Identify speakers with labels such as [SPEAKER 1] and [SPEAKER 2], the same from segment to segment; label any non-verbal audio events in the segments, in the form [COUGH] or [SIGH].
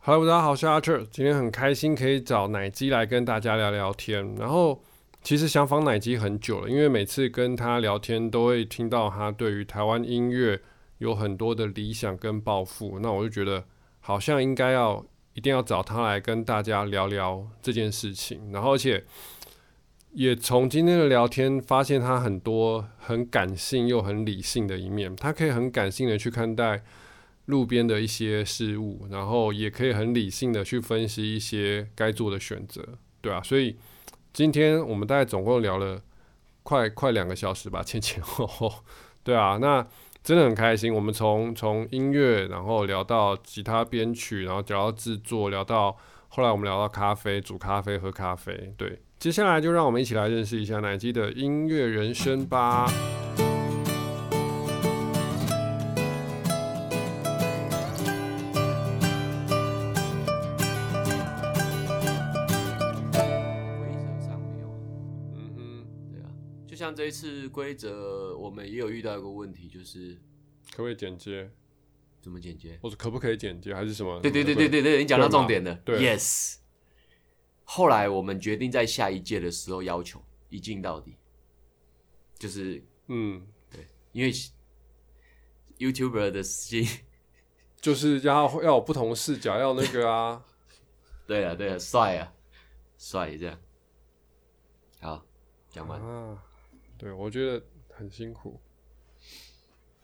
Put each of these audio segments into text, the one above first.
[SPEAKER 1] Hello，大家好，我是阿 c h 今天很开心可以找奶鸡来跟大家聊聊天。然后其实想访奶鸡很久了，因为每次跟他聊天都会听到他对于台湾音乐有很多的理想跟抱负。那我就觉得好像应该要一定要找他来跟大家聊聊这件事情。然后而且也从今天的聊天发现他很多很感性又很理性的一面，他可以很感性的去看待。路边的一些事物，然后也可以很理性的去分析一些该做的选择，对啊，所以今天我们大概总共聊了快快两个小时吧，前前后后， [LAUGHS] 对啊，那真的很开心。我们从从音乐，然后聊到吉他编曲，然后聊到制作，聊到后来我们聊到咖啡，煮咖啡，喝咖啡，对。接下来就让我们一起来认识一下奶基的音乐人生吧。
[SPEAKER 2] 规则上没有啊，
[SPEAKER 1] 嗯哼，
[SPEAKER 2] 对啊，就像这一次规则，我们也有遇到一个问题，就是
[SPEAKER 1] 可不可以剪接？
[SPEAKER 2] 怎么剪接。
[SPEAKER 1] 或者可不可以剪接，还是什么？
[SPEAKER 2] 对对对对对对，你讲到
[SPEAKER 1] 对嘛
[SPEAKER 2] 重点了。
[SPEAKER 1] 对
[SPEAKER 2] y e s 后来我们决定在下一届的时候要求一镜到底，就是
[SPEAKER 1] 嗯，
[SPEAKER 2] 因为 YouTuber 的心， [LAUGHS]
[SPEAKER 1] 就是要要有不同视角，要那个
[SPEAKER 2] [LAUGHS]
[SPEAKER 1] 啊，
[SPEAKER 2] 对啊对啊，帅啊帅这样。好，讲完。
[SPEAKER 1] 啊，对我觉得很辛苦，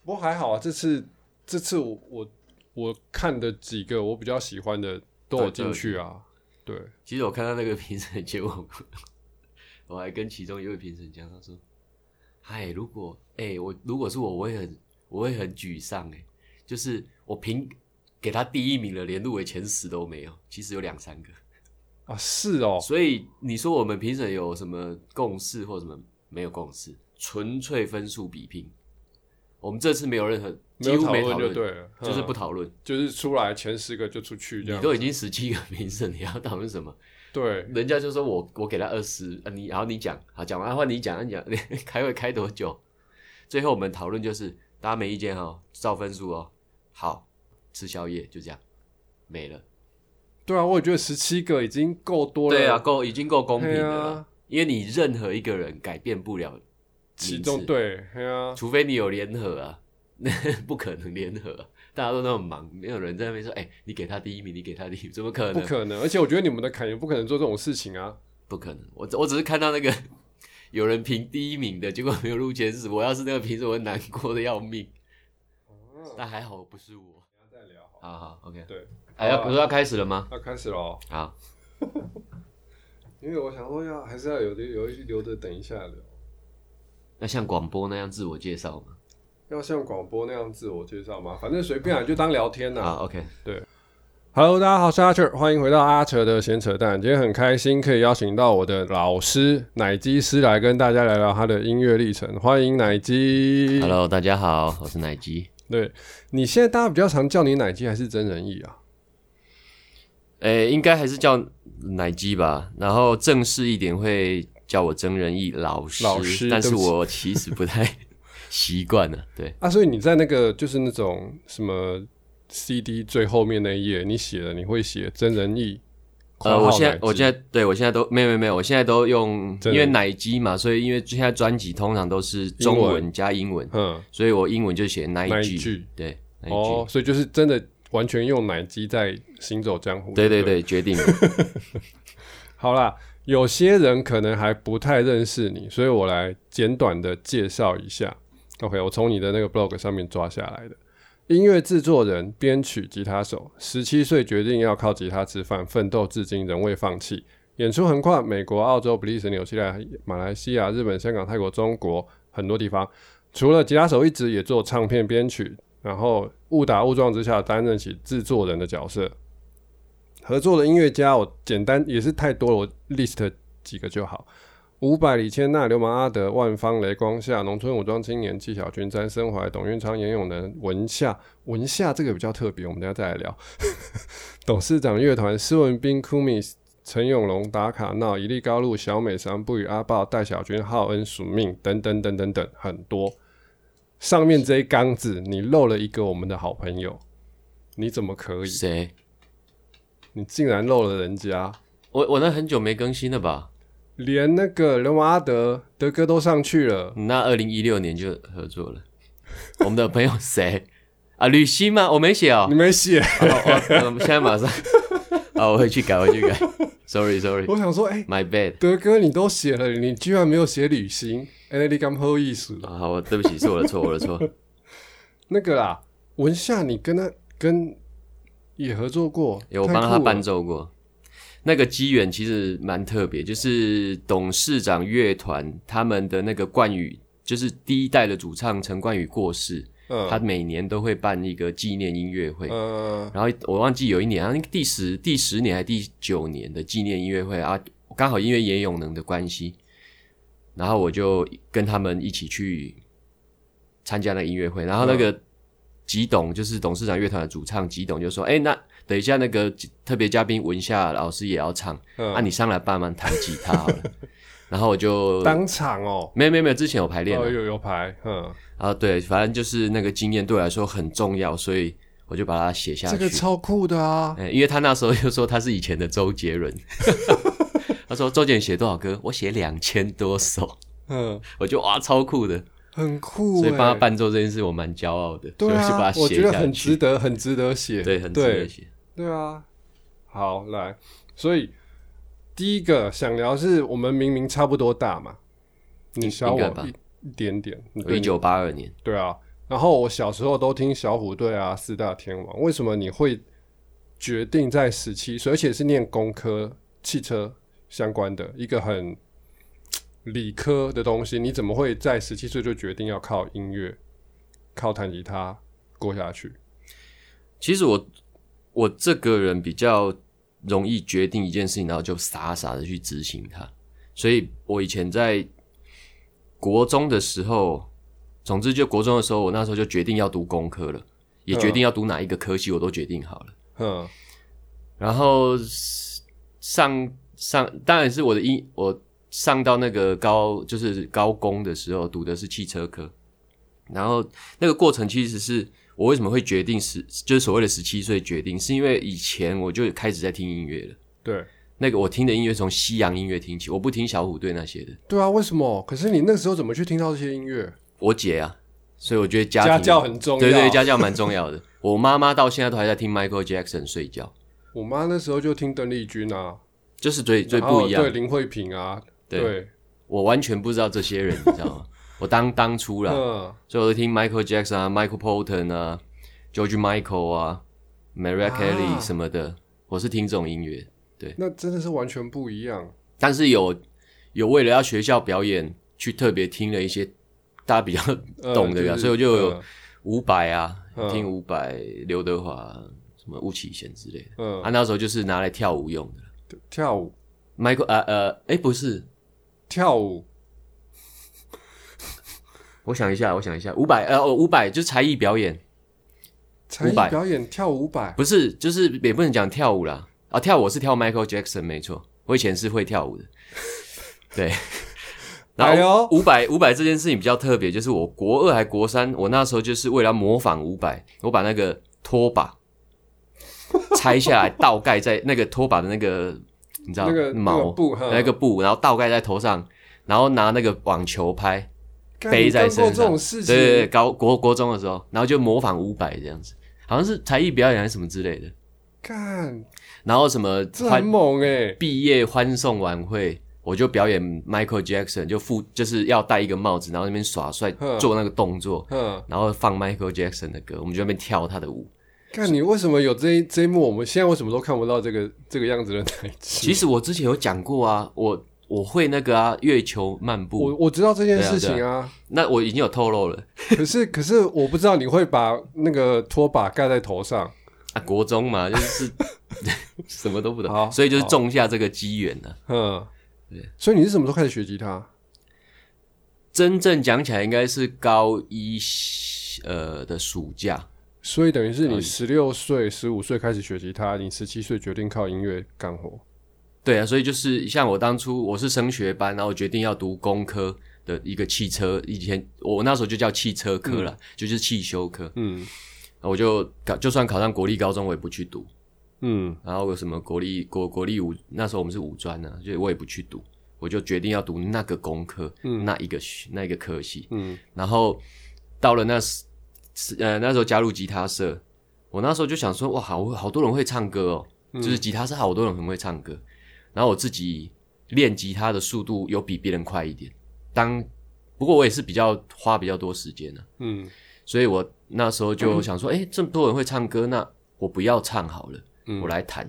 [SPEAKER 1] 不过还好啊，这次这次我我我看的几个我比较喜欢的都有进去啊，对，
[SPEAKER 2] 其实我看到那个评审结果， [LAUGHS] 我还跟其中一位评审讲，他说：“嗨，如果哎、我如果是我，我会很我会很沮丧哎，就是我评给他第一名了，连入围前十都没有，其实有两三个。
[SPEAKER 1] 啊是哦，
[SPEAKER 2] 所以你说我们评审有什么共识或什么没有共识，纯粹分数比拼。我们这次没有任何
[SPEAKER 1] 没
[SPEAKER 2] 几
[SPEAKER 1] 有
[SPEAKER 2] 乎没
[SPEAKER 1] 论就对
[SPEAKER 2] 论，
[SPEAKER 1] 了，
[SPEAKER 2] 就是
[SPEAKER 1] 嗯
[SPEAKER 2] 不讨论。
[SPEAKER 1] 就是出来前十个就出去这
[SPEAKER 2] 你
[SPEAKER 1] 样，
[SPEAKER 2] 都已经十七个评审，你要讨论什么？”
[SPEAKER 1] 对，
[SPEAKER 2] 人家就说我我给他二十、啊，你然后你讲，好讲完换你讲，你讲 [LAUGHS] 开会开多久？最后我们讨论就是大家没意见哦，照分数哦，好吃宵夜就这样没了。
[SPEAKER 1] 对啊，我也觉得十七个已经够多了，
[SPEAKER 2] 对啊，，够已经够公平的了啦，
[SPEAKER 1] 啊，
[SPEAKER 2] 因为你任何一个人改变不了，
[SPEAKER 1] 其
[SPEAKER 2] 名
[SPEAKER 1] 中
[SPEAKER 2] 次
[SPEAKER 1] 对，嘿啊，
[SPEAKER 2] 除非你有联合啊， [LAUGHS] 那不可能联合、啊，大家都那么忙，没有人在那边说，哎、你给他第一名，你给他第一名，怎么可能？
[SPEAKER 1] 不可能，而且我觉得你们的凯也不可能做这种事情啊，
[SPEAKER 2] 不可能，我只我只是看到那个 [LAUGHS] 有人评第一名的，结果没有入前十。我要是那个评审，我会难过的要命。但还好不是我。
[SPEAKER 1] 再聊好，
[SPEAKER 2] 好好，OK。
[SPEAKER 1] 哦对，
[SPEAKER 2] 哎，要不是要开始了吗？
[SPEAKER 1] 要开始哦喽。
[SPEAKER 2] 好，
[SPEAKER 1] 因为我想说要还是要有的有一留着等一下聊，
[SPEAKER 2] 那像广播那样自我介绍吗？
[SPEAKER 1] 要像广播那样自我介绍吗？反正随便啊，就当聊天呐、
[SPEAKER 2] 好，OK。
[SPEAKER 1] Hello，大家好，我是阿哲，欢迎回到阿哲的闲扯淡。今天很开心可以邀请到我的老师奶基师来跟大家聊聊他的音乐历程。欢迎奶基。
[SPEAKER 2] Hello，大家好，我是奶鸡。
[SPEAKER 1] 对你现在大家比较常叫你奶基还是真人艺啊？
[SPEAKER 2] 哎，应该还是叫奶鸡吧。然后正式一点会叫我真人艺老师，
[SPEAKER 1] 老师
[SPEAKER 2] 但是
[SPEAKER 1] 对不起
[SPEAKER 2] 我其实不太 [LAUGHS] 习惯了。对，
[SPEAKER 1] 啊，所以你在那个就是那种什么 CD 最后面那一页，你写的你会写真人艺。
[SPEAKER 2] 呃，我现在我
[SPEAKER 1] 在
[SPEAKER 2] 现在对我现在都没有没有没有，我现在都用
[SPEAKER 1] 真
[SPEAKER 2] 因
[SPEAKER 1] 的
[SPEAKER 2] 为奶机嘛，所以因为现在专辑通常都是中
[SPEAKER 1] 英
[SPEAKER 2] 文加英文，
[SPEAKER 1] 嗯
[SPEAKER 2] 所以我英文就写奶
[SPEAKER 1] 奶
[SPEAKER 2] 机，
[SPEAKER 1] 句
[SPEAKER 2] 对奶
[SPEAKER 1] 哦
[SPEAKER 2] 机，，
[SPEAKER 1] 所以就是真的完全用奶机在行走江湖。
[SPEAKER 2] 对
[SPEAKER 1] 对
[SPEAKER 2] 对
[SPEAKER 1] 不。
[SPEAKER 2] 对，决定
[SPEAKER 1] [LAUGHS]
[SPEAKER 2] 了
[SPEAKER 1] 好啦，有些人可能还不太认识你，所以我来简短的介绍一下。OK，我从你的那个 blog 上面抓下来的。音乐制作人、编曲、吉他手，十七岁决定要靠吉他吃饭，奋斗至今仍未放弃。演出横跨美国、澳洲、比利时、纽西兰、马来西亚、日本、香港、泰国、中国很多地方。除了吉他手，一直也做唱片编曲，然后误打误撞之下担任起制作人的角色。合作的音乐家，我简单也是太多了，我 list 几个就好。伍佰、李千娜、流氓阿德、万芳、雷光夏、农村武装青年、纪晓君、詹森怀、董运昌、严永能、文夏。文夏这个比较特别，我们等一下再来聊。 [LAUGHS] 董事长乐团、施文斌、Kumi、陈永龙、达卡闹、一粒高露、小美、三不与阿豹、戴小军、浩恩、署命等等等等等，很多。上面这一缸子，你漏了一个我们的好朋友，你怎么可以？
[SPEAKER 2] 谁？
[SPEAKER 1] 你竟然漏了人家，
[SPEAKER 2] 我我那很久没更新了吧？
[SPEAKER 1] 连那个人王阿德德哥都上去了，
[SPEAKER 2] 那二零一六年就合作了。我们的朋友谁啊？吕西吗？我没写
[SPEAKER 1] [LAUGHS]
[SPEAKER 2] 哦
[SPEAKER 1] 你。没写。
[SPEAKER 2] 我我们现在马上啊，我会去改，我会去改。Sorry Sorry，
[SPEAKER 1] 我想说，哎、
[SPEAKER 2] My bad
[SPEAKER 1] 德哥你都写了，你居然没有写旅行，哎、你刚不好意思。
[SPEAKER 2] 啊，好，我对不起，是我的错，我的错。
[SPEAKER 1] 那个啦，文夏你跟他跟也合作过，
[SPEAKER 2] 有我
[SPEAKER 1] 太
[SPEAKER 2] 帮他
[SPEAKER 1] 酷了
[SPEAKER 2] 伴奏过。那个机缘其实蛮特别，就是董事长乐团他们的那个冠宇，就是第一代的主唱陈冠宇过世，
[SPEAKER 1] 嗯
[SPEAKER 2] 他每年都会办一个纪念音乐会。
[SPEAKER 1] 嗯
[SPEAKER 2] 然后我忘记有一年，啊，那个第十第十年还是第九年的纪念音乐会啊，刚好因为严永能的关系，然后我就跟他们一起去参加那个音乐会。然后那
[SPEAKER 1] 嗯
[SPEAKER 2] 个吉董就是董事长乐团的主唱吉董就说：“哎，那等一下那个特别嘉宾文夏老师也要唱，
[SPEAKER 1] 嗯
[SPEAKER 2] 啊，你上来帮忙弹吉他好了。”然后我就
[SPEAKER 1] 当场哦，
[SPEAKER 2] 没有没有没有，之前有排练
[SPEAKER 1] 哦
[SPEAKER 2] 了
[SPEAKER 1] 有有牌，嗯，
[SPEAKER 2] 啊，对，反正就是那个经验对我来说很重要，所以我就把它写下去。
[SPEAKER 1] 这个超酷的啊，
[SPEAKER 2] 嗯，因为他那时候就说他是以前的周杰伦， [LAUGHS] 他说周杰伦写多少歌，我写两千多首，
[SPEAKER 1] 嗯，
[SPEAKER 2] 我就哇超酷的，
[SPEAKER 1] 很酷、
[SPEAKER 2] 所
[SPEAKER 1] 欸，
[SPEAKER 2] 以帮他伴奏这件事我蛮骄傲的，
[SPEAKER 1] 对
[SPEAKER 2] 所以我就把
[SPEAKER 1] 啊
[SPEAKER 2] 它，
[SPEAKER 1] 我
[SPEAKER 2] 写
[SPEAKER 1] 觉得
[SPEAKER 2] 下
[SPEAKER 1] 很值
[SPEAKER 2] 去，
[SPEAKER 1] 得，很值得写，
[SPEAKER 2] 对，很值得写。
[SPEAKER 1] 对啊，好来，所以第一个想聊是我们明明差不多大嘛，你
[SPEAKER 2] 应
[SPEAKER 1] 小
[SPEAKER 2] 应该
[SPEAKER 1] 我
[SPEAKER 2] 吧
[SPEAKER 1] 一一点点，
[SPEAKER 2] 我一
[SPEAKER 1] 对
[SPEAKER 2] 九八二年，
[SPEAKER 1] 对啊。然后我小时候都听小虎队啊、四大天王，为什么你会决定在十七岁，而且是念工科、汽车相关的一个很理科的东西，你怎么会在十七岁就决定要靠音乐、靠弹吉他过下去？
[SPEAKER 2] 其实我我这个人比较容易决定一件事情，然后就傻傻的去执行它。所以我以前在国中的时候，总之就国中的时候，我那时候就决定要读工科了，也决定要读哪一个科系，我都决定好了。
[SPEAKER 1] 嗯
[SPEAKER 2] 然后上上当然是我的音，我上到那个高就是高工的时候读的是汽车科，然后那个过程其实是我为什么会决定十就是所谓的十七岁决定，是因为以前我就开始在听音乐了。
[SPEAKER 1] 对
[SPEAKER 2] 那个我听的音乐从西洋音乐听起，我不听小虎队那些的。
[SPEAKER 1] 对啊，为什么？可是你那时候怎么去听到这些音乐？
[SPEAKER 2] 我姐啊，所以我觉得家
[SPEAKER 1] 家
[SPEAKER 2] 庭
[SPEAKER 1] 教很重要。
[SPEAKER 2] 对对家教蛮重要的。我妈妈到现在都还在听 Michael Jackson 睡觉，
[SPEAKER 1] 我妈那时候就听邓丽君啊，
[SPEAKER 2] 就是最最
[SPEAKER 1] 然后
[SPEAKER 2] 不一样
[SPEAKER 1] 对。林慧萍啊，
[SPEAKER 2] 对
[SPEAKER 1] 对，
[SPEAKER 2] 我完全不知道这些人，你知
[SPEAKER 1] [LAUGHS]
[SPEAKER 2] 道吗？我当当初啦，
[SPEAKER 1] 嗯，
[SPEAKER 2] 所以我都听 Michael Jackson 啊、Michael Bolton 啊、George Michael 啊、Mariah
[SPEAKER 1] 啊
[SPEAKER 2] Carey 什么的，我是听这种音乐。
[SPEAKER 1] 那真的是完全不一样。
[SPEAKER 2] 但是有有为了要学校表演，去特别听了一些大家比较
[SPEAKER 1] 嗯
[SPEAKER 2] 懂的
[SPEAKER 1] 就
[SPEAKER 2] 歌，
[SPEAKER 1] 是
[SPEAKER 2] 所以我就有
[SPEAKER 1] 嗯
[SPEAKER 2] 伍佰啊，
[SPEAKER 1] 嗯
[SPEAKER 2] 听伍佰、刘德华、什么巫启贤之类的。
[SPEAKER 1] 嗯
[SPEAKER 2] 啊，那时候就是拿来跳舞用的。
[SPEAKER 1] 跳舞
[SPEAKER 2] Michael 呃呃，哎、不是，
[SPEAKER 1] 跳舞，
[SPEAKER 2] 我想一下，我想一下，伍佰呃哦，伍佰就是才艺表演。
[SPEAKER 1] 才艺
[SPEAKER 2] 500
[SPEAKER 1] 表演跳五百，
[SPEAKER 2] 不是，就是也不能讲跳舞啦。啊，跳舞是跳 Michael Jackson 没错，我以前是会跳
[SPEAKER 1] [LAUGHS]
[SPEAKER 2] 舞的。对，
[SPEAKER 1] 哎
[SPEAKER 2] 然后
[SPEAKER 1] 呦
[SPEAKER 2] 伍佰伍佰这件事情比较特别，就是我国二还国三，我那时候就是为了要模仿伍佰，我把那个
[SPEAKER 1] [LAUGHS]
[SPEAKER 2] 拖把拆下来，倒盖在那个拖把的那个你知道
[SPEAKER 1] 那个
[SPEAKER 2] 毛
[SPEAKER 1] 那个布哈
[SPEAKER 2] 那个布，然后倒盖在头上，然后拿那个网球拍
[SPEAKER 1] 干
[SPEAKER 2] 背在
[SPEAKER 1] 哎你干过
[SPEAKER 2] 身
[SPEAKER 1] 这
[SPEAKER 2] 上
[SPEAKER 1] 种事
[SPEAKER 2] 对对对，
[SPEAKER 1] 情，
[SPEAKER 2] 高国国中的时候，然后就模仿伍佰这样子，好像是才艺表演还是什么之类的。
[SPEAKER 1] 干
[SPEAKER 2] 然后什么
[SPEAKER 1] 这很
[SPEAKER 2] 欢
[SPEAKER 1] 猛哎，
[SPEAKER 2] 毕业欢送晚会，我就表演 Michael Jackson，就附就是要戴一个帽子，然后那边耍帅
[SPEAKER 1] 嗯
[SPEAKER 2] 做那个动作，
[SPEAKER 1] 嗯，
[SPEAKER 2] 然后放 Michael Jackson 的歌，我们就在那边跳他的舞。
[SPEAKER 1] 看你为什么有这一这一幕，我们现在为什么都看不到这个这个样子的台词？
[SPEAKER 2] [LAUGHS] 其实我之前有讲过啊，我我会那个啊月球漫
[SPEAKER 1] 我
[SPEAKER 2] 步，
[SPEAKER 1] 我知道这件
[SPEAKER 2] 对啊
[SPEAKER 1] 事
[SPEAKER 2] 对啊
[SPEAKER 1] 情啊，
[SPEAKER 2] 那我已经有透露了
[SPEAKER 1] 可是可是我不知道你会把那个拖把盖在头上，
[SPEAKER 2] 啊，国中嘛，就是
[SPEAKER 1] [LAUGHS]
[SPEAKER 2] [LAUGHS] 什么都不
[SPEAKER 1] 好
[SPEAKER 2] 懂，所以就是
[SPEAKER 1] 好
[SPEAKER 2] 种下这个机缘啊呢。
[SPEAKER 1] 嗯
[SPEAKER 2] 对，
[SPEAKER 1] 所以你是什么时候开始学吉他？
[SPEAKER 2] 真正讲起来，应该是高一呃的暑假，
[SPEAKER 1] 所以等于是
[SPEAKER 2] 高
[SPEAKER 1] 你
[SPEAKER 2] 一
[SPEAKER 1] 十六岁、十五岁开始学吉他，你十七岁决定靠音乐干活。
[SPEAKER 2] 对啊，所以就是像我当初我是升学班，然后我决定要读工科的一个汽车，以前我那时候就叫汽车科了，就是汽修科。
[SPEAKER 1] 嗯
[SPEAKER 2] 我就考就算考上国立高中，我也不去读，
[SPEAKER 1] 嗯
[SPEAKER 2] 然后有什么国立国国立五，那时候我们是五专呢、啊，就我也不去读，我就决定要读那个工科，那一个系那一个科系。
[SPEAKER 1] 嗯
[SPEAKER 2] 然后到了那时，呃，那时候加入吉他社，我那时候就想说，哇，好好多人会唱歌哦，
[SPEAKER 1] 嗯
[SPEAKER 2] 就是吉他社好多人很会唱歌。然后我自己练吉他的速度有比别人快一点，当不过我也是比较花比较多时间呢、啊
[SPEAKER 1] 嗯
[SPEAKER 2] 所以我那时候就想说，哎、这么多人会唱歌，那我不要唱好了，
[SPEAKER 1] 嗯
[SPEAKER 2] 我来弹。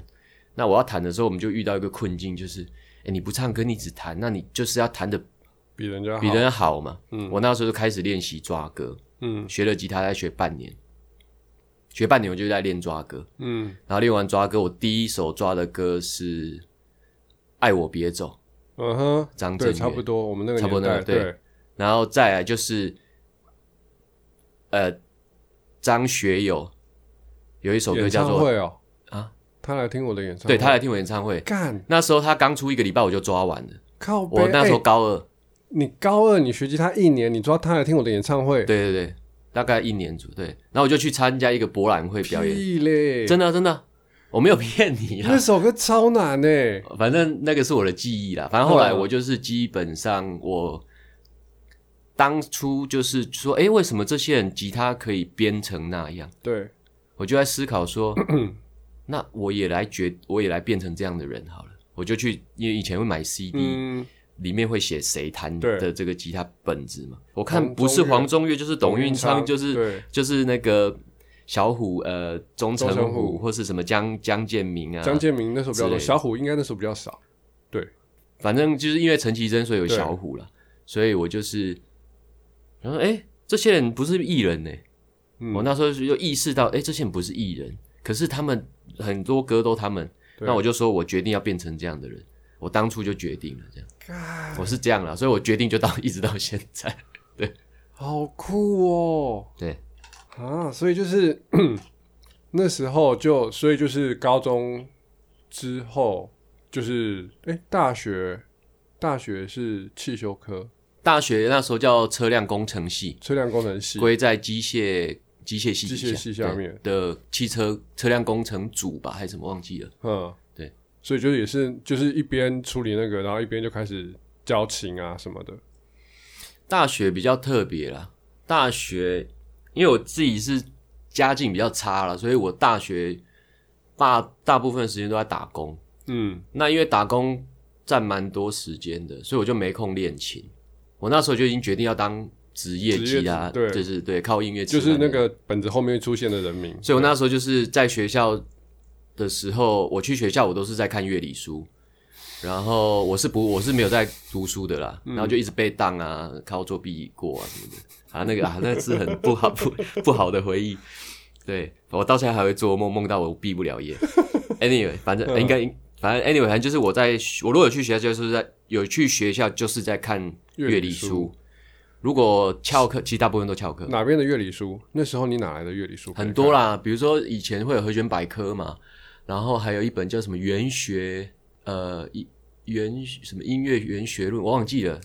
[SPEAKER 2] 那我要弹的时候，我们就遇到一个困境，就是，哎，你不唱歌，你只弹，那你就是要弹的
[SPEAKER 1] 比人家好，
[SPEAKER 2] 比人家好嘛。
[SPEAKER 1] 嗯
[SPEAKER 2] 我那时候就开始练习抓歌，
[SPEAKER 1] 嗯
[SPEAKER 2] 学了吉他，再学半年，学半年我就在练抓歌，
[SPEAKER 1] 嗯
[SPEAKER 2] 然后练完抓歌，我第一首抓的歌是《爱我别走》，
[SPEAKER 1] 嗯哼，
[SPEAKER 2] 张震
[SPEAKER 1] 对，
[SPEAKER 2] 岳，
[SPEAKER 1] 差不多，我们那个
[SPEAKER 2] 差不多
[SPEAKER 1] 年代，
[SPEAKER 2] 那个对然后再来就是，呃，张学友有一首歌
[SPEAKER 1] 演
[SPEAKER 2] 叫
[SPEAKER 1] 唱
[SPEAKER 2] 做
[SPEAKER 1] 会哦
[SPEAKER 2] 啊，
[SPEAKER 1] 他来听我的演唱会，
[SPEAKER 2] 对他来听我演唱会，
[SPEAKER 1] 干
[SPEAKER 2] 那时候他刚出一个礼拜我就抓完了，
[SPEAKER 1] 靠背，
[SPEAKER 2] 我那时候
[SPEAKER 1] 哎
[SPEAKER 2] 高二，
[SPEAKER 1] 你高二你学吉他一年，你抓他来听我的演唱会，
[SPEAKER 2] 对对对，大概一年左右，对，然后我就去参加一个博览会表演，
[SPEAKER 1] 屁嘞，
[SPEAKER 2] 真的啊真的啊，我没有骗你啊
[SPEAKER 1] 那
[SPEAKER 2] 啦，
[SPEAKER 1] 首歌超难哎呢、
[SPEAKER 2] 反正那个是我的记忆啦，反正后来
[SPEAKER 1] 嗯
[SPEAKER 2] 我就是基本上我。当初就是说，诶，为什么这些人吉他可以编成那样？
[SPEAKER 1] 对，
[SPEAKER 2] 我就在思
[SPEAKER 1] [CLEARS THROAT]
[SPEAKER 2] 考说，那我也来决，我也来变成这样的人好了。我就去，因为以前会买 CD，、
[SPEAKER 1] 嗯，
[SPEAKER 2] 里面会写谁弹
[SPEAKER 1] 对
[SPEAKER 2] 的这个吉他本子嘛。我
[SPEAKER 1] 黄
[SPEAKER 2] 看
[SPEAKER 1] 宗
[SPEAKER 2] 不是
[SPEAKER 1] 岳
[SPEAKER 2] 黄宗岳，就是董运昌，就是
[SPEAKER 1] 对
[SPEAKER 2] 就是那个小虎，呃，
[SPEAKER 1] 钟
[SPEAKER 2] 钟成
[SPEAKER 1] 成虎
[SPEAKER 2] 虎或是什么江江建明啊，
[SPEAKER 1] 江建明那首比较
[SPEAKER 2] 之
[SPEAKER 1] 多，
[SPEAKER 2] 类的
[SPEAKER 1] 小虎应该那首比较少。对，
[SPEAKER 2] 反正就是因为陈绮贞，所以有
[SPEAKER 1] 对
[SPEAKER 2] 小虎了，所以我就是，然后哎，诶这些人不是艺人呢、
[SPEAKER 1] 嗯
[SPEAKER 2] 我那时候就意识到，哎，这些人不是艺人，可是他们很多歌都他们，
[SPEAKER 1] 对
[SPEAKER 2] 那我就说我决定要变成这样的人，我当初就决定了这样，
[SPEAKER 1] 干
[SPEAKER 2] 我是这样了，所以我决定就到一直到现在， [LAUGHS]
[SPEAKER 1] 好酷哦
[SPEAKER 2] 对
[SPEAKER 1] 啊！所以就是 [COUGHS] 那时候就，所以就是高中之后，就是哎、大学大学是汽修科，
[SPEAKER 2] 大学那时候叫车辆工程系，
[SPEAKER 1] 车辆工程系。
[SPEAKER 2] 归在机械机械系
[SPEAKER 1] 机
[SPEAKER 2] 底
[SPEAKER 1] 械系下
[SPEAKER 2] 对
[SPEAKER 1] 面
[SPEAKER 2] 的汽车车辆工程组吧，还是什么忘记了。
[SPEAKER 1] 嗯，
[SPEAKER 2] 对，
[SPEAKER 1] 所以就是也是就是一边处理那个，然后一边就开始交情啊什么的。
[SPEAKER 2] 大学比较特别啦，大学因为我自己是家境比较差啦，所以我大学大大部分的时间都在打工。
[SPEAKER 1] 嗯
[SPEAKER 2] 那因为打工占蛮多时间的，所以我就没空练琴。我那时候就已经决定要当职业
[SPEAKER 1] 职业
[SPEAKER 2] 吉他，
[SPEAKER 1] 对
[SPEAKER 2] 就是对靠音乐，
[SPEAKER 1] 就是那。个本子后面出现的人名，
[SPEAKER 2] 所以我那时候就是在学校的时候，我去学校我都是在看乐理书，然后我是不我是没有在读书的啦，然后
[SPEAKER 1] 嗯
[SPEAKER 2] 就一直被当啊，靠作弊过啊什么的啊，那个啊那是很不好不不好的回忆。对我到现在还会做梦，梦到我毕不了业。Anyway，反
[SPEAKER 1] 嗯
[SPEAKER 2] 正、应该反正 anyway，反正就是我在我如果有去学校就是在有去学校就是在看
[SPEAKER 1] 乐
[SPEAKER 2] 乐
[SPEAKER 1] 理
[SPEAKER 2] 理
[SPEAKER 1] 书
[SPEAKER 2] 书。如果翘课，其实大部分都翘课。
[SPEAKER 1] 哪边的乐理书？那时候你哪来的乐理书？
[SPEAKER 2] 很多，啦，比如说以前会有和弦百科嘛，然后还有一本叫什么元学，呃，一元什么音乐元学论，我忘记了，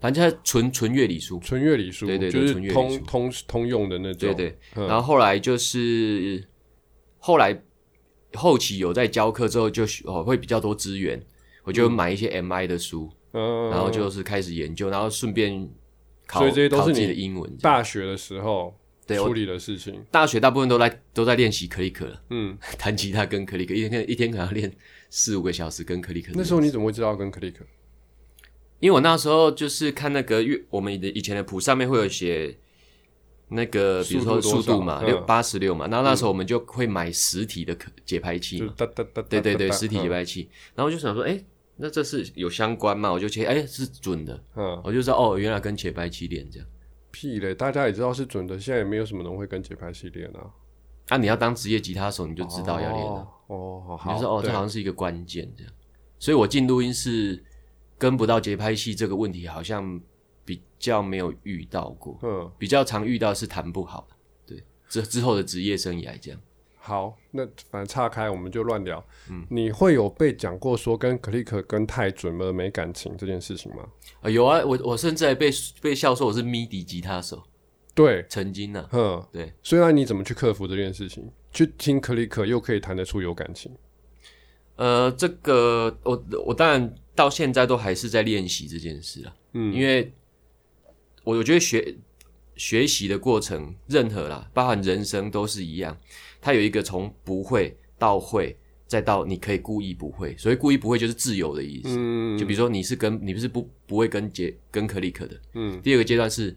[SPEAKER 2] 反正它纯纯乐理书，
[SPEAKER 1] 纯乐理书，
[SPEAKER 2] 对对对
[SPEAKER 1] 就是
[SPEAKER 2] 纯乐理
[SPEAKER 1] 通
[SPEAKER 2] 书
[SPEAKER 1] 通通用的那种。
[SPEAKER 2] 对对。
[SPEAKER 1] 嗯
[SPEAKER 2] 然后后来就是后来后期有在教课之后就，哦会比较多资源，我就买一些 MI 的书，
[SPEAKER 1] 嗯，
[SPEAKER 2] 然后就是开始研究，然后顺便考
[SPEAKER 1] 所以这些都是
[SPEAKER 2] 考自己
[SPEAKER 1] 你
[SPEAKER 2] 的英文。
[SPEAKER 1] 大学的时候
[SPEAKER 2] 对我
[SPEAKER 1] 处理的事情。
[SPEAKER 2] 大学大部分都在都在练习克里克了。
[SPEAKER 1] 嗯，
[SPEAKER 2] 弹吉他跟克里克，一天一天可能要练四五个小时跟克里克。
[SPEAKER 1] 那时候你怎么会知道跟 Click？
[SPEAKER 2] 因为我那时候就是看那个乐，我们的以前的谱上面会有写那个，比如说
[SPEAKER 1] 速度多
[SPEAKER 2] 速
[SPEAKER 1] 少
[SPEAKER 2] 度嘛，
[SPEAKER 1] 嗯
[SPEAKER 2] 六八十六嘛，然后那时候我们就会买实体的可节拍器
[SPEAKER 1] 就是
[SPEAKER 2] 嘛，
[SPEAKER 1] 哒哒哒哒。
[SPEAKER 2] 对对对，
[SPEAKER 1] 哒
[SPEAKER 2] 实体节。
[SPEAKER 1] 哒
[SPEAKER 2] 拍器。然后我就想说，哎，那这是有相关嘛？我就切，哎，是准的，
[SPEAKER 1] 嗯，
[SPEAKER 2] 我就知道哦，原来跟节拍器练这样。
[SPEAKER 1] 屁嘞！大家也知道是准的，现在也没有什么人会跟节拍系列啊。
[SPEAKER 2] 啊，你要当职业吉他手，你就知道要练了。啊
[SPEAKER 1] 哦哦，
[SPEAKER 2] 你
[SPEAKER 1] 好。
[SPEAKER 2] 就说哦，
[SPEAKER 1] 对
[SPEAKER 2] 这好像是一个关键这样。所以我进录音室跟不到节拍器这个问题，好像比较没有遇到过，
[SPEAKER 1] 嗯，
[SPEAKER 2] 比较常遇到是弹不好。对，之之后的职业生涯这样，
[SPEAKER 1] 好，那反正岔开，我们就乱聊。嗯，你会有被讲过说跟 Click 跟太准了没感情这件事情吗？
[SPEAKER 2] 啊有啊，我我甚至还被被笑说我是 MIDI 吉他手，
[SPEAKER 1] 对，
[SPEAKER 2] 曾经呢、啊，
[SPEAKER 1] 嗯，
[SPEAKER 2] 对，
[SPEAKER 1] 虽然你怎么去克服这件事情？去听 Click 又可以弹得出有感情，
[SPEAKER 2] 呃，这个我我当然到现在都还是在练习这件事啊，
[SPEAKER 1] 嗯
[SPEAKER 2] 因为我我觉得学学习的过程，任何啦，包含人生都是一样，它有一个从不会到会，再到你可以故意不会，所以故意不会就是自由的意思。
[SPEAKER 1] 嗯，
[SPEAKER 2] 就比如说你是跟你不是不不会跟杰跟克里克的，
[SPEAKER 1] 嗯，
[SPEAKER 2] 第二个阶段是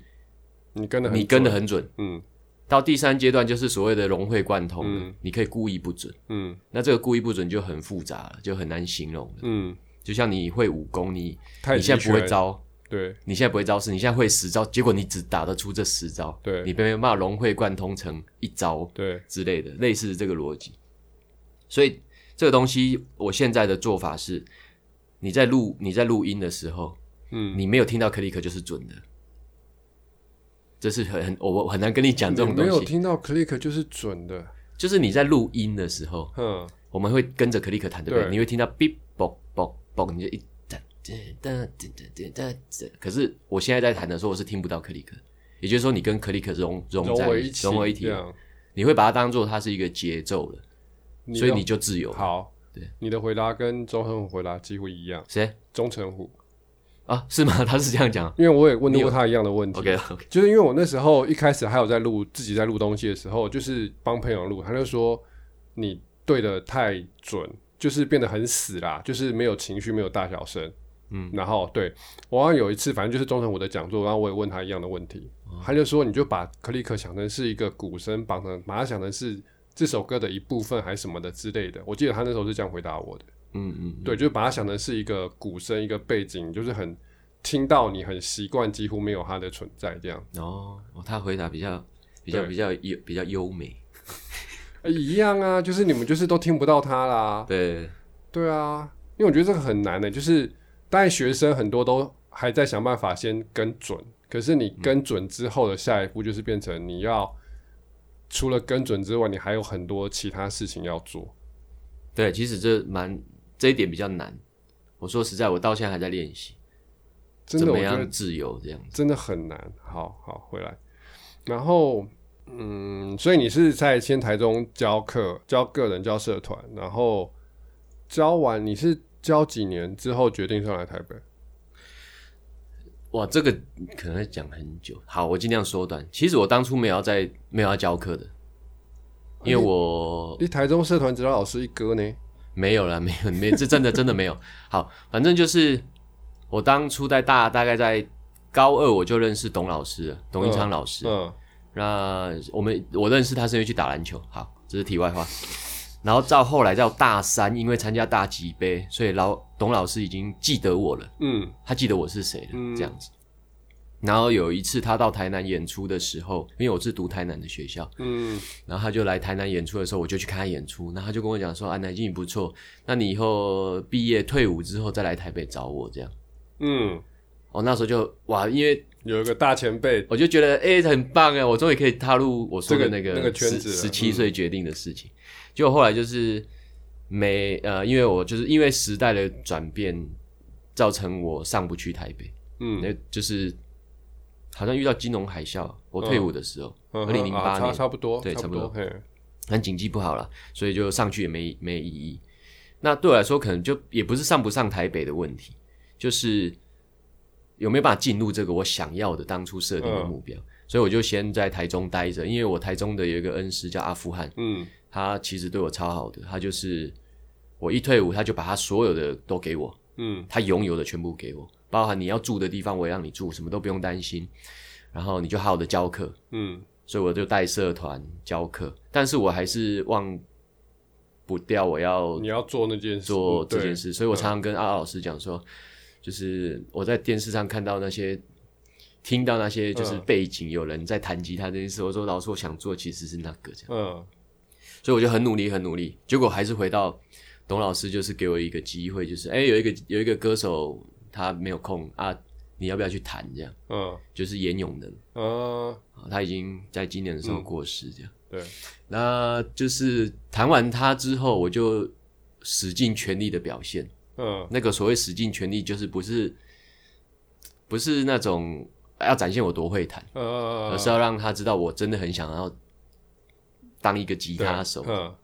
[SPEAKER 1] 你跟的
[SPEAKER 2] 你跟的很准，
[SPEAKER 1] 嗯
[SPEAKER 2] 到第三阶段就是所谓的融会贯通了，你可以故意不准。
[SPEAKER 1] 嗯
[SPEAKER 2] 那这个故意不准就很复杂了，就很难形容了。
[SPEAKER 1] 嗯，
[SPEAKER 2] 就像你会武功，你
[SPEAKER 1] 太
[SPEAKER 2] 你
[SPEAKER 1] 极
[SPEAKER 2] 现在不会
[SPEAKER 1] 拳
[SPEAKER 2] 招，
[SPEAKER 1] 对
[SPEAKER 2] 你现在不会招式，你现在会十招，结果你只打得出这十招，
[SPEAKER 1] 对
[SPEAKER 2] 你被骂融会贯通成一招
[SPEAKER 1] 对，
[SPEAKER 2] 之类的，类似这个逻辑。所以这个东西，我现在的做法是，你在录你在录音的时候，
[SPEAKER 1] 嗯，
[SPEAKER 2] 你没有听到 click 就是准的，这是很很我我很难跟你讲这种
[SPEAKER 1] 你没有
[SPEAKER 2] 东西，
[SPEAKER 1] 听到 click 就是准的，
[SPEAKER 2] 就是你在录音的时候，
[SPEAKER 1] 嗯，
[SPEAKER 2] 我们会跟着 click 弹，对不对？
[SPEAKER 1] 对
[SPEAKER 2] 你会听到 beep bop bop bop，你就一弹，哒哒哒哒哒哒。可是我现在在弹的时候，我是听不到 click，也就是说你跟 click 融融
[SPEAKER 1] 融
[SPEAKER 2] 在
[SPEAKER 1] 为一
[SPEAKER 2] 融为一体
[SPEAKER 1] 这，样，
[SPEAKER 2] 你会把它当做它是一个节奏了，所以
[SPEAKER 1] 的
[SPEAKER 2] 你就自由。
[SPEAKER 1] 好，
[SPEAKER 2] 对，
[SPEAKER 1] 你的回答跟钟成虎回答几乎一样，
[SPEAKER 2] 谁
[SPEAKER 1] 钟成虎，
[SPEAKER 2] 啊？是吗？ [LAUGHS] 他是这样讲啊
[SPEAKER 1] 因为我也问
[SPEAKER 2] 你有
[SPEAKER 1] 过他一样的问题，
[SPEAKER 2] ？OK OK，
[SPEAKER 1] 就是因为我那时候一开始还有在录自己在录东西的时候，就是帮朋友录，他就说你对的太准，就是变得很死啦，就是没有情绪，没有大小声。
[SPEAKER 2] 嗯，
[SPEAKER 1] 然后对我好像有一次，反正就是中成我的讲座，然后我也问他一样的问题，
[SPEAKER 2] 哦
[SPEAKER 1] 他就说你就把克里克想成是一个鼓声，绑成把它想成是这首歌的一部分，还是什么的之类的。我记得他那时候是这样回答我的。
[SPEAKER 2] 嗯嗯，
[SPEAKER 1] 对，就是把它想成是一个鼓声，一个背景，就是很听到你很习惯，几乎没有它的存在这样。
[SPEAKER 2] 嗯。哦，哦他回答比较比较
[SPEAKER 1] 对
[SPEAKER 2] 比较优比较优美，
[SPEAKER 1] 呃一样啊，就是你们就是都听不到它啦。
[SPEAKER 2] 对，
[SPEAKER 1] 对啊，因为我觉得这个很难的、欸就是当然学生很多都还在想办法先跟准，可是你跟准之后的下一步就是变成你要除了跟准之外，你还有很多其他事情要做。
[SPEAKER 2] 对，其实这蛮这一点比较难。我说实在，我到现在还在练习，
[SPEAKER 1] 真
[SPEAKER 2] 怎
[SPEAKER 1] 的，
[SPEAKER 2] 么
[SPEAKER 1] 我觉得
[SPEAKER 2] 样自由这样。
[SPEAKER 1] 真的很难。好好回来，然后嗯，所以你是在先台中教课，教个人，教社团，然后教完你是教几年之后决定上来台北？
[SPEAKER 2] 哇，这个可能会讲很久。好，我尽量缩短。其实我当初没有要在没有要教课的，因为我
[SPEAKER 1] 你台中社团指导老师一哥呢？
[SPEAKER 2] 没有啦，没有，没这真的真的没有。好，反正就是我当初在大大概在高二我就认识董老师了，董一昌老师。
[SPEAKER 1] 嗯
[SPEAKER 2] 那我们我认识他是因为去打篮球。好，这是题外话。然后到后来到大三，因为参加大级杯，所以老董老师已经记得我了。
[SPEAKER 1] 嗯
[SPEAKER 2] 他记得我是谁了，
[SPEAKER 1] 嗯
[SPEAKER 2] 这样子。然后有一次他到台南演出的时候，因为我是读台南的学校，
[SPEAKER 1] 嗯
[SPEAKER 2] 然后他就来台南演出的时候，我就去看他演出。那他就跟我讲说：“啊，南京你不错，那你以后毕业退伍之后再来台北找我。”这样，
[SPEAKER 1] 嗯，
[SPEAKER 2] 我、那时候就哇，因为
[SPEAKER 1] 有一个大前辈，
[SPEAKER 2] 我就觉得哎、很棒哎，我终于可以踏入我说的
[SPEAKER 1] 这个
[SPEAKER 2] 那个
[SPEAKER 1] 那个圈子了嗯
[SPEAKER 2] 十七岁决定的事情。结果后来就是每呃，因为我就是因为时代的转变，造成我上不去台北。
[SPEAKER 1] 嗯，
[SPEAKER 2] 那就是好像遇到金融海啸，我退伍的时候，
[SPEAKER 1] 嗯
[SPEAKER 2] 哦二零零
[SPEAKER 1] 啊
[SPEAKER 2] 八
[SPEAKER 1] 差
[SPEAKER 2] 年，
[SPEAKER 1] 差不多，
[SPEAKER 2] 对
[SPEAKER 1] 差
[SPEAKER 2] 差不
[SPEAKER 1] 嘿，
[SPEAKER 2] 但经济不好了，所以就上去也没没意义。那对我来说，可能就也不是上不上台北的问题，就是有没有办法进入这个我想要的当初设定的目标。所以我就先在台中待着，因为我台中的有一个恩师叫阿富汗，
[SPEAKER 1] 嗯
[SPEAKER 2] 他其实对我超好的，他就是我一退伍，他就把他所有的都给我，
[SPEAKER 1] 嗯
[SPEAKER 2] 他拥有的全部给我，包含你要住的地方，我也让你住，什么都不用担心。然后你就好好的教课，
[SPEAKER 1] 嗯
[SPEAKER 2] 所以我就带社团教课，但是我还是忘不掉我要
[SPEAKER 1] 你要做那件事，
[SPEAKER 2] 做这
[SPEAKER 1] 嗯对嗯
[SPEAKER 2] 件事，所以我常常跟阿老师讲说，就是我在电视上看到那些。听到那些就是
[SPEAKER 1] 嗯
[SPEAKER 2] 背景有人在弹吉他这件事，我说老师，我想做其实是那个这样，
[SPEAKER 1] 嗯
[SPEAKER 2] 所以我就很努力很努力，结果还是回到董老师，就是给我一个机会，就是哎、有一个有一个歌手他没有空啊，你要不要去弹？这样
[SPEAKER 1] 嗯
[SPEAKER 2] 就是严永能
[SPEAKER 1] 嗯，
[SPEAKER 2] 啊，他已经在今年的时候过世，这样。
[SPEAKER 1] 对，
[SPEAKER 2] 那就是弹完他之后，我就使尽全力的表现。
[SPEAKER 1] 嗯
[SPEAKER 2] 那个所谓使尽全力，就是不是不是那种要展现我多会弹，而
[SPEAKER 1] 呃，
[SPEAKER 2] 是要让他知道我真的很想要当一个吉
[SPEAKER 1] 对
[SPEAKER 2] 他手。
[SPEAKER 1] 嗯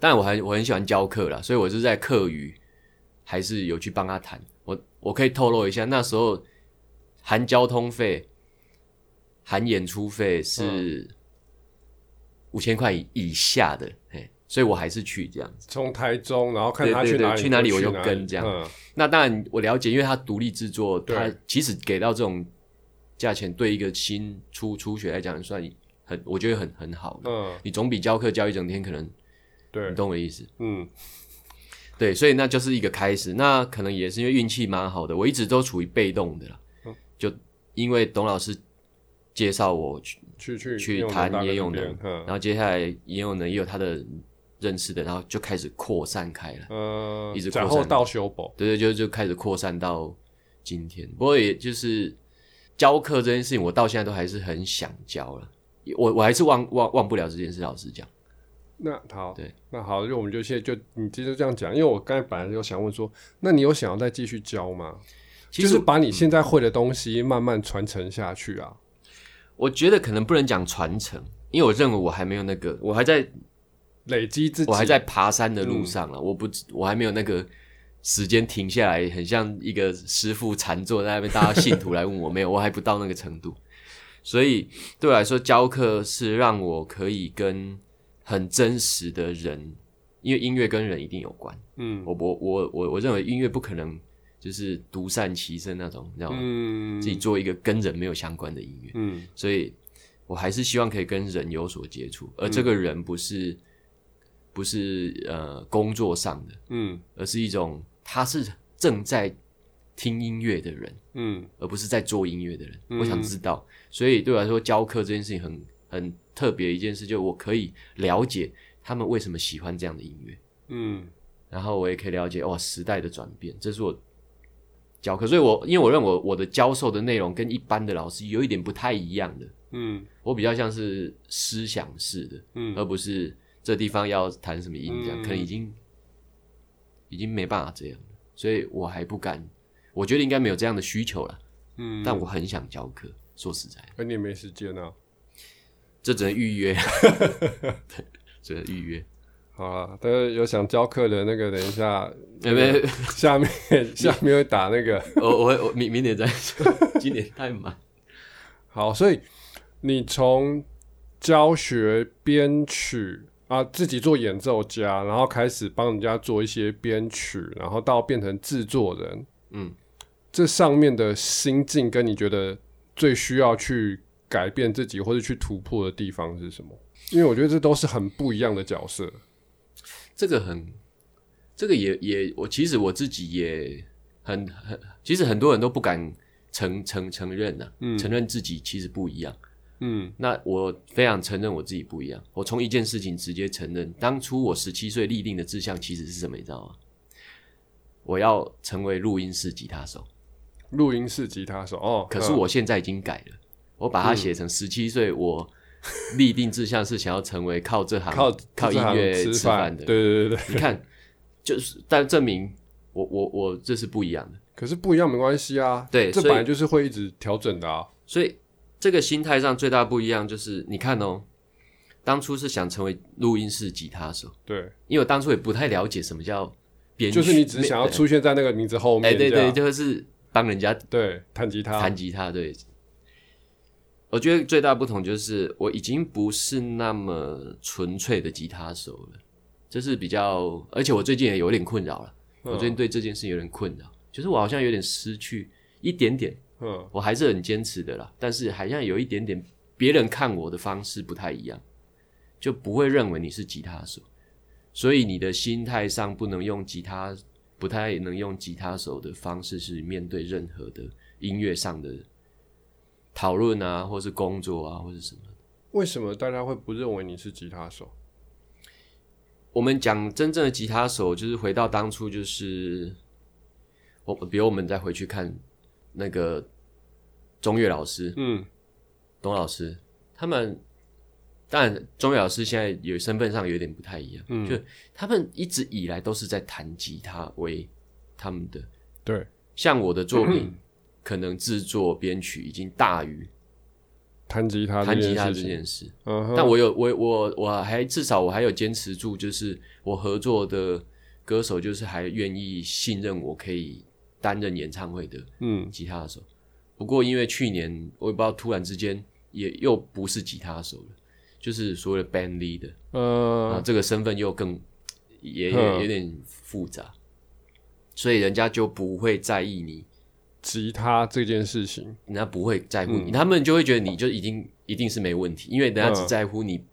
[SPEAKER 2] 当然我很我很喜欢教课啦，所以我就在课余还是有去帮他谈。我我可以透露一下，那时候含交通费、含演出费
[SPEAKER 1] 嗯
[SPEAKER 2] 是五千块以以下的，嘿，所以我还是去这样子。
[SPEAKER 1] 从台中，然后看他
[SPEAKER 2] 对对对
[SPEAKER 1] 哪里，
[SPEAKER 2] 去
[SPEAKER 1] 去
[SPEAKER 2] 哪里
[SPEAKER 1] 里
[SPEAKER 2] 我就跟这样
[SPEAKER 1] 嗯
[SPEAKER 2] 那当然我了解，因为他独立制作，
[SPEAKER 1] 对
[SPEAKER 2] 他其实给到这种价钱，对一个新初初学来讲，算很我觉得很很好的。
[SPEAKER 1] 嗯，
[SPEAKER 2] 你总比教课教一整天，可能
[SPEAKER 1] 对
[SPEAKER 2] 你，懂我的意思。
[SPEAKER 1] 嗯
[SPEAKER 2] 对，所以那就是一个开始。那可能也是因为运气蛮好的，我一直都处于被动的啦。
[SPEAKER 1] 嗯
[SPEAKER 2] 就因为董老师介绍我去，
[SPEAKER 1] 去去
[SPEAKER 2] 去
[SPEAKER 1] 用
[SPEAKER 2] 谈
[SPEAKER 1] 大哥
[SPEAKER 2] 也
[SPEAKER 1] 那
[SPEAKER 2] 有
[SPEAKER 1] 边
[SPEAKER 2] 能
[SPEAKER 1] 嗯
[SPEAKER 2] 然后接下来也有呢也有他的认识的，然后就开始扩散开了。
[SPEAKER 1] 呃，
[SPEAKER 2] 一直
[SPEAKER 1] 然
[SPEAKER 2] 扩
[SPEAKER 1] 后
[SPEAKER 2] 散
[SPEAKER 1] 到修补，
[SPEAKER 2] 对对，就就开始扩散到今天。不过也就是教课这件事情，我到现在都还是很想教了。我我还是忘忘忘不了这件事，老实讲。
[SPEAKER 1] 那好，
[SPEAKER 2] 对，
[SPEAKER 1] 那好，就我们就现在就你接着这样讲，因为我刚才本来就想问说，那你有想要再继续教吗？
[SPEAKER 2] 其
[SPEAKER 1] 就
[SPEAKER 2] 实嗯
[SPEAKER 1] 是把你现在会的东西慢慢传承下去啊。
[SPEAKER 2] 我觉得可能不能讲传承，因为我认为我还没有那个，我还在
[SPEAKER 1] 累积自己，啊嗯
[SPEAKER 2] 我还在爬山的路上了，我不知，我还没有那个时间停下来，很像一个师傅禅坐在那边，大家信徒来问我，没 [LAUGHS] 有，我还不到那个程度。所以对我来说，教课是让我可以跟很真实的人，因为音乐跟人一定有关。
[SPEAKER 1] 嗯
[SPEAKER 2] 我我我我我认为音乐不可能就是独善其身那种，你知道吗？
[SPEAKER 1] 嗯
[SPEAKER 2] 自己做一个跟人没有相关的音乐。
[SPEAKER 1] 嗯
[SPEAKER 2] 所以我还是希望可以跟人有所接触，而这个人不是、不是呃工作上的，
[SPEAKER 1] 嗯
[SPEAKER 2] 而是一种他是正在听音乐的人，
[SPEAKER 1] 嗯
[SPEAKER 2] 而不是在做音乐的人。
[SPEAKER 1] 嗯
[SPEAKER 2] 我想知道，所以对我来说，教课这件事情很很特别的一件事，就我可以了解他们为什么喜欢这样的音乐，
[SPEAKER 1] 嗯
[SPEAKER 2] 然后我也可以了解哇时代的转变，这是我。教课，所以我因为我认为我的教授的内容跟一般的老师有一点不太一样的，
[SPEAKER 1] 嗯
[SPEAKER 2] 我比较像是思想式的，而
[SPEAKER 1] 嗯，
[SPEAKER 2] 不是这地方要弹什么音这
[SPEAKER 1] 嗯
[SPEAKER 2] 样，可能已经已经没办法这样了，所以我还不敢，我觉得应该没有这样的需求了，
[SPEAKER 1] 嗯
[SPEAKER 2] 但我很想教课，说实在，
[SPEAKER 1] 而你也没时间啊。
[SPEAKER 2] 这只能
[SPEAKER 1] [LAUGHS]
[SPEAKER 2] 预约，对，只能预约，
[SPEAKER 1] 好了，但是有想教课的那个，等一下
[SPEAKER 2] 没
[SPEAKER 1] 啊
[SPEAKER 2] 没，
[SPEAKER 1] 下面下面会打那个。
[SPEAKER 2] 呃我我我明明年再说，今年太忙，
[SPEAKER 1] 好，所以你从教学编曲啊，自己做演奏家，然后开始帮人家做一些编曲，然后到变成制作人，
[SPEAKER 2] 嗯，
[SPEAKER 1] 这上面的心境跟你觉得最需要去改变自己或者去突破的地方是什么？因为我觉得这都是很不一样的角色。
[SPEAKER 2] 这个很，这个也也，我其实我自己也很很，其实很多人都不敢承承承认呐、承认自己其实不一样。
[SPEAKER 1] 嗯
[SPEAKER 2] 那我非常承认我自己不一样，我从一件事情直接承认，当初我十七岁立定的志向其实是什么，你知道吗？我要成为录音室吉他手，
[SPEAKER 1] 录音室吉他手哦，
[SPEAKER 2] 可是
[SPEAKER 1] 嗯
[SPEAKER 2] 我现在已经改了，我把它写成十七岁我立定志向是想要成为靠这行
[SPEAKER 1] 靠
[SPEAKER 2] 靠音乐
[SPEAKER 1] 吃
[SPEAKER 2] 吃饭的，
[SPEAKER 1] 对对对对。
[SPEAKER 2] 你看，就是但证明我我我这是不一样的，
[SPEAKER 1] 可是不一样没关系啊，
[SPEAKER 2] 对
[SPEAKER 1] 这
[SPEAKER 2] 所以
[SPEAKER 1] 本来就是会一直调整的啊。
[SPEAKER 2] 所以这个心态上最大不一样就是，你看哦，当初是想成为录音室吉他手，
[SPEAKER 1] 对，
[SPEAKER 2] 因为我当初也不太了解什么叫编曲，
[SPEAKER 1] 就是你只是想要出现在那个名字后
[SPEAKER 2] 哎、
[SPEAKER 1] 面，
[SPEAKER 2] 对
[SPEAKER 1] 这
[SPEAKER 2] 对，
[SPEAKER 1] 样
[SPEAKER 2] 就是帮人家
[SPEAKER 1] 对，弹吉他，哦
[SPEAKER 2] 弹吉他，对。我觉得最大不同就是，我已经不是那么纯粹的吉他手了，这是比较，而且我最近也有点困扰
[SPEAKER 1] 嗯
[SPEAKER 2] 了。我最近对这件事有点困扰，就是我好像有点失去一点点，
[SPEAKER 1] 嗯
[SPEAKER 2] 我还是很坚持的啦，但是好像有一点点别人看我的方式不太一样，就不会认为你是吉他手，所以你的心态上不能用吉他，不太能用吉他手的方式去面对任何的音乐上的讨论啊，或是工作啊，或是什么。
[SPEAKER 1] 为什么大家会不认为你是吉他手？
[SPEAKER 2] 我们讲真正的吉他手，就是回到当初，就是我，比如我们再回去看那个中岳老师，
[SPEAKER 1] 嗯
[SPEAKER 2] 董老师，他们当然钟老师现在有身份上有点不太一样，
[SPEAKER 1] 嗯
[SPEAKER 2] 就他们一直以来都是在弹吉他为他们的，
[SPEAKER 1] 对，嗯
[SPEAKER 2] [CLEARS THROAT] 像我的作品，可能制作编曲已经大于
[SPEAKER 1] 弹吉啊他这
[SPEAKER 2] 弹吉他
[SPEAKER 1] 件事
[SPEAKER 2] 这
[SPEAKER 1] 情。
[SPEAKER 2] 件事。
[SPEAKER 1] 嗯哼，
[SPEAKER 2] 但我有我我我还至少我还有坚持住，就是我合作的歌手就是还愿意信任我可以担任演唱会的
[SPEAKER 1] 嗯
[SPEAKER 2] 吉他手。不过因为去年我也不知道突然之间也又不是吉他手了，就是所谓的 band leader 啊
[SPEAKER 1] 呃，
[SPEAKER 2] 这个身份又更也也
[SPEAKER 1] 嗯
[SPEAKER 2] 有点复杂，所以人家就不会在意你，
[SPEAKER 1] 吉他这件事情，
[SPEAKER 2] 人家不会在乎你，他们就会觉得你就已经一定是没问题，因为人家只
[SPEAKER 1] 嗯
[SPEAKER 2] 在乎你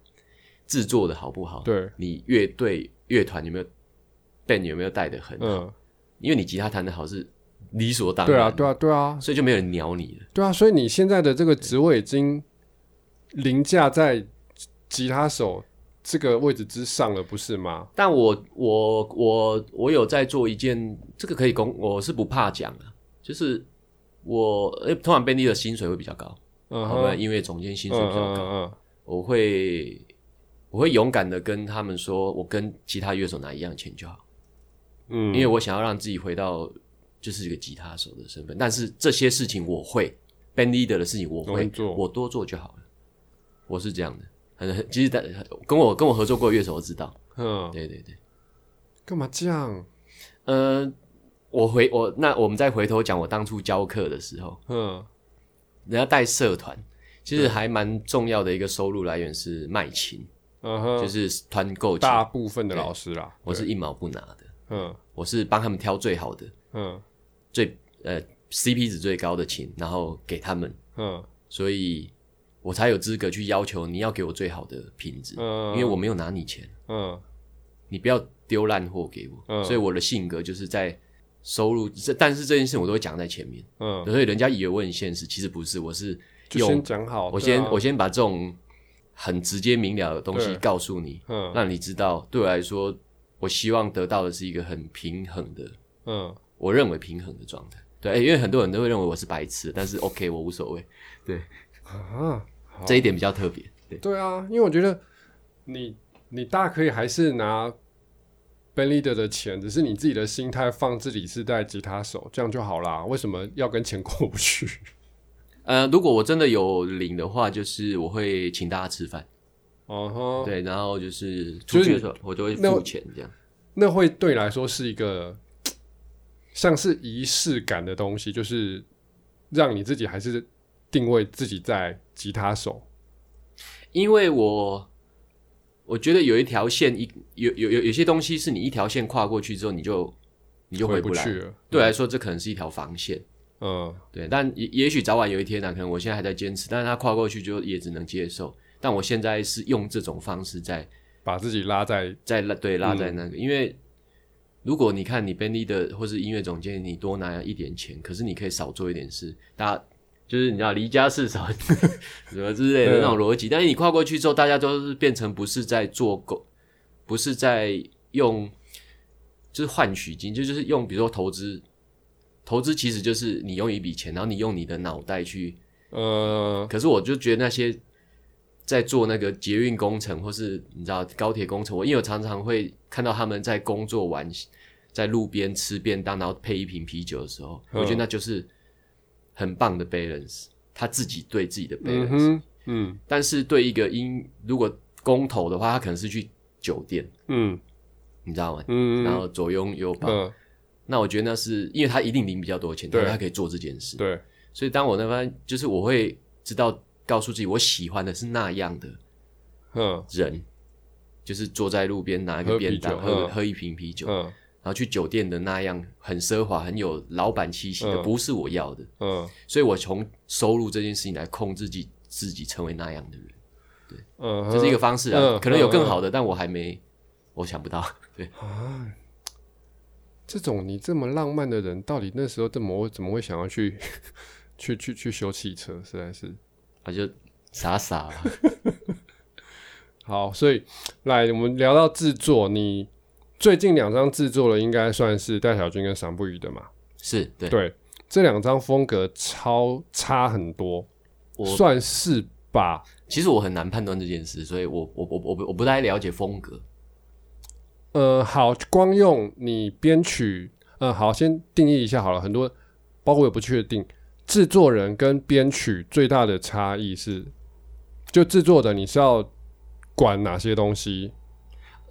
[SPEAKER 2] 制作的好不好，
[SPEAKER 1] 对，
[SPEAKER 2] 你乐队乐团有没有 band 有没有带的很好，
[SPEAKER 1] 嗯，
[SPEAKER 2] 因为你吉他弹的好是理所当然，
[SPEAKER 1] 对啊，对啊，对啊，
[SPEAKER 2] 所以就没有人鸟你了。
[SPEAKER 1] 对啊，所以你现在的这个职位已经凌驾在吉他手这个位置之上了，不是吗？
[SPEAKER 2] 但我我我我有在做一件，这个可以公，我是不怕讲啊，就是我诶，通常 band leader 薪水会比较高，
[SPEAKER 1] 嗯
[SPEAKER 2] 我们
[SPEAKER 1] 哼，
[SPEAKER 2] 音乐总监薪
[SPEAKER 1] 嗯
[SPEAKER 2] 水比较
[SPEAKER 1] 嗯
[SPEAKER 2] 高，
[SPEAKER 1] 嗯
[SPEAKER 2] 我会我会勇敢的跟他们说，我跟其他乐手拿一样钱就好。
[SPEAKER 1] 嗯，
[SPEAKER 2] 因为我想要让自己回到就是一个吉他手的身份。但是这些事情我会，band leader 的事情我
[SPEAKER 1] 我会
[SPEAKER 2] 会
[SPEAKER 1] 做
[SPEAKER 2] 我多做就好了。我是这样的，很很其实大跟我跟我合作过的乐手都知道，
[SPEAKER 1] 嗯，
[SPEAKER 2] 对对对，
[SPEAKER 1] 干嘛这样？
[SPEAKER 2] 呃，我回我那我们再回头讲我当初教课的时候，
[SPEAKER 1] 嗯
[SPEAKER 2] 人家带社团，其实还蛮重要的一个收入来源是卖琴，
[SPEAKER 1] 嗯
[SPEAKER 2] 就
[SPEAKER 1] 哼，
[SPEAKER 2] 是团购琴，
[SPEAKER 1] 大部分的老师啦，
[SPEAKER 2] 我
[SPEAKER 1] 对
[SPEAKER 2] 是一毛不拿的，
[SPEAKER 1] 嗯
[SPEAKER 2] 我是帮他们挑最好的、
[SPEAKER 1] 嗯
[SPEAKER 2] 最呃 CP 值最高的琴，然后给他们。
[SPEAKER 1] 嗯
[SPEAKER 2] 所以我才有资格去要求你要给我最好的品质，
[SPEAKER 1] 嗯，
[SPEAKER 2] 因为我没有拿你钱，
[SPEAKER 1] 嗯
[SPEAKER 2] 你不要丢烂货给我。
[SPEAKER 1] 嗯
[SPEAKER 2] 所以我的性格就是在收入，这但是这件事我都会讲在前面，
[SPEAKER 1] 嗯，
[SPEAKER 2] 所以人家以为我很现实，其实不是，我是
[SPEAKER 1] 就
[SPEAKER 2] 用
[SPEAKER 1] 先讲好，对
[SPEAKER 2] 我先、
[SPEAKER 1] 啊
[SPEAKER 2] 我先把这种很直接明了的东西
[SPEAKER 1] 对
[SPEAKER 2] 告诉你，
[SPEAKER 1] 嗯
[SPEAKER 2] 让你知道，对我来说，我希望得到的是一个很平衡的，
[SPEAKER 1] 嗯
[SPEAKER 2] 我认为平衡的状态。对，因为很多人都会认为我是白痴，但是 OK，我无所谓，嗯
[SPEAKER 1] 啊，好
[SPEAKER 2] 这一点比较特别。对，
[SPEAKER 1] 对啊，因为我觉得你你大可以还是拿 Ben Leader 的钱，只是你自己的心态放自己是在吉他手，这样就好啦。为什么要跟钱过不
[SPEAKER 2] [LAUGHS]
[SPEAKER 1] 去？
[SPEAKER 2] 呃，如果我真的有领的话，就是我会请大家吃饭，
[SPEAKER 1] 哦哈，
[SPEAKER 2] 对，然后就是
[SPEAKER 1] 就
[SPEAKER 2] 出
[SPEAKER 1] 是
[SPEAKER 2] 去
[SPEAKER 1] 你
[SPEAKER 2] 的时候我就会
[SPEAKER 1] 那我
[SPEAKER 2] 付钱这样。
[SPEAKER 1] 那会对你来说是一个像是仪式感的东西，就是让你自己还是定位自己在吉他手。
[SPEAKER 2] 因为我我觉得有一条线，一有有有有些东西是你一条线跨过去之后，你就你就
[SPEAKER 1] 回
[SPEAKER 2] 回不来。嗯
[SPEAKER 1] 去了，
[SPEAKER 2] 对啊我来说，这可能是一条防线，
[SPEAKER 1] 嗯
[SPEAKER 2] 对，但也也许早晚有一天呢、啊可能我现在还在坚持，但是他跨过去就也只能接受。但我现在是用这种方式在
[SPEAKER 1] 把自己拉在
[SPEAKER 2] 在拉对拉在
[SPEAKER 1] 嗯
[SPEAKER 2] 那个，因为如果你看你 b a n d 的或是音乐总监，你多拿一点钱，可是你可以少做一点事，大家就是你知道离家事少 [LAUGHS] 什么之类的
[SPEAKER 1] 对啊
[SPEAKER 2] 那种逻辑，但是你跨过去之后，大家都是变成不是在做狗，不是在用就是换取金，就就是用比如说投资。投资其实就是你用一笔钱，然后你用你的脑袋去
[SPEAKER 1] 呃
[SPEAKER 2] 可是我就觉得那些在做那个捷运工程或是你知道高铁工程，我因为我常常会看到他们在工作完，在路边吃便当，然后配一瓶啤酒的时候，
[SPEAKER 1] 嗯
[SPEAKER 2] 我觉得那就是很棒的 balance，他自己对自己的
[SPEAKER 1] 嗯
[SPEAKER 2] balance。
[SPEAKER 1] 哼嗯
[SPEAKER 2] 但是对一个音，如果公投的话，他可能是去酒店，
[SPEAKER 1] 嗯
[SPEAKER 2] 你知道吗？
[SPEAKER 1] 嗯，
[SPEAKER 2] 然后左拥右抱，
[SPEAKER 1] 嗯
[SPEAKER 2] 那我觉得那是因为他一定领比较多钱，
[SPEAKER 1] 对
[SPEAKER 2] 但是他可以做这件事。
[SPEAKER 1] 对
[SPEAKER 2] 所以当我那番就是我会知道告诉自己，我喜欢的是那样的
[SPEAKER 1] 嗯
[SPEAKER 2] 人，就是坐在路边拿一个
[SPEAKER 1] 喝啤
[SPEAKER 2] 便当，
[SPEAKER 1] 酒
[SPEAKER 2] 喝
[SPEAKER 1] 嗯
[SPEAKER 2] 喝一瓶啤酒，然
[SPEAKER 1] 嗯
[SPEAKER 2] 后去酒店的那样很奢华、很有老板气息的，
[SPEAKER 1] 嗯
[SPEAKER 2] 不是我要的。
[SPEAKER 1] 嗯
[SPEAKER 2] 所以我从收入这件事情来控制自己，自己成为那样的人，
[SPEAKER 1] 嗯，
[SPEAKER 2] 这是一个方式啊。
[SPEAKER 1] 嗯
[SPEAKER 2] 可能有更好的，但我还没，我想不到。对，
[SPEAKER 1] 啊，这种你这么浪漫的人，到底那时候怎么会怎么会想要去 [LAUGHS] 去去去修汽车？实在是
[SPEAKER 2] 我就傻傻了。
[SPEAKER 1] 好，所以来我们聊到制作，你最近两张制作的应该算是戴小军跟桑布宇的嘛？
[SPEAKER 2] 是对，
[SPEAKER 1] 对，这两张风格超差很多，
[SPEAKER 2] 我
[SPEAKER 1] 算是吧？
[SPEAKER 2] 其实我很难判断这件事，所以我我我我不我不太了解风格。
[SPEAKER 1] 呃，好，光用你编曲，呃，好，先定义一下好了。很多包括我也不确定，制作人跟编曲最大的差异是就制作的你是要管哪些东西？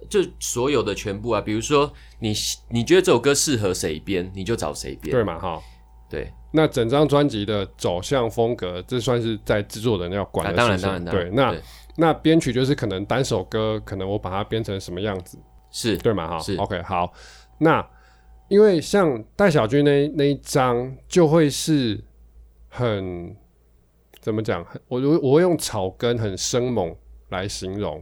[SPEAKER 2] 就所有的全部啊，比如说你你觉得这首歌适合谁编，你就找谁编。
[SPEAKER 1] 对嘛？哈，
[SPEAKER 2] 对
[SPEAKER 1] 那整张专辑的走向风格，这算是在制作人要管
[SPEAKER 2] 啊，
[SPEAKER 1] 的
[SPEAKER 2] 当然
[SPEAKER 1] 事情
[SPEAKER 2] 当然当然，
[SPEAKER 1] 对，那那编曲就是可能单首歌，可能我把它编成什么样子，
[SPEAKER 2] 是
[SPEAKER 1] 对嘛？哈，
[SPEAKER 2] 是
[SPEAKER 1] OK，好，那因为像戴小军那那一张就会是很怎么讲？很我我我会用草根很生猛来形容，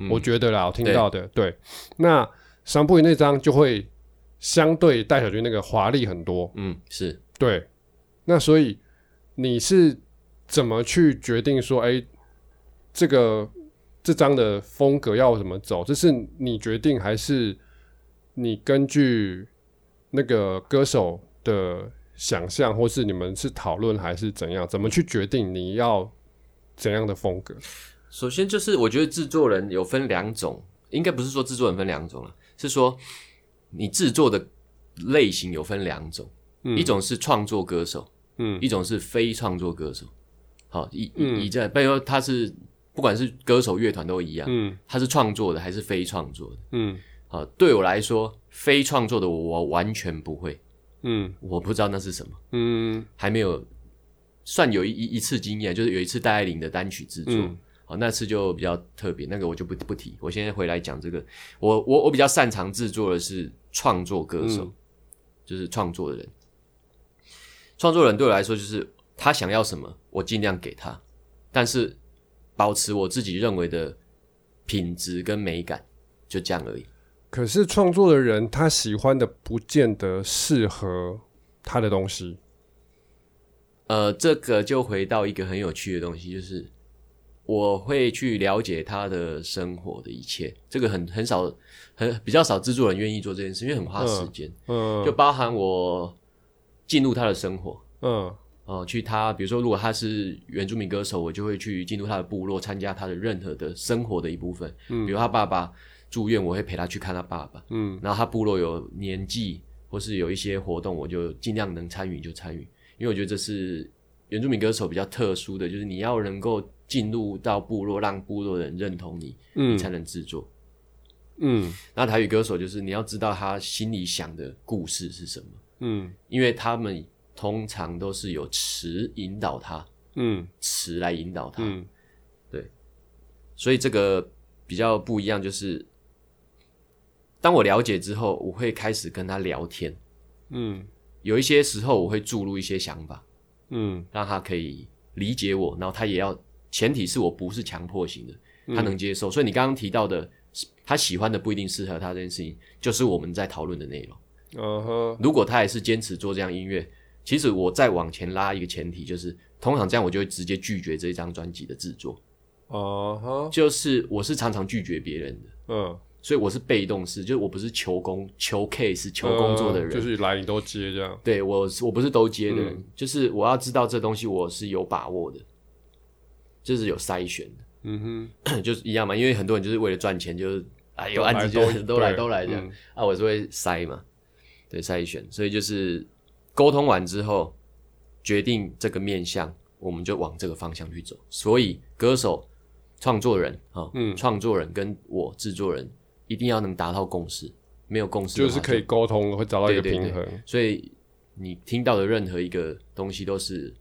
[SPEAKER 2] 嗯
[SPEAKER 1] 我觉得啦，我听到的对。那桑布里那张就会相对戴小军那个华丽很多，
[SPEAKER 2] 嗯是
[SPEAKER 1] 对。那所以你是怎么去决定说，哎，这个这张的风格要怎么走？这是你决定，还是你根据那个歌手的想象，或是你们是讨论，还是怎样？怎么去决定你要怎样的风格？
[SPEAKER 2] 首先就是我觉得制作人有分两种，应该不是说制作人分两种了，是说你制作的类型有分两种，
[SPEAKER 1] 嗯
[SPEAKER 2] 一种是创作歌手，
[SPEAKER 1] 嗯
[SPEAKER 2] 一种是非创作歌手。好，以
[SPEAKER 1] 嗯
[SPEAKER 2] 以以这，比如说他是不管是歌手乐团都一样，
[SPEAKER 1] 嗯
[SPEAKER 2] 他是创作的还是非创作的。
[SPEAKER 1] 嗯
[SPEAKER 2] 好，对我来说，非创作的我完全不会，
[SPEAKER 1] 嗯
[SPEAKER 2] 我不知道那是什么，
[SPEAKER 1] 嗯
[SPEAKER 2] 还没有算有一一一次经验，就是有一次戴爱玲的单曲制作，
[SPEAKER 1] 嗯
[SPEAKER 2] 好，那次就比较特别，那个我就不不提。我现在回来讲这个，我我我比较擅长制作的是创作歌手，
[SPEAKER 1] 嗯
[SPEAKER 2] 就是创作的人。创作人对我来说，就是他想要什么，我尽量给他，但是保持我自己认为的品质跟美感，就这样而已。
[SPEAKER 1] 可是创作的人他喜欢的不见得适合他的东西。
[SPEAKER 2] 呃，这个就回到一个很有趣的东西，就是我会去了解他的生活的一切。这个很很少，很比较少制作人愿意做这件事，因为很花时间。
[SPEAKER 1] 嗯，
[SPEAKER 2] 就包含我进入他的生活，
[SPEAKER 1] 嗯
[SPEAKER 2] 哦、去他，比如说，如果他是原住民歌手，我就会去进入他的部落，参加他的任何的生活的一部分。比如他爸爸住院，我会陪他去看他爸爸。
[SPEAKER 1] 嗯
[SPEAKER 2] 然后他部落有年纪或是有一些活动，我就尽量能参与就参与，因为我觉得这是原住民歌手比较特殊的，就是你要能够进入到部落，让部落人认同你，你
[SPEAKER 1] 嗯
[SPEAKER 2] 才能制作。
[SPEAKER 1] 嗯
[SPEAKER 2] 那台语歌手就是你要知道他心里想的故事是什么，
[SPEAKER 1] 嗯
[SPEAKER 2] 因为他们通常都是有词引导他，
[SPEAKER 1] 嗯
[SPEAKER 2] 词来引导他，
[SPEAKER 1] 嗯
[SPEAKER 2] 所以这个比较不一样，就是。当我了解之后，我会开始跟他聊天。
[SPEAKER 1] 嗯
[SPEAKER 2] 有一些时候，我会注入一些想法，
[SPEAKER 1] 嗯
[SPEAKER 2] 让他可以理解我，然后他也要，前提是我不是强迫型的，
[SPEAKER 1] 嗯
[SPEAKER 2] 他能接受。所以你刚刚提到的，他喜欢的不一定适合他这件事情，就是我们在讨论的内容。
[SPEAKER 1] 嗯哼
[SPEAKER 2] 如果他还是坚持做这样音乐，其实我再往前拉一个前提，就是通常这样我就会直接拒绝这一张专辑的制作，
[SPEAKER 1] 嗯哼
[SPEAKER 2] 就是我是常常拒绝别人的。
[SPEAKER 1] 嗯，
[SPEAKER 2] 所以我是被动式，就是我不是求工、求 case、求工作的人，
[SPEAKER 1] 呃就是来你都接这样。
[SPEAKER 2] 对我是我不是都接的人，
[SPEAKER 1] 嗯
[SPEAKER 2] 就是我要知道这东西我是有把握的，就是有筛选
[SPEAKER 1] 嗯
[SPEAKER 2] 的， [COUGHS] 就是一样嘛。因为很多人就是为了赚钱，就是啊
[SPEAKER 1] 哼，
[SPEAKER 2] 有案子
[SPEAKER 1] 都嗯
[SPEAKER 2] 就都来都来这样、。啊，我是会筛嘛，对筛选，所以就是沟通完之后决定这个面向，我们就往这个方向去走。所以歌手、创作人啊，
[SPEAKER 1] 嗯
[SPEAKER 2] 创作人跟我制作人一定要能达到共识，没有共识的
[SPEAKER 1] 就
[SPEAKER 2] 话
[SPEAKER 1] 是可以沟通，会找到一个
[SPEAKER 2] 对对对
[SPEAKER 1] 平衡。
[SPEAKER 2] 所以你听到的任何一个东西都是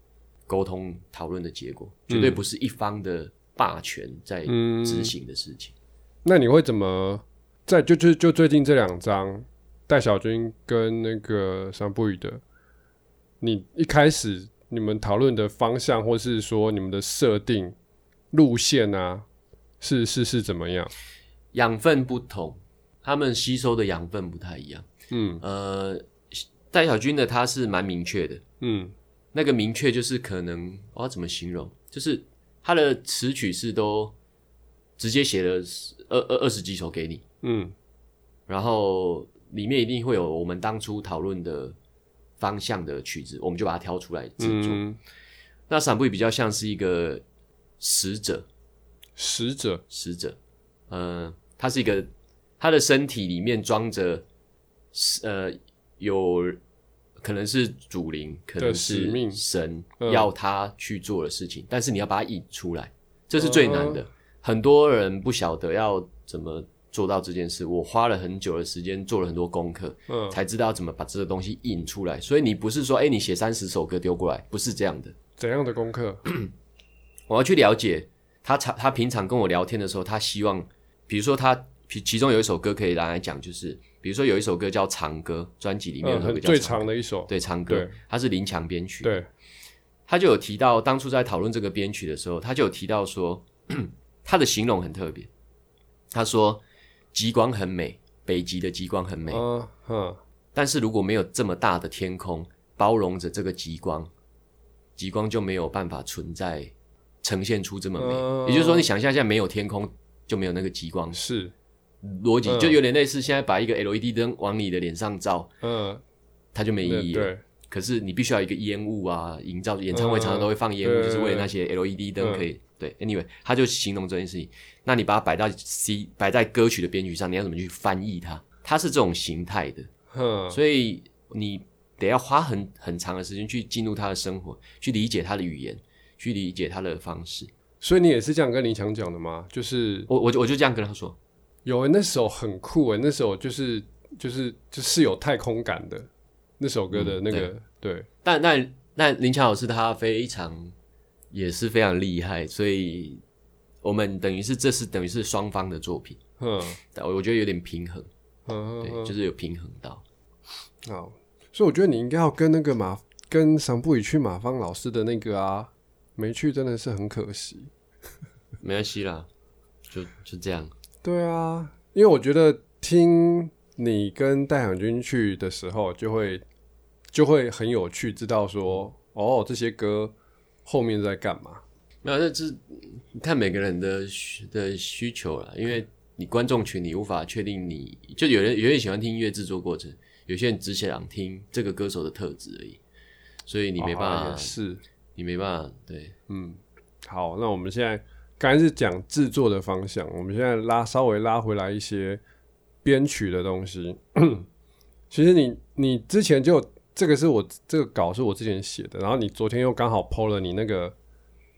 [SPEAKER 2] 沟通讨论的结果，绝对不是一方的霸权在
[SPEAKER 1] 嗯
[SPEAKER 2] 执行的事情。
[SPEAKER 1] 那你会怎么在就就就最近这两张戴小军跟那个桑布宇的，你一开始你们讨论的方向，或是说你们的设定路线啊，是是是怎么样？
[SPEAKER 2] 养分不同，他们吸收的养分不太一样。
[SPEAKER 1] 嗯
[SPEAKER 2] 呃，戴小军的他是蛮明确的，
[SPEAKER 1] 嗯
[SPEAKER 2] 那个明确就是可能我要怎么形容，就是他的词曲是都直接写了二二二十几首给你，
[SPEAKER 1] 嗯
[SPEAKER 2] 然后里面一定会有我们当初讨论的方向的曲子，我们就把它挑出来制作。
[SPEAKER 1] 嗯，
[SPEAKER 2] 那散步比较像是一个使者，
[SPEAKER 1] 使者
[SPEAKER 2] 使者，呃，他是一个他的身体里面装着，呃，有可能是主灵，可能
[SPEAKER 1] 的使
[SPEAKER 2] 是
[SPEAKER 1] 命
[SPEAKER 2] 神
[SPEAKER 1] 嗯
[SPEAKER 2] 要他去做的事情，但是你要把它引出来，这是最难的。
[SPEAKER 1] 嗯
[SPEAKER 2] 很多人不晓得要怎么做到这件事，我花了很久的时间做了很多功课，
[SPEAKER 1] 嗯
[SPEAKER 2] 才知道怎么把这个东西印出来。所以你不是说，哎、你写三十首歌丢过来，不是这样的。
[SPEAKER 1] 怎样的功课？
[SPEAKER 2] 我要去了解他常他平常跟我聊天的时候，他希望，比如说他其其中有一首歌可以拿来讲，就是比如说有一首歌叫《长歌》，专辑里面有
[SPEAKER 1] 嗯，
[SPEAKER 2] 首
[SPEAKER 1] 很
[SPEAKER 2] 歌叫
[SPEAKER 1] 最
[SPEAKER 2] 《
[SPEAKER 1] 长
[SPEAKER 2] 歌》，
[SPEAKER 1] 的一首，
[SPEAKER 2] 对《长歌
[SPEAKER 1] 对》，
[SPEAKER 2] 它是林强编曲，
[SPEAKER 1] 对，
[SPEAKER 2] 他就有提到当初在讨论这个编曲的时候，他就有提到说， [CLEARS THROAT] 他的形容很特别，他说极光很美，北极的极光很美，
[SPEAKER 1] 嗯嗯，
[SPEAKER 2] 但是如果没有这么大的天空包容着这个极光，极光就没有办法存在，呈现出这么美。
[SPEAKER 1] 嗯
[SPEAKER 2] 也就是说，你想象一下，没有天空就没有那个极光，
[SPEAKER 1] 是，
[SPEAKER 2] 逻辑
[SPEAKER 1] 嗯
[SPEAKER 2] 就有点类似现在把一个 LED 灯往你的脸上照，
[SPEAKER 1] 嗯，
[SPEAKER 2] 它就没意义了。
[SPEAKER 1] 对，
[SPEAKER 2] 可是你必须要有一个烟雾啊，营造演唱会常常都会放烟雾，
[SPEAKER 1] 嗯
[SPEAKER 2] 就是为了那些 LED 灯可以。对，anyway，他就形容这件事情。那你把它摆到 C，摆在歌曲的编曲上，你要怎么去翻译它？它是这种形态的。
[SPEAKER 1] 嗯，
[SPEAKER 2] 所以你得要花很很长的时间去进入他的生活，去理解他的语言，去理解他的方式。
[SPEAKER 1] 所以你也是这样跟林强讲的吗？就是
[SPEAKER 2] 我我就我就这样跟他说，
[SPEAKER 1] 有、欸、那首很酷诶、那首就是就是就是有太空感的那首歌的
[SPEAKER 2] 嗯
[SPEAKER 1] 那个、对，
[SPEAKER 2] 但那那林强老师他非常也是非常厉害，所以我们等于是这是等于是双方的作品，
[SPEAKER 1] 嗯
[SPEAKER 2] 但我我觉得有点平衡，
[SPEAKER 1] 嗯，
[SPEAKER 2] 对，
[SPEAKER 1] 嗯
[SPEAKER 2] 就是有平衡到。
[SPEAKER 1] 好，所以我觉得你应该要跟那个马跟桑布里去马芳老师的那个啊，没去真的是很可惜。
[SPEAKER 2] 没关系啦，就就这样。
[SPEAKER 1] 对啊，因为我觉得听你跟戴享军去的时候，就会就会很有趣，知道说哦这些歌后面在干嘛。
[SPEAKER 2] 没有，那这看每个人的需的需求啦，因为你观众群你无法确定你，就有人有人喜欢听音乐制作过程，有些人只想听这个歌手的特质而已，所以你没
[SPEAKER 1] 哦
[SPEAKER 2] 办
[SPEAKER 1] 也
[SPEAKER 2] 法，
[SPEAKER 1] 是
[SPEAKER 2] 你没办法，对，
[SPEAKER 1] 嗯，好，那我们现在刚才是讲制作的方向，我们现在拉稍微拉回来一些编曲的东西。 [CLEARS THROAT] 其实你你之前就这个是我这个稿是我之前写的，然后你昨天又刚好 PO 了你那个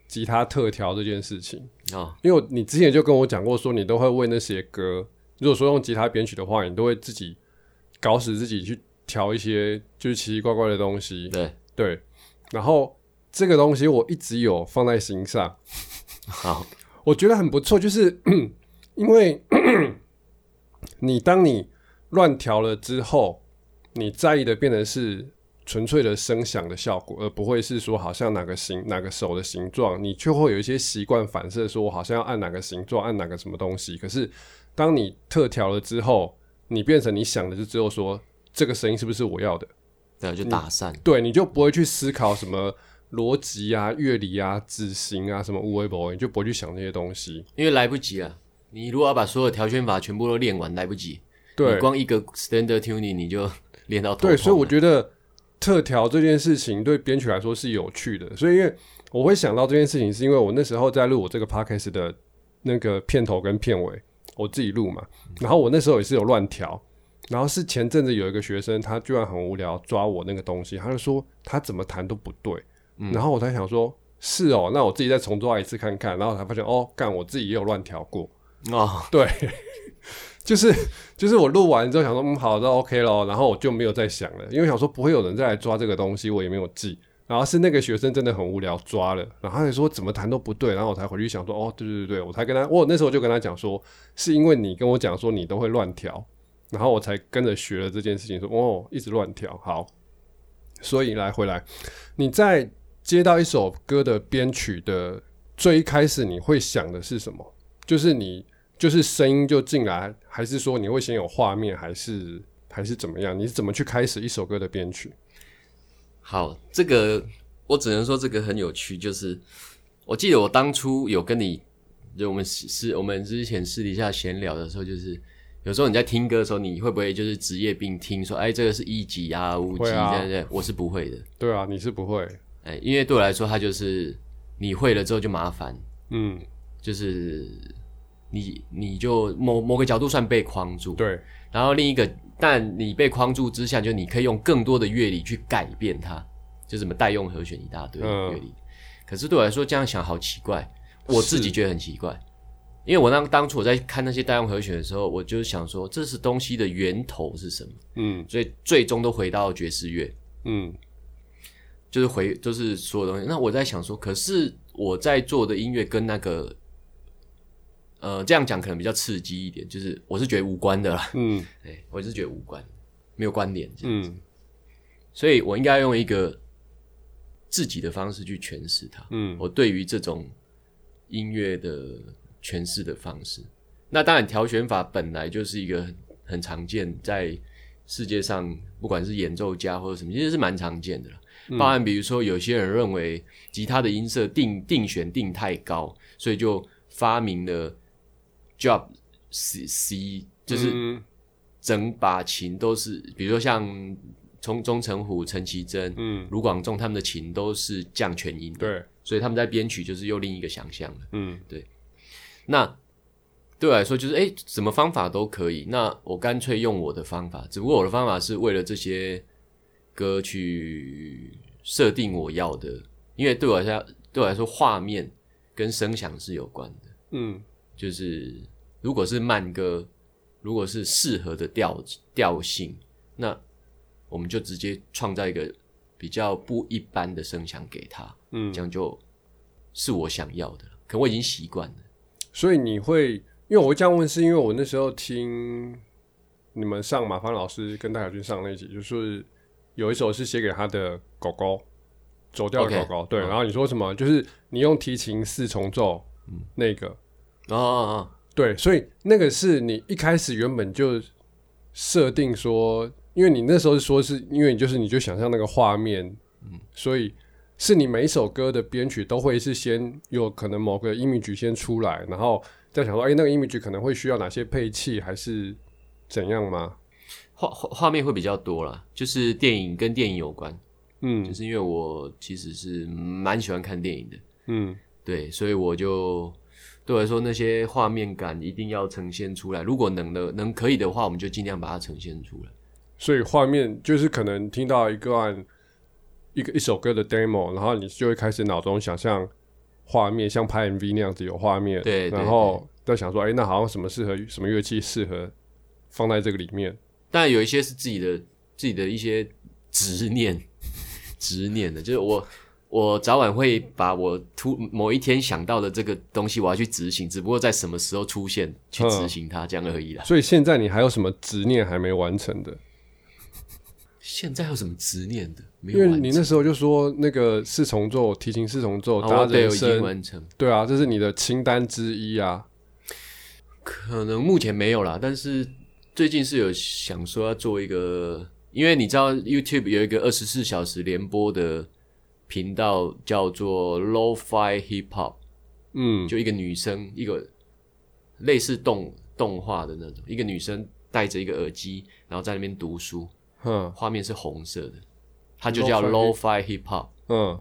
[SPEAKER 1] 吉他特调这件事情，
[SPEAKER 2] 哦，
[SPEAKER 1] 因为我你之前就跟我讲过说你都会为那些歌，如果说用吉他编曲的话，你都会自己搞死自己去调一些就是奇奇怪怪的东西，
[SPEAKER 2] 对，
[SPEAKER 1] 对，然后这个东西我一直有放在心上，
[SPEAKER 2] 好，
[SPEAKER 1] 我觉得很不错，就是 [CLEARS THROAT] 因为 [CLEARS THROAT] 你当你乱调了之后，你在意的变成是纯粹的声响的效果，而不会是说好像哪个形哪个手的形状，你就会有一些习惯反射，说我好像要按哪个形状，按哪个什么东西。可是当你特调了之后，你变成你想的就只有说这个声音是不是我要的。
[SPEAKER 2] 对，就打散，
[SPEAKER 1] 对，你就不会去思考什么逻辑啊、乐理啊、指型啊、什么无为博，你就不会去想那些东西。
[SPEAKER 2] 因为来不及了。你如果要把所有调弦法全部都练完，来不及。你
[SPEAKER 1] 对
[SPEAKER 2] 光一个 standard tuning 你就练到头痛
[SPEAKER 1] 对，
[SPEAKER 2] 了。
[SPEAKER 1] 所以我觉得特调这件事情对编曲来说是有趣的。所以因为我会想到这件事情，是因为我那时候在录我这个 podcast 的那个片头跟片尾，我自己录嘛。然后我那时候也是有乱调，然后是前阵子有一个学生，他居然很无聊抓我那个东西，他就说他怎么弹都不对。然后我才想说，是哦，那我自己再重抓一次看看。然后我才发现，哦，干，我自己也有乱调过。
[SPEAKER 2] 哦，
[SPEAKER 1] 对，就是 [LAUGHS] 就是我录完之后想说，嗯，好，那 OK 咯，然后我就没有再想了，因为想说不会有人再来抓这个东西，我也没有记。然后是那个学生真的很无聊抓了，然后他就说怎么弹都不对，然后我才回去想说，哦，对对对，我才跟他，我那时候就跟他讲说，是因为你跟我讲说你都会乱调，然后我才跟着学了这件事情说哦，一直乱调，好。所以来回来，你在接到一首歌的编曲的最一开始，你会想的是什么？就是你就是声音就进来，还是说你会先有画面，还是还是怎么样？你是怎么去开始一首歌的编曲？
[SPEAKER 2] 好，这个我只能说这个很有趣，就是我记得我当初有跟你，就我们私私我们之前私底下闲聊的时候，就是有时候你在听歌的时候，你会不会就是职业病听说，哎，这个是一级啊，五级
[SPEAKER 1] 会
[SPEAKER 2] 这
[SPEAKER 1] 啊
[SPEAKER 2] 样这样，我是不会的，
[SPEAKER 1] 对啊，你是不会，
[SPEAKER 2] 哎，因为对我来说，它就是你会了之后就麻烦，
[SPEAKER 1] 嗯，
[SPEAKER 2] 就是你你就某某个角度算被框住，
[SPEAKER 1] 对，
[SPEAKER 2] 然后另一个，但你被框住之下，就你可以用更多的乐理去改变它，就什么代用和弦一大堆
[SPEAKER 1] 嗯
[SPEAKER 2] 乐理。可是对我来说，这样想好奇怪。我自己觉得很奇怪，因为我当当初我在看那些代用和弦的时候，我就想说这是东西的源头是什么，
[SPEAKER 1] 嗯
[SPEAKER 2] 所以最终都回到爵士乐，
[SPEAKER 1] 嗯
[SPEAKER 2] 就是回就是所有东西。那我在想说，可是我在做的音乐跟那个，呃，这样讲可能比较刺激一点，就是我是觉得无关的啦，
[SPEAKER 1] 嗯
[SPEAKER 2] 哎，我是觉得无关，没有关联，嗯，
[SPEAKER 1] 嗯
[SPEAKER 2] 所以我应该用一个自己的方式去诠释它。
[SPEAKER 1] 嗯
[SPEAKER 2] 我对于这种音乐的诠释的方式。那当然，调弦法本来就是一个很很常见，在世界上不管是演奏家或者什么，其实是蛮常见的了。
[SPEAKER 1] 嗯
[SPEAKER 2] 包含比如说，有些人认为吉他的音色定定弦定太高，所以就发明了 drop C C，就是
[SPEAKER 1] 嗯
[SPEAKER 2] 整把琴都是，比如说像钟钟成虎、陈绮贞、
[SPEAKER 1] 嗯
[SPEAKER 2] 卢广仲他们的琴都是降全音的。
[SPEAKER 1] 对
[SPEAKER 2] 所以他们在编曲就是又另一个想象了。
[SPEAKER 1] 嗯
[SPEAKER 2] 那对我来说就是，哎，什么方法都可以。那我干脆用我的方法，只不过我的方法是为了这些歌去设定我要的，因为对我来说，对我来说，画面跟声响是有关的。
[SPEAKER 1] 嗯
[SPEAKER 2] 就是如果是慢歌，如果是适合的调调性，那我们就直接创造一个比较不一般的声响给他。
[SPEAKER 1] 嗯
[SPEAKER 2] 这，样就是我想要的了。可我已经习惯了。
[SPEAKER 1] 所以你会，因为我会这样问，是因为我那时候听你们上马芳老师跟戴小军上那一集，就是有一首是写给他的狗狗，走掉的
[SPEAKER 2] OK，
[SPEAKER 1] 狗狗。对，
[SPEAKER 2] 嗯
[SPEAKER 1] 然后你说什么？就是你用提琴四重奏，那个
[SPEAKER 2] 哦哦
[SPEAKER 1] 对，所以那个是你一开始原本就设定说，因为你那时候说是因为你就是你就想象那个画面，嗯，所以是你每一首歌的编曲都会是先有可能某个 image 先出来，然后再想说，哎、那个 image 可能会需要哪些配器，还是怎样吗？
[SPEAKER 2] 哦，画画画面会比较多啦，就是电影跟电影有关，就
[SPEAKER 1] 嗯
[SPEAKER 2] 是因为我其实是蛮喜欢看电影的，
[SPEAKER 1] 嗯
[SPEAKER 2] 对，所以我就对我来说那些画面感一定要呈现出来。如果能的能可以的话，我们就尽量把它呈现出来。
[SPEAKER 1] 所以画面就是可能听到一段一个一首歌的 demo，然后你就会开始脑中想象画面，像拍 MV 那样子有画面，
[SPEAKER 2] 对对
[SPEAKER 1] 然后在想说，哎、那好像什么适合什么乐器适合放在这个里面，
[SPEAKER 2] 当然有一些是自己的自己的一些执念， [LAUGHS] 执念的，就是我我早晚会把我突某一天想到的这个东西，我要去执行，只不过在什么时候出现去执行它，这样而已啦。
[SPEAKER 1] 所以现在你还有什么执念还没完成的？
[SPEAKER 2] 现在有什么执念的？没
[SPEAKER 1] 因
[SPEAKER 2] 有
[SPEAKER 1] 为
[SPEAKER 2] 完
[SPEAKER 1] 你
[SPEAKER 2] 成
[SPEAKER 1] 那时候就说那个四重奏提琴四重奏，
[SPEAKER 2] 啊，
[SPEAKER 1] 大
[SPEAKER 2] 我
[SPEAKER 1] 家
[SPEAKER 2] 对，
[SPEAKER 1] 人
[SPEAKER 2] 我已经
[SPEAKER 1] 生、
[SPEAKER 2] 完成，
[SPEAKER 1] 对啊，这是你的清单之一啊。
[SPEAKER 2] 可能目前没有啦，但是最近是有想说要做一个，因为你知道 YouTube 有一个二十四小时连播的频道叫做 Lo-Fi Hip Hop。
[SPEAKER 1] 嗯
[SPEAKER 2] 就一个女生，一个类似动动画的那种，一个女生戴着一个耳机，然后在那边读书，
[SPEAKER 1] 哼
[SPEAKER 2] 画面是红色的，它就叫
[SPEAKER 1] Lo-fi
[SPEAKER 2] Lo-Fi Hip Hop。
[SPEAKER 1] 嗯，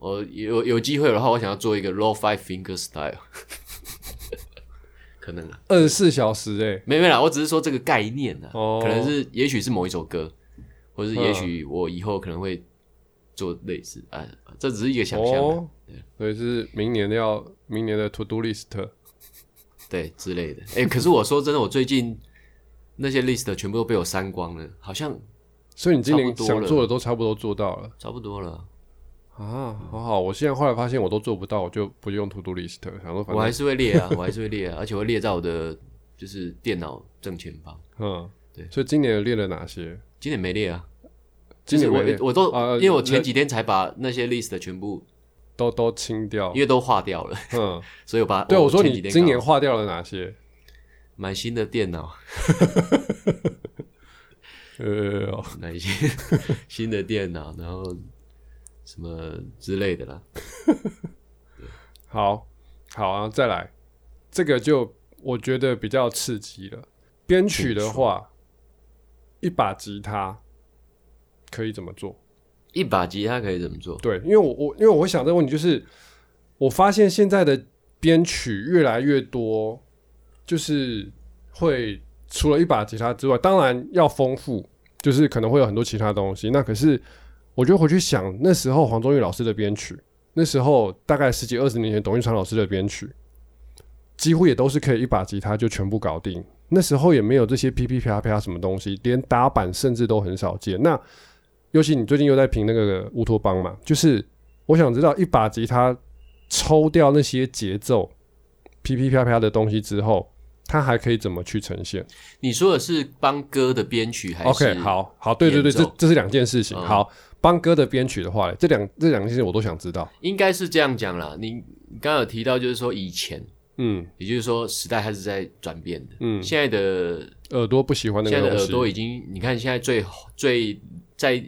[SPEAKER 2] 我有有机会的话，我想要做一个 Lo-Fi Finger Style，可能啊，
[SPEAKER 1] 二十四小时哎、
[SPEAKER 2] 没没啦，我只是说这个概念啊，
[SPEAKER 1] 哦嗯
[SPEAKER 2] 可能是也许是某一首歌，或是也许我以后可能会做类似啊，这只是一个想象啊、
[SPEAKER 1] 哦，所以是明年的要明年的 to do list。
[SPEAKER 2] 对之类的。哎、可是我说真的，我最近那些 list 全部都被我删光了，好像
[SPEAKER 1] 所以你今年
[SPEAKER 2] 差不多了
[SPEAKER 1] 想做的都差不多做到了
[SPEAKER 2] 差不多了。
[SPEAKER 1] 啊，好好。我现在后来发现我都做不到，我就不用 to do list，了想说反
[SPEAKER 2] 我还
[SPEAKER 1] 正
[SPEAKER 2] 是会列啊， [LAUGHS] 我还是会列啊，而且会列在我的就是电脑正前方。
[SPEAKER 1] 嗯，
[SPEAKER 2] 对
[SPEAKER 1] 所以今年有列了哪些？
[SPEAKER 2] 今年没列啊，
[SPEAKER 1] 今年
[SPEAKER 2] 就是
[SPEAKER 1] 没列
[SPEAKER 2] 我我都、
[SPEAKER 1] 啊
[SPEAKER 2] 因为我
[SPEAKER 1] 那
[SPEAKER 2] 前几天才把那些 list 全部，
[SPEAKER 1] 都都清掉
[SPEAKER 2] 因。为都划掉了， [LAUGHS]
[SPEAKER 1] 嗯，
[SPEAKER 2] 所以我把
[SPEAKER 1] 对，我说
[SPEAKER 2] 前
[SPEAKER 1] 你
[SPEAKER 2] 几天
[SPEAKER 1] 今年
[SPEAKER 2] 刚好
[SPEAKER 1] 划掉了哪些？
[SPEAKER 2] 买新的电脑， [LAUGHS]
[SPEAKER 1] 呃，哦
[SPEAKER 2] 买新新的电脑，然后什么之类的啦。
[SPEAKER 1] 好好啊，再来，这个就我觉得比较刺激了。编曲的话，一把吉他可以怎么做？
[SPEAKER 2] 一把吉他可以怎么做？
[SPEAKER 1] 对，因为我我因为我会想这个问题，就是我发现现在的编曲越来越多，就是会除了一把吉他之外，当然要丰富，就是可能会有很多其他东西。那可是我就回去想那时候黄宗玉老师的编曲，那时候大概十几二十年前，董玉昌老师的编曲，几乎也都是可以一把吉他就全部搞定。那时候也没有这些噼噼啪啪什么东西，连打板甚至都很少见。那尤其你最近又在评那个乌托邦嘛，就是我想知道一把吉他抽掉那些节奏噼噼啪啪的东西之后，它还可以怎么去呈现
[SPEAKER 2] 你说的是帮歌的编曲还是
[SPEAKER 1] ？OK，好好，对对对，
[SPEAKER 2] 演奏
[SPEAKER 1] 这这是两件事情。
[SPEAKER 2] 嗯
[SPEAKER 1] 好，帮歌的编曲的话，这两这两件事情我都想知道。
[SPEAKER 2] 应该是这样讲啦。你你刚刚有提到，就是说以前，
[SPEAKER 1] 嗯，
[SPEAKER 2] 也就是说时代它是在转变的。
[SPEAKER 1] 嗯
[SPEAKER 2] 现在的
[SPEAKER 1] 耳朵不喜欢那
[SPEAKER 2] 现在
[SPEAKER 1] 个
[SPEAKER 2] 的
[SPEAKER 1] 东
[SPEAKER 2] 耳朵
[SPEAKER 1] 西，
[SPEAKER 2] 已经，你看现在最最在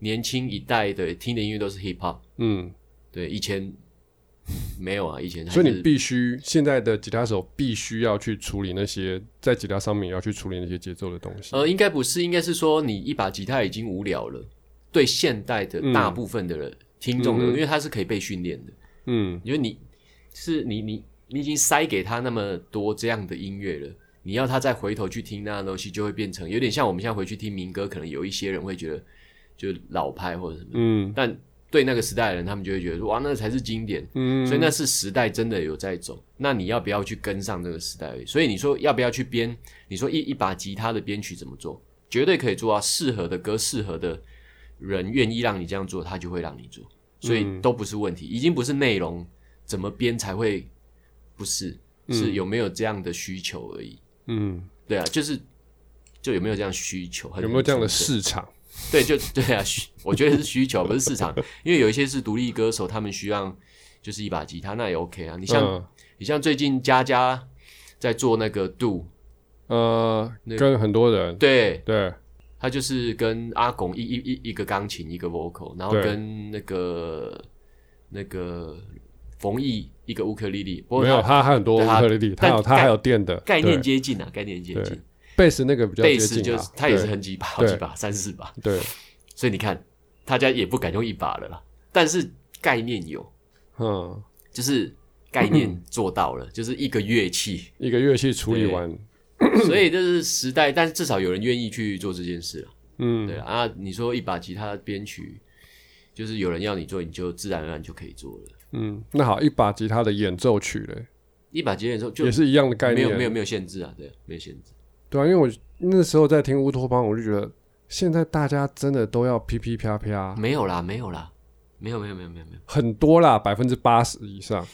[SPEAKER 2] 年轻一代的听的音乐都是 hip hop，
[SPEAKER 1] 嗯，
[SPEAKER 2] 对，以前没有啊，以前还
[SPEAKER 1] 所以
[SPEAKER 2] 是
[SPEAKER 1] 你必须现在的吉他手必须要去处理那些在吉他上面也要去处理那些节奏的东西。
[SPEAKER 2] 呃，应该不是，应该是说你一把吉他已经无聊了，对现代的大部分的人、听众的人，因为它是可以被训练的，
[SPEAKER 1] 嗯
[SPEAKER 2] 因为你是你你你已经塞给他那么多这样的音乐了，你要他再回头去听那样东西，就会变成有点像我们现在回去听民歌，可能有一些人会觉得就老派或者什么，
[SPEAKER 1] 嗯
[SPEAKER 2] 但对那个时代的人，他们就会觉得说哇，那才是经典。
[SPEAKER 1] 嗯，
[SPEAKER 2] 所以那是时代真的有在走，那你要不要去跟上这个时代而已？所以你说要不要去编？你说一一把吉他的编曲怎么做？绝对可以做啊！适合的歌，适合的人愿意让你这样做，他就会让你做，
[SPEAKER 1] 嗯
[SPEAKER 2] 所以都不是问题。已经不是内容怎么编才会，不是是有没有这样的需求而已。
[SPEAKER 1] 嗯
[SPEAKER 2] 对啊，就是就有没有这样需求，很
[SPEAKER 1] 有没有这样的
[SPEAKER 2] 纯粹
[SPEAKER 1] 市场？
[SPEAKER 2] 对，就对啊，需我觉得是需求，不是市场，因为有一些是独立歌手，他们需要就是一把吉他，那也 OK 啊。你像、
[SPEAKER 1] 嗯
[SPEAKER 2] 你像最近佳佳在做那个 Do，
[SPEAKER 1] 呃，
[SPEAKER 2] 那个
[SPEAKER 1] 跟很多人
[SPEAKER 2] 对
[SPEAKER 1] 对，
[SPEAKER 2] 他就是跟阿拱一一一一个钢琴一个 vocal，然后
[SPEAKER 1] 对
[SPEAKER 2] 跟那个那个冯毅一个乌克丽丽，不过
[SPEAKER 1] 没有
[SPEAKER 2] 他
[SPEAKER 1] 他还很多乌
[SPEAKER 2] 对他
[SPEAKER 1] 克丽丽，他
[SPEAKER 2] 但
[SPEAKER 1] 有他
[SPEAKER 2] 概
[SPEAKER 1] 还有电的
[SPEAKER 2] 概念
[SPEAKER 1] 对
[SPEAKER 2] 接近啊，概念接近，
[SPEAKER 1] 贝斯那个比较接
[SPEAKER 2] 贝斯
[SPEAKER 1] 近
[SPEAKER 2] 就
[SPEAKER 1] 啊
[SPEAKER 2] 是他也是
[SPEAKER 1] 对
[SPEAKER 2] 很几把，好几
[SPEAKER 1] 对
[SPEAKER 2] 把，三四把，
[SPEAKER 1] 对，
[SPEAKER 2] 所以你看大家也不敢用一把了啦，但是概念有。
[SPEAKER 1] 嗯，
[SPEAKER 2] 就是概念做到了，就是一个
[SPEAKER 1] [COUGHS]
[SPEAKER 2] 乐器，
[SPEAKER 1] 一个乐器处理完，
[SPEAKER 2] 所以这是时代，但是至少有人愿意去做这件事了。
[SPEAKER 1] 嗯
[SPEAKER 2] 对啊，啊你说一把吉他编曲，就是有人要你做，你就自然而然就可以做了。
[SPEAKER 1] 嗯，那好，一把吉他的演奏曲嘞，
[SPEAKER 2] 一把吉他演奏就
[SPEAKER 1] 也是一样的概
[SPEAKER 2] 没
[SPEAKER 1] 念，
[SPEAKER 2] 有没有没有限制啊，对，没有限制。
[SPEAKER 1] 对啊，因为我那时候在听乌托邦，我就觉得现在大家真的都要噼噼啪啪，
[SPEAKER 2] 没有啦，没有啦，没有没有没有没有没有。
[SPEAKER 1] 很多啦，百分之八十以上。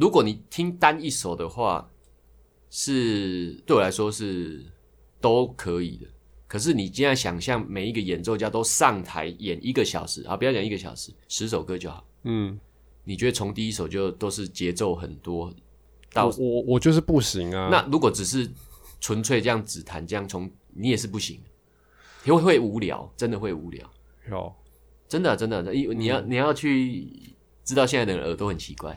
[SPEAKER 2] 如果你听单一首的话，是对我来说是都可以的。可是你现在想象每一个演奏家都上台演一个小时啊，不要讲一个小时，十首歌就好。
[SPEAKER 1] 嗯，
[SPEAKER 2] 你觉得从第一首就都是节奏很多到
[SPEAKER 1] 我我我就是不行啊。
[SPEAKER 2] 那如果只是纯粹这样只弹这样从你也是不行，因为会无聊，真的会无聊，
[SPEAKER 1] 有
[SPEAKER 2] 真的啊真的啊，因为
[SPEAKER 1] 嗯
[SPEAKER 2] 你要、你要去知道现在的人耳朵很奇怪，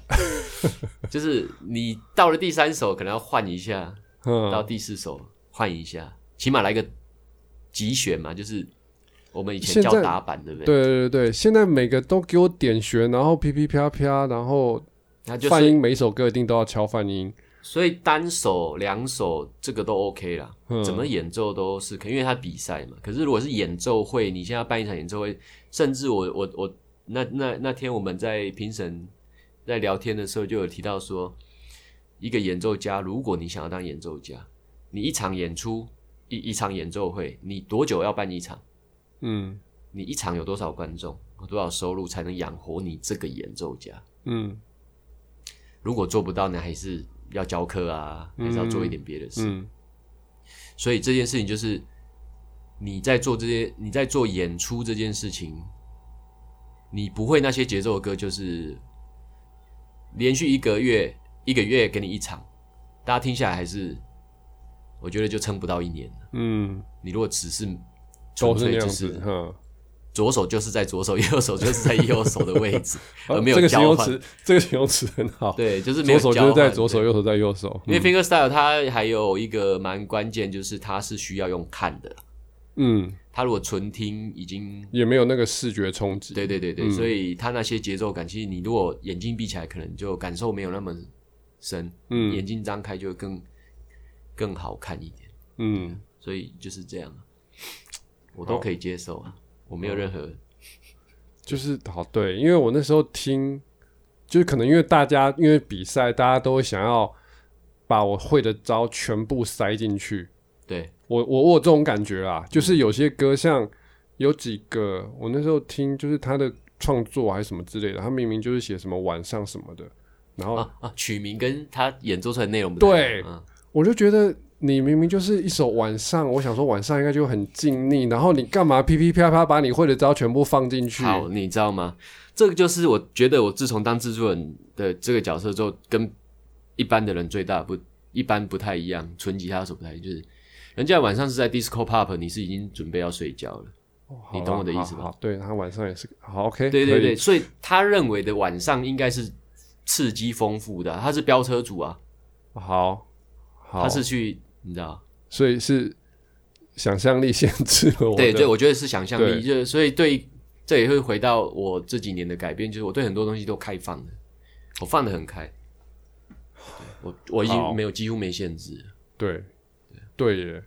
[SPEAKER 2] [LAUGHS] 就是你到了第三首可能要换一下，到
[SPEAKER 1] 嗯，
[SPEAKER 2] 第四首换一下，起码来个集选嘛，就是我们以前
[SPEAKER 1] 现
[SPEAKER 2] 叫
[SPEAKER 1] 在
[SPEAKER 2] 打板对不对？
[SPEAKER 1] 对对对对，现在每个都给我点弦，然后噼噼啪啪，然后
[SPEAKER 2] 那就
[SPEAKER 1] 泛
[SPEAKER 2] 是
[SPEAKER 1] 音每一首歌一定都要敲泛音。
[SPEAKER 2] 所以单首两首这个都 OK 啦。
[SPEAKER 1] 嗯，
[SPEAKER 2] 怎么演奏都是可以，因为它比赛嘛。可是如果是演奏会，你现在要办一场演奏会，甚至我我我那那那天我们在评审在聊天的时候就有提到说，一个演奏家，如果你想要当演奏家，你一场演出一一场演奏会，你多久要办一场？
[SPEAKER 1] 嗯
[SPEAKER 2] 你一场有多少观众，有多少收入才能养活你这个演奏家？
[SPEAKER 1] 嗯
[SPEAKER 2] 如果做不到呢，还是要教课啊，还是要做一点别的事。
[SPEAKER 1] 嗯
[SPEAKER 2] 所以这件事情就是你在做这些，你在做演出这件事情，你不会那些节奏的歌，就是连续一个月一个月给你一场，大家听下来还是，我觉得就撑不到一年了。
[SPEAKER 1] 嗯，
[SPEAKER 2] 你如果只是纯
[SPEAKER 1] 都是
[SPEAKER 2] 粹
[SPEAKER 1] 那
[SPEAKER 2] 就
[SPEAKER 1] 样子。
[SPEAKER 2] 是
[SPEAKER 1] 哈，
[SPEAKER 2] 左手就是在左手， [LAUGHS] 右手就是在右手的
[SPEAKER 1] [LAUGHS]
[SPEAKER 2] 位置，而呃没有
[SPEAKER 1] 这个形
[SPEAKER 2] 交
[SPEAKER 1] 容
[SPEAKER 2] 换。
[SPEAKER 1] 词，这个形容词很好。
[SPEAKER 2] 对，就是没有
[SPEAKER 1] 左手就是
[SPEAKER 2] 交
[SPEAKER 1] 在
[SPEAKER 2] 换
[SPEAKER 1] 左手，嗯
[SPEAKER 2] 对
[SPEAKER 1] 右手在右手。
[SPEAKER 2] 因为 fingerstyle 它还有一个蛮关键，就是它是需要用看的。
[SPEAKER 1] 嗯，
[SPEAKER 2] 他如果纯听已经，
[SPEAKER 1] 也没有那个视觉冲击。
[SPEAKER 2] 对对对
[SPEAKER 1] 嗯
[SPEAKER 2] 对，所以他那些节奏感，其实你如果眼睛闭起来，可能就感受没有那么深，
[SPEAKER 1] 嗯
[SPEAKER 2] 眼睛张开就会更更好看一点，
[SPEAKER 1] 嗯，
[SPEAKER 2] 所以就是这样啊，我都可以接受啊，我没有任何
[SPEAKER 1] 就是好对，因为我那时候听，就是可能因为大家因为比赛，大家都会想要把我会的招全部塞进去。
[SPEAKER 2] 对，
[SPEAKER 1] 我我我有这种感觉啦，就是
[SPEAKER 2] 嗯
[SPEAKER 1] 有些歌像有几个，我那时候听就是他的创作还是什么之类的，他明明就是写什么晚上什么的，然后
[SPEAKER 2] 啊啊，曲名跟他演奏出来的内容不
[SPEAKER 1] 对
[SPEAKER 2] 太一样嗯
[SPEAKER 1] 我就觉得你明明就是一首晚上，我想说晚上应该就很静谧，然后你干嘛噼噼啪啪把你会的招全部放进去
[SPEAKER 2] 嗯，？好，你知道吗？这个就是我觉得我自从当制作人的这个角色之后，跟一般的人最大的不一般不太一样，纯吉他手不太一样，就是人家晚上是在 disco pop，你是已经准备要睡觉了。
[SPEAKER 1] 哦
[SPEAKER 2] 你
[SPEAKER 1] 好
[SPEAKER 2] 懂
[SPEAKER 1] 啦
[SPEAKER 2] 我的意
[SPEAKER 1] 好
[SPEAKER 2] 思吧
[SPEAKER 1] 好，对他晚上也是好 OK，
[SPEAKER 2] 对
[SPEAKER 1] 哎可
[SPEAKER 2] 对
[SPEAKER 1] 以
[SPEAKER 2] 对，所以他认为的晚上应该是刺激丰富的啊、他是飙车族啊，
[SPEAKER 1] 好，好，
[SPEAKER 2] 他是去你知道，
[SPEAKER 1] 所以是想象力限制了我的。
[SPEAKER 2] 对对，我觉得是想象
[SPEAKER 1] 对
[SPEAKER 2] 力，就是所以对，这也会回到我这几年的改变，就是我对很多东西都开放了，我放得很开，对我我已
[SPEAKER 1] 好
[SPEAKER 2] 经没有几乎没限制，
[SPEAKER 1] 对对耶，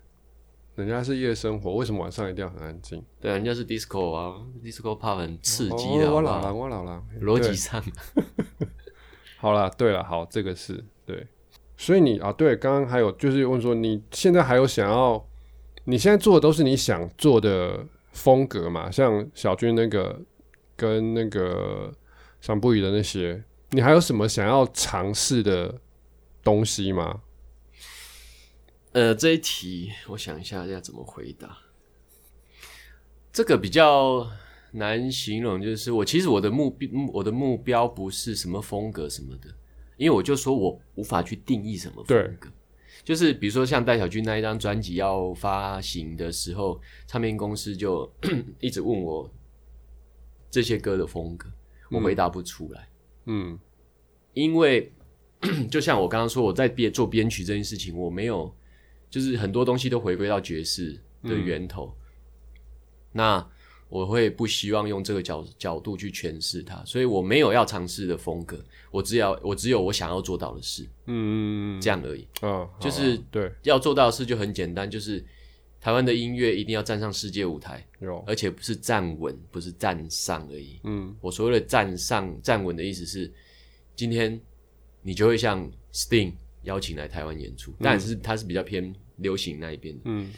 [SPEAKER 1] 人家是夜生活，为什么晚上一定要很安静？
[SPEAKER 2] 对啊，人家是 disco 啊，disco pop 很刺激
[SPEAKER 1] 哦
[SPEAKER 2] 的，
[SPEAKER 1] 我
[SPEAKER 2] 好不
[SPEAKER 1] 老
[SPEAKER 2] 好
[SPEAKER 1] 狼，我老狼，
[SPEAKER 2] 逻
[SPEAKER 1] 对
[SPEAKER 2] 辑上，
[SPEAKER 1] 好啦，对了，好，这个是对。所以你啊，对，刚刚还有就是问说，你现在还有想要，你现在做的都是你想做的风格嘛？像小军那个跟那个想不语的那些，你还有什么想要尝试的东西吗？
[SPEAKER 2] 呃，这一题我想一下要怎么回答。这个比较难形容，就是我其实我的目标，我的目标不是什么风格什么的，因为我就说我无法去定义什么风格。就是比如说像戴小军那一张专辑要发行的时候，唱片公司就 [CLEARS THROAT] 一直问我这些歌的风格，我回答不出来。
[SPEAKER 1] 嗯，
[SPEAKER 2] 因为 [CLEARS THROAT] 就像我刚刚说，我在编做编曲这件事情，我没有，就是很多东西都回归到爵士的源头。那我会不希望用这个角角度去诠释它，所以我没有要尝试的风格，我只要我只有我想要做到的事，
[SPEAKER 1] 嗯嗯嗯，
[SPEAKER 2] 这样而已。
[SPEAKER 1] 嗯啊，
[SPEAKER 2] 就
[SPEAKER 1] 好
[SPEAKER 2] 是
[SPEAKER 1] 啊对，
[SPEAKER 2] 要做到的事就很简单，就是台湾的音乐一定要站上世界舞台，
[SPEAKER 1] 有，
[SPEAKER 2] 而且不是站稳，不是站上而已。
[SPEAKER 1] 嗯
[SPEAKER 2] 我所谓的站上站稳的意思是，今天你就会像 Sting 邀请来台湾演出，但是它是比较偏流行那一边的，
[SPEAKER 1] 嗯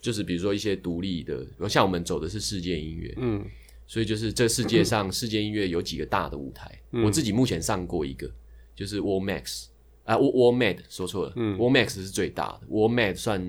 [SPEAKER 2] 就是比如说一些独立的，像我们走的是世界音乐，
[SPEAKER 1] 嗯
[SPEAKER 2] 所以就是这世界上世界音乐有几个大的舞台，
[SPEAKER 1] 嗯
[SPEAKER 2] 我自己目前上过一个，就是 War Max 啊，War War Mad 说错了、w
[SPEAKER 1] 嗯
[SPEAKER 2] a r Max 是最大的，War Mad 算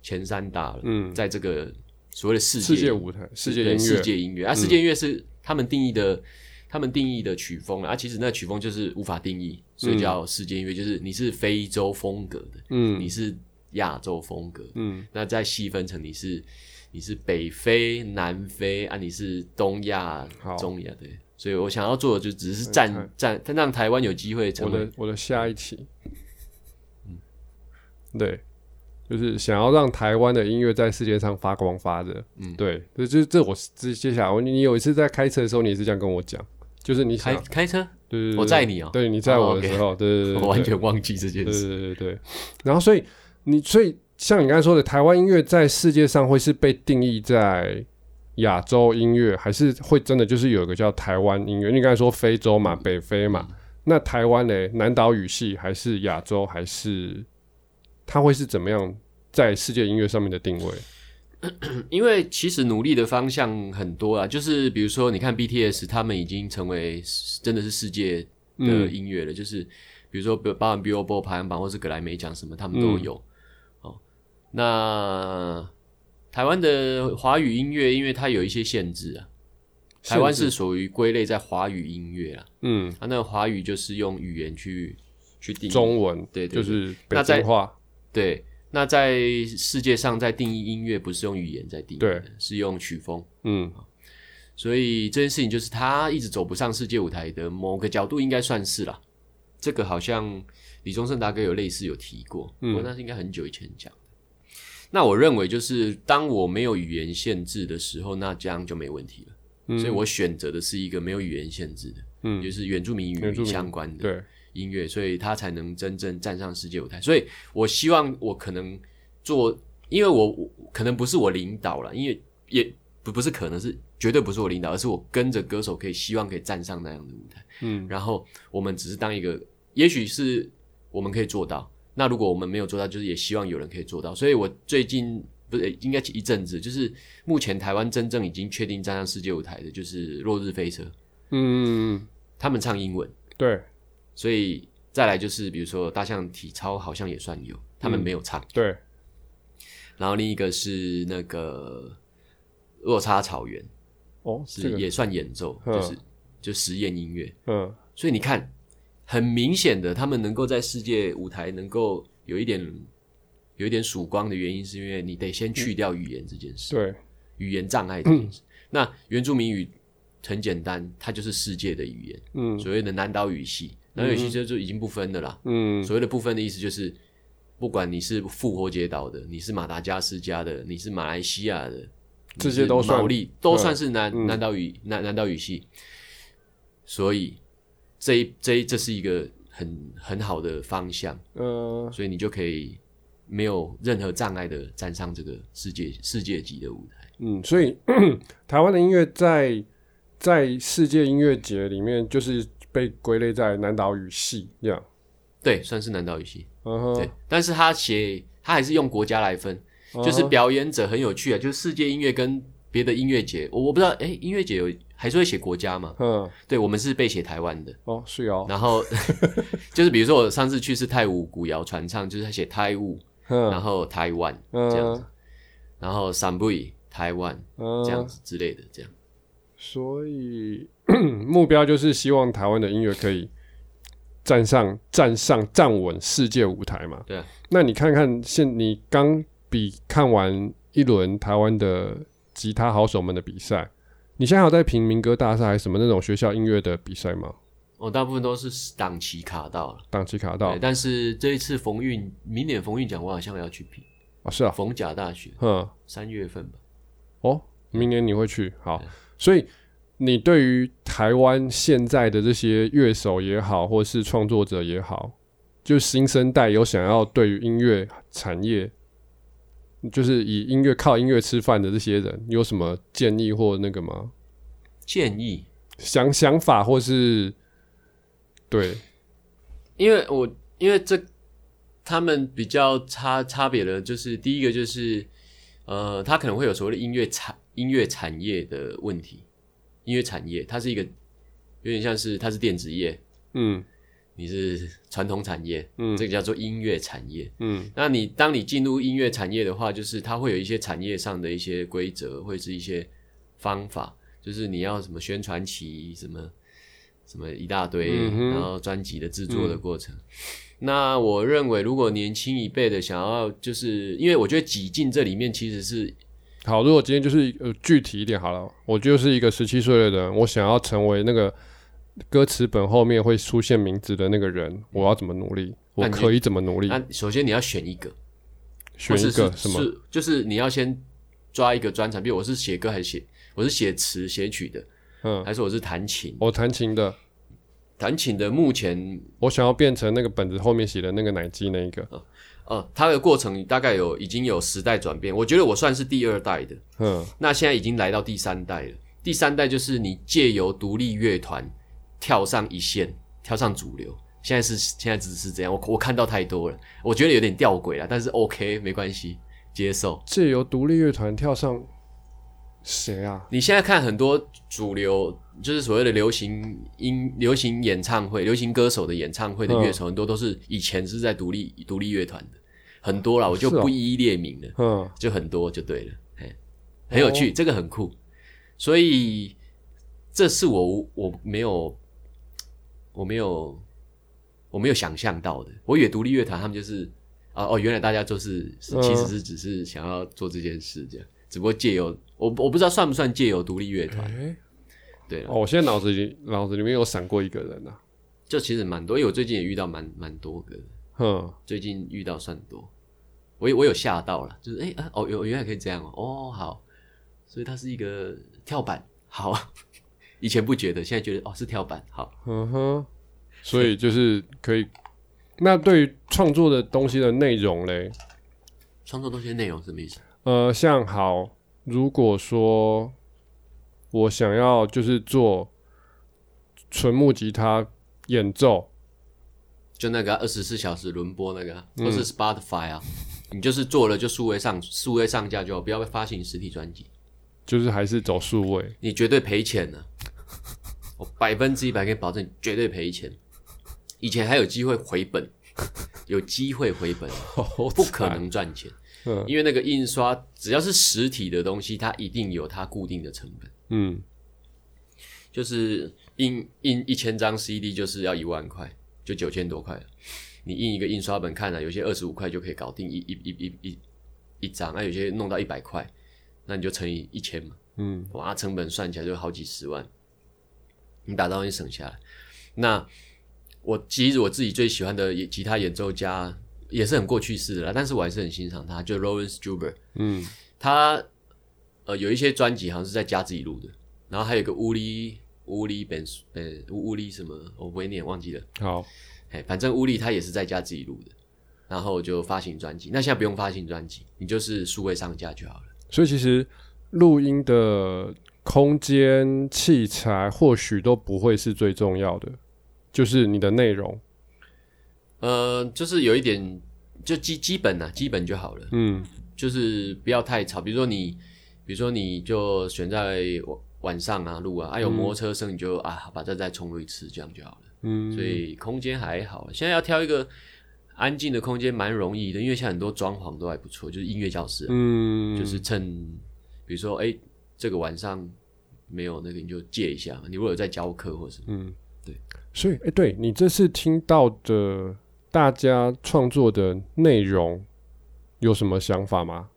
[SPEAKER 2] 前三大了，
[SPEAKER 1] 嗯，
[SPEAKER 2] 在这个所谓的世
[SPEAKER 1] 世
[SPEAKER 2] 界
[SPEAKER 1] 界舞台，世界
[SPEAKER 2] 对
[SPEAKER 1] 音
[SPEAKER 2] 世
[SPEAKER 1] 乐，嗯
[SPEAKER 2] 界音乐啊，世界音乐是他们定义的，他们定义的曲风啊，啊其实那曲风就是无法定义，所以叫世界音乐，就是你是非洲风格的，
[SPEAKER 1] 嗯
[SPEAKER 2] 你是亚洲风格，
[SPEAKER 1] 嗯
[SPEAKER 2] 那再细分成你是你是北非、南非啊，你是东亚
[SPEAKER 1] 好、
[SPEAKER 2] 中亚，对，所以我想要做的就只是
[SPEAKER 1] 嗯
[SPEAKER 2] 站站，让台湾有机会
[SPEAKER 1] 我
[SPEAKER 2] 成为嗯
[SPEAKER 1] 的我的下一期，对，就是想要让台湾的音乐在世界上发光发热。嗯，对，这这这我这接下来我你有一次在开车的时候，你也是这样跟我讲，就是你想
[SPEAKER 2] 开开车，
[SPEAKER 1] 对对对，
[SPEAKER 2] 我载你哦
[SPEAKER 1] 对你载我的
[SPEAKER 2] OK
[SPEAKER 1] 时候，对对对，
[SPEAKER 2] [LAUGHS] 我
[SPEAKER 1] 对
[SPEAKER 2] 完全忘记这件
[SPEAKER 1] 对
[SPEAKER 2] 事，
[SPEAKER 1] 对对对对。然后所以你所以像你刚才说的，台湾音乐在世界上会是被定义在亚洲音乐，还是会真的就是有一个叫台湾音乐？你刚才说非洲嘛，
[SPEAKER 2] 嗯
[SPEAKER 1] 北非嘛，那台湾嘞，南岛语系还是亚洲，还是它会是怎么样在世界音乐上面的定位？
[SPEAKER 2] 因为其实努力的方向很多啊，就是比如说，你看 BTS，他们已经成为真的是世界的
[SPEAKER 1] 嗯
[SPEAKER 2] 音乐了，就是比如说包包含 Billboard 排行榜或是格莱美奖什么，他
[SPEAKER 1] 嗯
[SPEAKER 2] 们都有。哦，那台湾的华语音乐，因为它有一些限制啊，台湾
[SPEAKER 1] 限
[SPEAKER 2] 是
[SPEAKER 1] 制
[SPEAKER 2] 属于归类在华语音乐啦。
[SPEAKER 1] 嗯
[SPEAKER 2] 啊，那华语就是用语言去去定义
[SPEAKER 1] 中文，
[SPEAKER 2] 对
[SPEAKER 1] 就
[SPEAKER 2] 对
[SPEAKER 1] 是北
[SPEAKER 2] 那在
[SPEAKER 1] 京话，
[SPEAKER 2] 对。那在世界上，在定义音乐不是用语言在定义的，
[SPEAKER 1] 对
[SPEAKER 2] 是用曲风。
[SPEAKER 1] 嗯
[SPEAKER 2] 所以这件事情就是他一直走不上世界舞台的某个角度，应该算是啦。这个好像李宗盛大哥有类似有提过，
[SPEAKER 1] 嗯
[SPEAKER 2] 不过那是应该很久以前讲的。那我认为就是当我没有语言限制的时候，那这样就没问题了。
[SPEAKER 1] 嗯，
[SPEAKER 2] 所以我选择的是一个没有语言限制的，
[SPEAKER 1] 嗯
[SPEAKER 2] 就是原住民语
[SPEAKER 1] 原住
[SPEAKER 2] 言
[SPEAKER 1] 民
[SPEAKER 2] 相关的
[SPEAKER 1] 对
[SPEAKER 2] 音乐，所以他才能真正站上世界舞台。所以我希望我可能做，因为我我可能不是我领导了，因为也不不是可能是绝对不是我领导，而是我跟着歌手可以希望可以站上那样的舞台。
[SPEAKER 1] 嗯，
[SPEAKER 2] 然后我们只是当一个，也许是我们可以做到。那如果我们没有做到，就是也希望有人可以做到。所以我最近不是应该一阵子，就是目前台湾真正已经确定站上世界舞台的，就是《落日飞车》，
[SPEAKER 1] 嗯，嗯
[SPEAKER 2] 他们唱英文，
[SPEAKER 1] 对
[SPEAKER 2] 所以再来就是比如说大象体操好像也算
[SPEAKER 1] 嗯
[SPEAKER 2] 有，他们没有唱。
[SPEAKER 1] 对，
[SPEAKER 2] 然后另一个是那个落差草原，
[SPEAKER 1] 哦，这
[SPEAKER 2] 是
[SPEAKER 1] 个，
[SPEAKER 2] 也算演奏，
[SPEAKER 1] 嗯
[SPEAKER 2] 就是就实验音乐。
[SPEAKER 1] 嗯
[SPEAKER 2] 所以你看，很明显的，他们能够在世界舞台能够有一点有一点曙光的原因，是因为你得先去掉语言这件事，
[SPEAKER 1] 对，
[SPEAKER 2] 语言障碍这件
[SPEAKER 1] 嗯
[SPEAKER 2] 事。那原住民语很简单，它就是世界的语言，
[SPEAKER 1] 嗯
[SPEAKER 2] 所谓的南岛语系，南岛语系这就已经不分的啦。
[SPEAKER 1] 嗯
[SPEAKER 2] 所谓的不分的意思就是，不管你是复活节岛的，你是马达加斯加的，你是马来西亚的，
[SPEAKER 1] 这些都算嗯
[SPEAKER 2] 毛利，都算是南、南岛语南南岛语系。所以这一这一这是一个很很好的方向，
[SPEAKER 1] 呃，
[SPEAKER 2] 所以你就可以没有任何障碍的站上这个世界世界级的舞台。
[SPEAKER 1] 嗯，所以 [CLEARS THROAT] 台湾的音乐在在世界音乐节里面就是被归类在南岛语系这样，
[SPEAKER 2] 对，算是南岛语系。
[SPEAKER 1] 嗯
[SPEAKER 2] 对
[SPEAKER 1] 哼，，
[SPEAKER 2] 但是他写他还是用国家来分，
[SPEAKER 1] 嗯哼
[SPEAKER 2] 就是表演者很有趣啊，就是世界音乐跟别的音乐节，我我不知道，哎、音乐节有还是会写国家嘛？
[SPEAKER 1] 嗯，
[SPEAKER 2] 对，我们是被写台湾的。
[SPEAKER 1] 哦，是哦，
[SPEAKER 2] 然后 [LAUGHS] 就是比如说我上次去是泰晤古谣传唱，就是他写泰晤，然
[SPEAKER 1] 嗯
[SPEAKER 2] 后台湾这样子
[SPEAKER 1] 嗯，
[SPEAKER 2] 然后 s a m b u 台湾
[SPEAKER 1] 嗯
[SPEAKER 2] 这样子之类的，这样
[SPEAKER 1] 所以 [CLEARS THROAT] 目标就是希望台湾的音乐可以站上、站上、站稳世界舞台嘛。
[SPEAKER 2] 对啊。
[SPEAKER 1] 那你看看现你刚比看完一轮台湾的吉他好手们的比赛，你现在还有在评民歌大赛还是什么那种学校音乐的比赛吗？
[SPEAKER 2] 我、哦大部分都是档期卡到了。
[SPEAKER 1] 档期卡到
[SPEAKER 2] 对，但是这一次冯运，明年冯运奖我好像要去比
[SPEAKER 1] 哦，是啊，
[SPEAKER 2] 冯甲大学，
[SPEAKER 1] 嗯，
[SPEAKER 2] 三月份吧。
[SPEAKER 1] 哦，明年你会去，好
[SPEAKER 2] 对，
[SPEAKER 1] 所以你对于台湾现在的这些乐手也好，或是创作者也好，就新生代有想要对于音乐产业，就是以音乐靠音乐吃饭的这些人，有什么建议或那个吗？
[SPEAKER 2] 建议，
[SPEAKER 1] 想想法或是对，
[SPEAKER 2] 因为我因为这他们比较差差别的就是第一个就是呃，他可能会有所谓的音乐产音乐产业的问题，音乐产业它是一个有点像是它是电子业，
[SPEAKER 1] 嗯
[SPEAKER 2] 你是传统产业，
[SPEAKER 1] 嗯
[SPEAKER 2] 这个叫做音乐产业。
[SPEAKER 1] 嗯
[SPEAKER 2] 那你当你进入音乐产业的话，就是它会有一些产业上的一些规则，或者是一些方法，就是你要什么宣传期，什么什么一大堆，
[SPEAKER 1] 嗯哼嗯
[SPEAKER 2] 然后专辑的制作的过程。那我认为，如果年轻一辈的想要，就是因为我觉得挤进这里面其实是
[SPEAKER 1] 好，如果今天就是呃具体一点好了，我就是一个十七岁的人，我想要成为那个歌词本后面会出现名字的那个人，我要怎么努力？我
[SPEAKER 2] 那你
[SPEAKER 1] 可以怎么努力？
[SPEAKER 2] 那首先你要选一个，
[SPEAKER 1] 选一
[SPEAKER 2] 或
[SPEAKER 1] 个
[SPEAKER 2] 者
[SPEAKER 1] 什
[SPEAKER 2] 是
[SPEAKER 1] 么？
[SPEAKER 2] 是就是你要先抓一个专长，比如我是写歌还是写，我是写词写曲的，
[SPEAKER 1] 嗯，
[SPEAKER 2] 还是我是弹琴？
[SPEAKER 1] 我弹琴的，
[SPEAKER 2] 弹琴的目前
[SPEAKER 1] 我想要变成那个本子后面写的那个奶鸡那一个。
[SPEAKER 2] 呃，它的过程大概有已经有时代转变，我觉得我算是第二代的，
[SPEAKER 1] 嗯
[SPEAKER 2] 那现在已经来到第三代了。第三代就是你借由独立乐团跳上一线，跳上主流。现在是现在只是这样，我我看到太多了，我觉得有点吊诡了，但是 OK 没关系，接受。
[SPEAKER 1] 借由独立乐团跳上谁啊？
[SPEAKER 2] 你现在看很多主流，就是所谓的流行音、流行演唱会、流行歌手的演唱会
[SPEAKER 1] 嗯
[SPEAKER 2] 的乐手，很多都是以前是在独立独立乐团的，很多啦，我就是
[SPEAKER 1] 哦
[SPEAKER 2] 不一一列名了。
[SPEAKER 1] 嗯，
[SPEAKER 2] 就很多就对了，嘿，很有趣，这个很酷，所以这是我我没有我没有我没有想象到的。我以为独立乐团他们就是啊哦，原来大家就是是
[SPEAKER 1] 嗯
[SPEAKER 2] 其实是只是想要做这件事这样，只不过借由我我不知道算不算借由独立乐团，
[SPEAKER 1] 诶
[SPEAKER 2] 对了，
[SPEAKER 1] 哦，我现在脑子里脑子里面有闪过一个人啊。
[SPEAKER 2] 就其实蛮多，因为我最近也遇到蛮蛮多个的，
[SPEAKER 1] 嗯，
[SPEAKER 2] 最近遇到算多，我有我有吓到了，就是哎、诶啊哦，有原来可以这样哦，哦好，所以它是一个跳板，好， [LAUGHS] 以前不觉得，现在觉得哦是跳板，好，
[SPEAKER 1] 嗯哼，所以就是可以。那对于创作的东西的内容嘞，
[SPEAKER 2] 创作东西的内容是什么意思？
[SPEAKER 1] 呃，像好，如果说我想要就是做纯木吉他演奏，
[SPEAKER 2] 就那个二十四小时轮播那个啊，或是 Spotify 啊，你就是做了就数位上数位上架就好，不要发行实体专辑，
[SPEAKER 1] 就是还是走数位，
[SPEAKER 2] 你绝对赔钱
[SPEAKER 1] [LAUGHS]
[SPEAKER 2] 呢、我百分之一百可以保证，你绝对赔钱。以前还有机会回
[SPEAKER 1] [LAUGHS]
[SPEAKER 2] 本，有机会回本，不可能赚钱，
[SPEAKER 1] 嗯
[SPEAKER 2] 因为那个印刷只要是实体的东西，它一定有它固定的成本。
[SPEAKER 1] 嗯，
[SPEAKER 2] 就是印印一千张 CD 就是要一万块，就九千多块了。你印一个印刷本看了、有些二十五块就可以搞定一一一一一一张，那、有些弄到一百块，那你就乘以一千嘛，
[SPEAKER 1] 嗯，
[SPEAKER 2] 哇，成本算起来就好几十万，你打到你省下来。那我其实我自己最喜欢的也吉他演奏家也是很过去式的啦，但是我还是很欣赏他，就 Lawrence Juber，
[SPEAKER 1] 嗯，
[SPEAKER 2] 他呃有一些专辑好像是在家自己录的，然后还有一个乌里乌里本本乌里什么，我不会念，忘记了。
[SPEAKER 1] 好，
[SPEAKER 2] 哎，反正乌力他也是在家自己录的，然后就发行专辑。那现在不用发行专辑，你就是数位上架就好了。
[SPEAKER 1] 所以其实录音的空间、器材或许都不会是最重要的，就是你的内容，
[SPEAKER 2] 呃，就是有一点，就基基本呐、基本就好了，
[SPEAKER 1] 嗯
[SPEAKER 2] 就是不要太吵。比如说你，比如说你就选在晚晚上啊录啊，啊有摩托车声你就、啊把这再重录一次，这样就好了。
[SPEAKER 1] 嗯，
[SPEAKER 2] 所以空间还好。现在要挑一个安静的空间蛮容易的，因为现在很多装潢都还不错，就是音乐教室啊、
[SPEAKER 1] 嗯，
[SPEAKER 2] 就是趁比如说哎、这个晚上没有那个你就借一下，你如果有在教课或什么，
[SPEAKER 1] 所以，哎、对你这次听到的大家创作的内容有什么想法吗？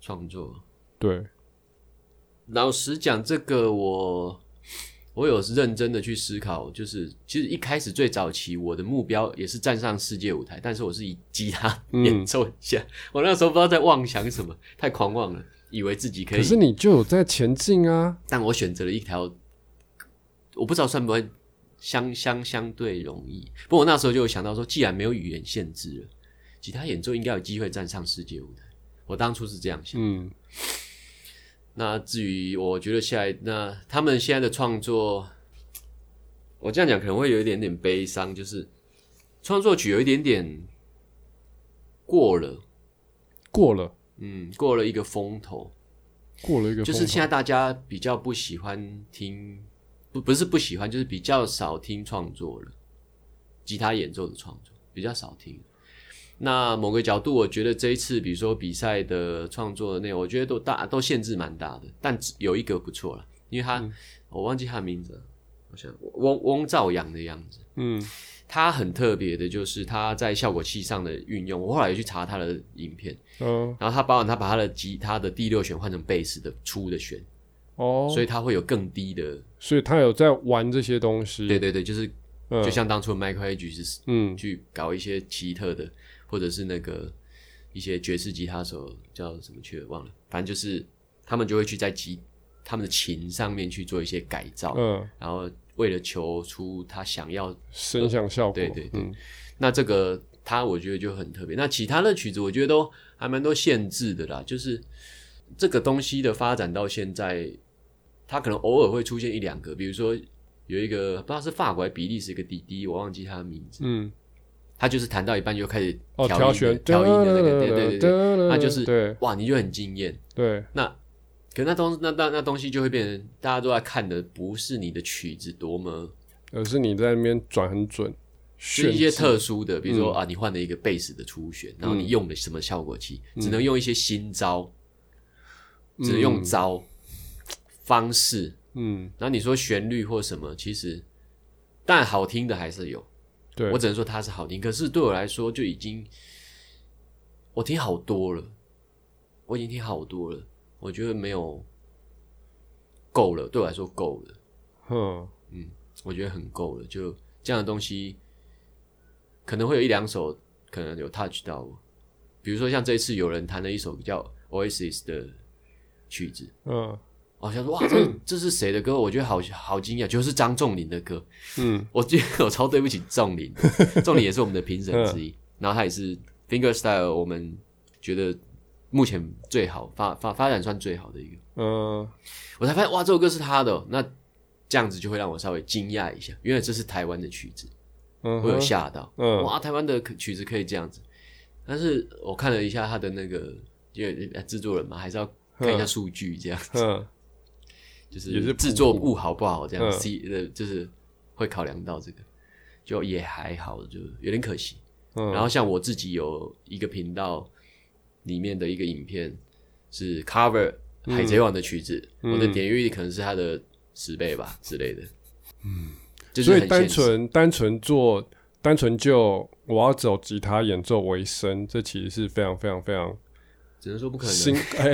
[SPEAKER 2] 创作。
[SPEAKER 1] 对，
[SPEAKER 2] 老实讲，这个我我有认真的去思考，就是其实一开始最早期我的目标也是站上世界舞台，但是我是以吉他
[SPEAKER 1] 嗯
[SPEAKER 2] [LAUGHS] 演奏一下，我那时候不知道在妄想什么，太狂妄了，以为自己可以。
[SPEAKER 1] 可是你就有在前进啊，
[SPEAKER 2] 但我选择了一条，我不知道算不算相相相对容易。不过我那时候就有想到说，既然没有语言限制了，吉他演奏应该有机会站上世界舞台。我当初是这样想。
[SPEAKER 1] 嗯
[SPEAKER 2] 那至于我觉得现在那他们现在的创作，我这样讲可能会有一点点悲伤，就是创作曲有一点点过了，
[SPEAKER 1] 过了，
[SPEAKER 2] 嗯，过了一个风头。
[SPEAKER 1] 过了一个风头，
[SPEAKER 2] 就是现在大家比较不喜欢听，不不是不喜欢，就是比较少听创作了，吉他演奏的创作比较少听。那某个角度，我觉得这一次，比如说比赛的创作的内容，我觉得都大都限制蛮大的，但只有一个不错了，因为他、我忘记他的名字了，好像翁翁兆阳的样子。
[SPEAKER 1] 嗯
[SPEAKER 2] 他很特别的，就是他在效果器上的运用。我后来有去查他的影片，
[SPEAKER 1] 嗯、
[SPEAKER 2] 然后他包含他把他的吉他的第六弦换成贝斯的粗的弦，
[SPEAKER 1] 哦，
[SPEAKER 2] 所以它会有更低的。
[SPEAKER 1] 所以他有在玩这些东西，
[SPEAKER 2] 对对对，就是
[SPEAKER 1] 嗯
[SPEAKER 2] 就像当初 Michael Hedge 是
[SPEAKER 1] 嗯
[SPEAKER 2] 去搞一些奇特的，或者是那个一些爵士吉他手叫什么去了忘了，反正就是他们就会去在吉他们的琴上面去做一些改造，
[SPEAKER 1] 嗯，
[SPEAKER 2] 然后为了求出他想要。
[SPEAKER 1] 声响效果，
[SPEAKER 2] 对对对
[SPEAKER 1] 嗯
[SPEAKER 2] 那这个他我觉得就很特别。那其他的曲子我觉得都还蛮多限制的啦，就是这个东西的发展到现在，它可能偶尔会出现一两个，比如说有一个不知道是法国还是比利时一个弟弟，我忘记他的名字，
[SPEAKER 1] 嗯，
[SPEAKER 2] 他就是弹到一半就开始
[SPEAKER 1] 哦，
[SPEAKER 2] 调
[SPEAKER 1] 调
[SPEAKER 2] 音的
[SPEAKER 1] 弦，
[SPEAKER 2] 调音的那个，对对对对，
[SPEAKER 1] 对
[SPEAKER 2] 那就是
[SPEAKER 1] 对
[SPEAKER 2] 哇，你就很惊艳。
[SPEAKER 1] 对，
[SPEAKER 2] 可那东那那那东西就会变成大家都在看的，不是你的曲子多么
[SPEAKER 1] 而是你在那边转很准，
[SPEAKER 2] 就是嗯一些
[SPEAKER 1] 炫技
[SPEAKER 2] 特殊的，比如说、啊，你换了一个贝斯的初弦，然后你用了什么效果器，只能用一些新招，只能用招、方式。
[SPEAKER 1] 嗯，
[SPEAKER 2] 然后你说旋律或什么，其实但好听的还是有，
[SPEAKER 1] 对
[SPEAKER 2] 我，只能说它是好听。可是对我来说，就已经我听好多了，我已经听好多了，我觉得没有够了，对我来说够了。
[SPEAKER 1] 嗯，
[SPEAKER 2] 我觉得很够了。就这样的东西，可能会有一两首可能有 touch 到我，比如说像这一次有人弹了一首叫 Oasis 的曲子，
[SPEAKER 1] 嗯
[SPEAKER 2] 我想说哇，这这是谁的歌？我觉得好好惊讶，就是张仲林的歌。
[SPEAKER 1] 嗯，
[SPEAKER 2] 我觉得我超对不起仲林的，仲林也是我们的评审之一，然后他也是 Fingerstyle 我们觉得目前最好发发发展算最好的一个。
[SPEAKER 1] 嗯
[SPEAKER 2] 我才发现哇，这首歌是他的哦、那这样子就会让我稍微惊讶一下，因为这是台湾的曲子，
[SPEAKER 1] 嗯
[SPEAKER 2] 我有
[SPEAKER 1] 哼，
[SPEAKER 2] 吓到。
[SPEAKER 1] 嗯
[SPEAKER 2] 哇，台湾的可曲子可以这样子，但是我看了一下他的那个，因为呃制作人嘛，还是要看一下数据，这样
[SPEAKER 1] 嗯
[SPEAKER 2] 就
[SPEAKER 1] 也是
[SPEAKER 2] 是
[SPEAKER 1] 普
[SPEAKER 2] 制作物好不好，这样
[SPEAKER 1] 嗯
[SPEAKER 2] C 呃就是会考量到这个，就也还好，就有点可惜。
[SPEAKER 1] 嗯，
[SPEAKER 2] 然后像我自己有一个频道里面的一个影片是 cover 海贼王的曲子，
[SPEAKER 1] 嗯
[SPEAKER 2] 我的点阅率可能是它的十倍吧之类的。嗯，就是
[SPEAKER 1] 所
[SPEAKER 2] 很
[SPEAKER 1] 以单
[SPEAKER 2] 现实
[SPEAKER 1] 纯单纯做单纯就我要走吉他演奏为生，这其实是非常非常非常
[SPEAKER 2] 只能说不可能，啊
[SPEAKER 1] 辛。哎，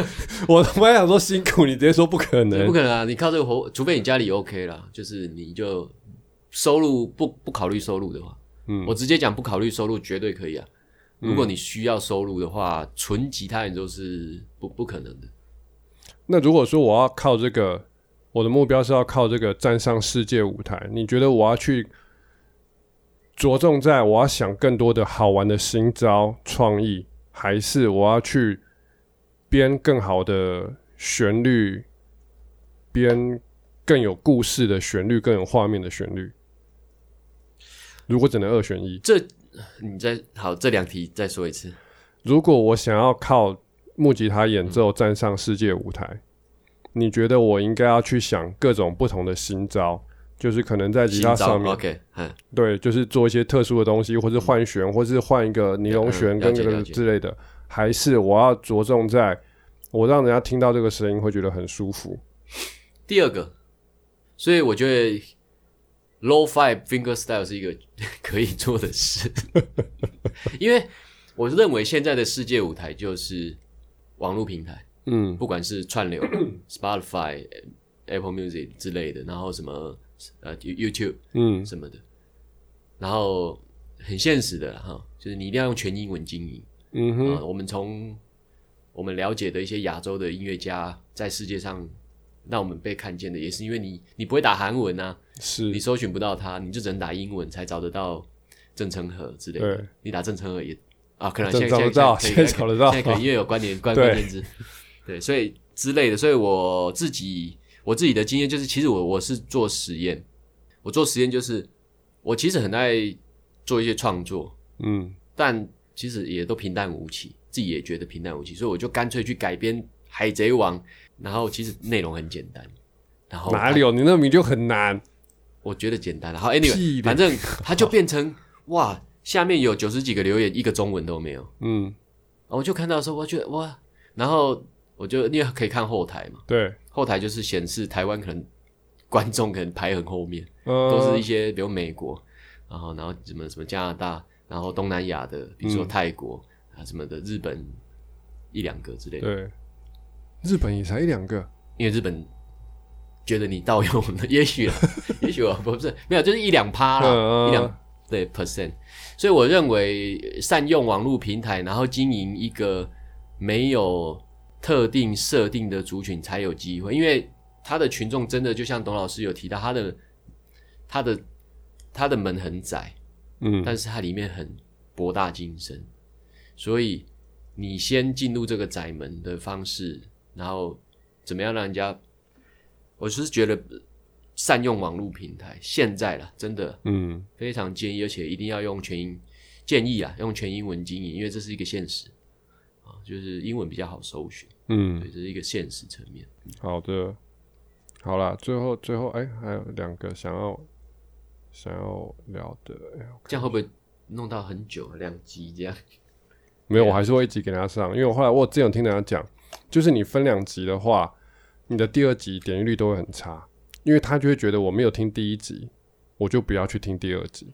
[SPEAKER 1] [LAUGHS] 我他妈想说辛苦，你直接说不可
[SPEAKER 2] 这不
[SPEAKER 1] 能。
[SPEAKER 2] 可能啊！你靠这个活，除非你家里 OK 啦，就是你就收入不不考虑收入的话，
[SPEAKER 1] 嗯
[SPEAKER 2] 我直接讲不考虑收入绝对可以啊。如果你需要收入的话，纯吉他演奏是不不可能的。
[SPEAKER 1] 那如果说我要靠这个，我的目标是要靠这个站上世界舞台，你觉得我要去着重在我要想更多的好玩的新招创意，还是我要去编更好的旋律，编更有故事的旋律，更有画面的旋律？如果只能二选一，
[SPEAKER 2] 这你再好这两题再说一次，
[SPEAKER 1] 如果我想要靠木吉他演奏站上世界舞台，你觉得我应该要去想各种不同的新招，就是可能在吉
[SPEAKER 2] 新
[SPEAKER 1] 他
[SPEAKER 2] 招
[SPEAKER 1] 上面，
[SPEAKER 2] OK，嗯，
[SPEAKER 1] 对，就是做一些特殊的东西，或是换弦，或是换一个尼龙
[SPEAKER 2] 嗯
[SPEAKER 1] 弦
[SPEAKER 2] 了
[SPEAKER 1] 跟
[SPEAKER 2] 解
[SPEAKER 1] 这
[SPEAKER 2] 了
[SPEAKER 1] 个
[SPEAKER 2] 解
[SPEAKER 1] 之类的，还是我要着重在我让人家听到这个声音会觉得很舒服。
[SPEAKER 2] 第二个，所以我觉得 low five finger style 是一个 [LAUGHS] 可以做
[SPEAKER 1] [LAUGHS]
[SPEAKER 2] 的事，因为我认为现在的世界舞台就是网络平台，
[SPEAKER 1] 嗯
[SPEAKER 2] 不管是串流 Spotify、Apple Music 之类的，然后什么呃 You- YouTube
[SPEAKER 1] 嗯
[SPEAKER 2] 什么的，然后很现实的啦哈，就是你一定要用全英文经营。
[SPEAKER 1] 嗯哼
[SPEAKER 2] 啊，我们从我们了解的一些亚洲的音乐家在世界上让我们被看见的，也是因为你你不会打韩文啊，你
[SPEAKER 1] 是
[SPEAKER 2] 搜寻不到他，你就只能打英文才找得到郑成和之类的
[SPEAKER 1] 对。
[SPEAKER 2] 你打郑成和也啊，可能
[SPEAKER 1] 郑
[SPEAKER 2] 现
[SPEAKER 1] 找
[SPEAKER 2] 在现
[SPEAKER 1] 得
[SPEAKER 2] 在
[SPEAKER 1] 到
[SPEAKER 2] 现
[SPEAKER 1] 现
[SPEAKER 2] 在
[SPEAKER 1] 在
[SPEAKER 2] 可
[SPEAKER 1] 找
[SPEAKER 2] 以
[SPEAKER 1] 得到
[SPEAKER 2] 现在可以，因为有关联
[SPEAKER 1] [LAUGHS]
[SPEAKER 2] 关
[SPEAKER 1] 对
[SPEAKER 2] 关键字，对，所以之类的，所以我自己我自己的经验就是，其实我我是做实验，我做实验就是我其实很爱做一些创作，
[SPEAKER 1] 嗯
[SPEAKER 2] 但其实也都平淡无奇，自己也觉得平淡无奇，所以我就干脆去改编《海贼王》，然后其实内容很简单，然后
[SPEAKER 1] 哪里有你那名就很难
[SPEAKER 2] 我觉得简单，然后
[SPEAKER 1] 屁
[SPEAKER 2] anyway，
[SPEAKER 1] 咧
[SPEAKER 2] 反正它就变成哇，下面有九十几个留言，一个中文都没有，然
[SPEAKER 1] 嗯
[SPEAKER 2] 后我就看到的时候，我觉得哇，然后我就因为可以看后台嘛，
[SPEAKER 1] 对
[SPEAKER 2] 后台就是显示台湾可能观众可能排很后面，
[SPEAKER 1] 呃
[SPEAKER 2] 都是一些比如美国，然后然后什么什么加拿大，然后东南亚的，比如说泰国、啊什么的，日本一两个之类的。
[SPEAKER 1] 对日本也才一两个
[SPEAKER 2] 因为日本觉得你盗用了，
[SPEAKER 1] [LAUGHS]
[SPEAKER 2] 也 [LAUGHS] 许啦，也许我不是没有，就是一两趴
[SPEAKER 1] 嗯
[SPEAKER 2] 啦，
[SPEAKER 1] 嗯
[SPEAKER 2] 一两对 percent。所以我认为善用网络平台，然后经营一个没有特定设定的族群才有机会，因为他的群众真的就像董老师有提到，他的他的他的门很窄，
[SPEAKER 1] 嗯
[SPEAKER 2] 但是它里面很博大精深，所以你先进入这个窄门的方式，然后怎么样让人家，我是觉得善用网络平台，现在啦，真的
[SPEAKER 1] 嗯
[SPEAKER 2] 非常建议，而且一定要用全英，建议啊，用全英文经营，因为这是一个现实啊，就是英文比较好搜寻，
[SPEAKER 1] 嗯
[SPEAKER 2] 对，这是一个现实层面。
[SPEAKER 1] 好的，好啦，最后最后哎、还有两个想要想要聊的，哎
[SPEAKER 2] 这样会不会弄到很久啊两集这样？
[SPEAKER 1] 没有，
[SPEAKER 2] 对啊
[SPEAKER 1] 我还是会一集给他上，因为我后来我之前有听人家讲，就是你分两集的话，你的第二集点击率都会很差，因为他就会觉得我没有听第一集，我就不要去听第二集，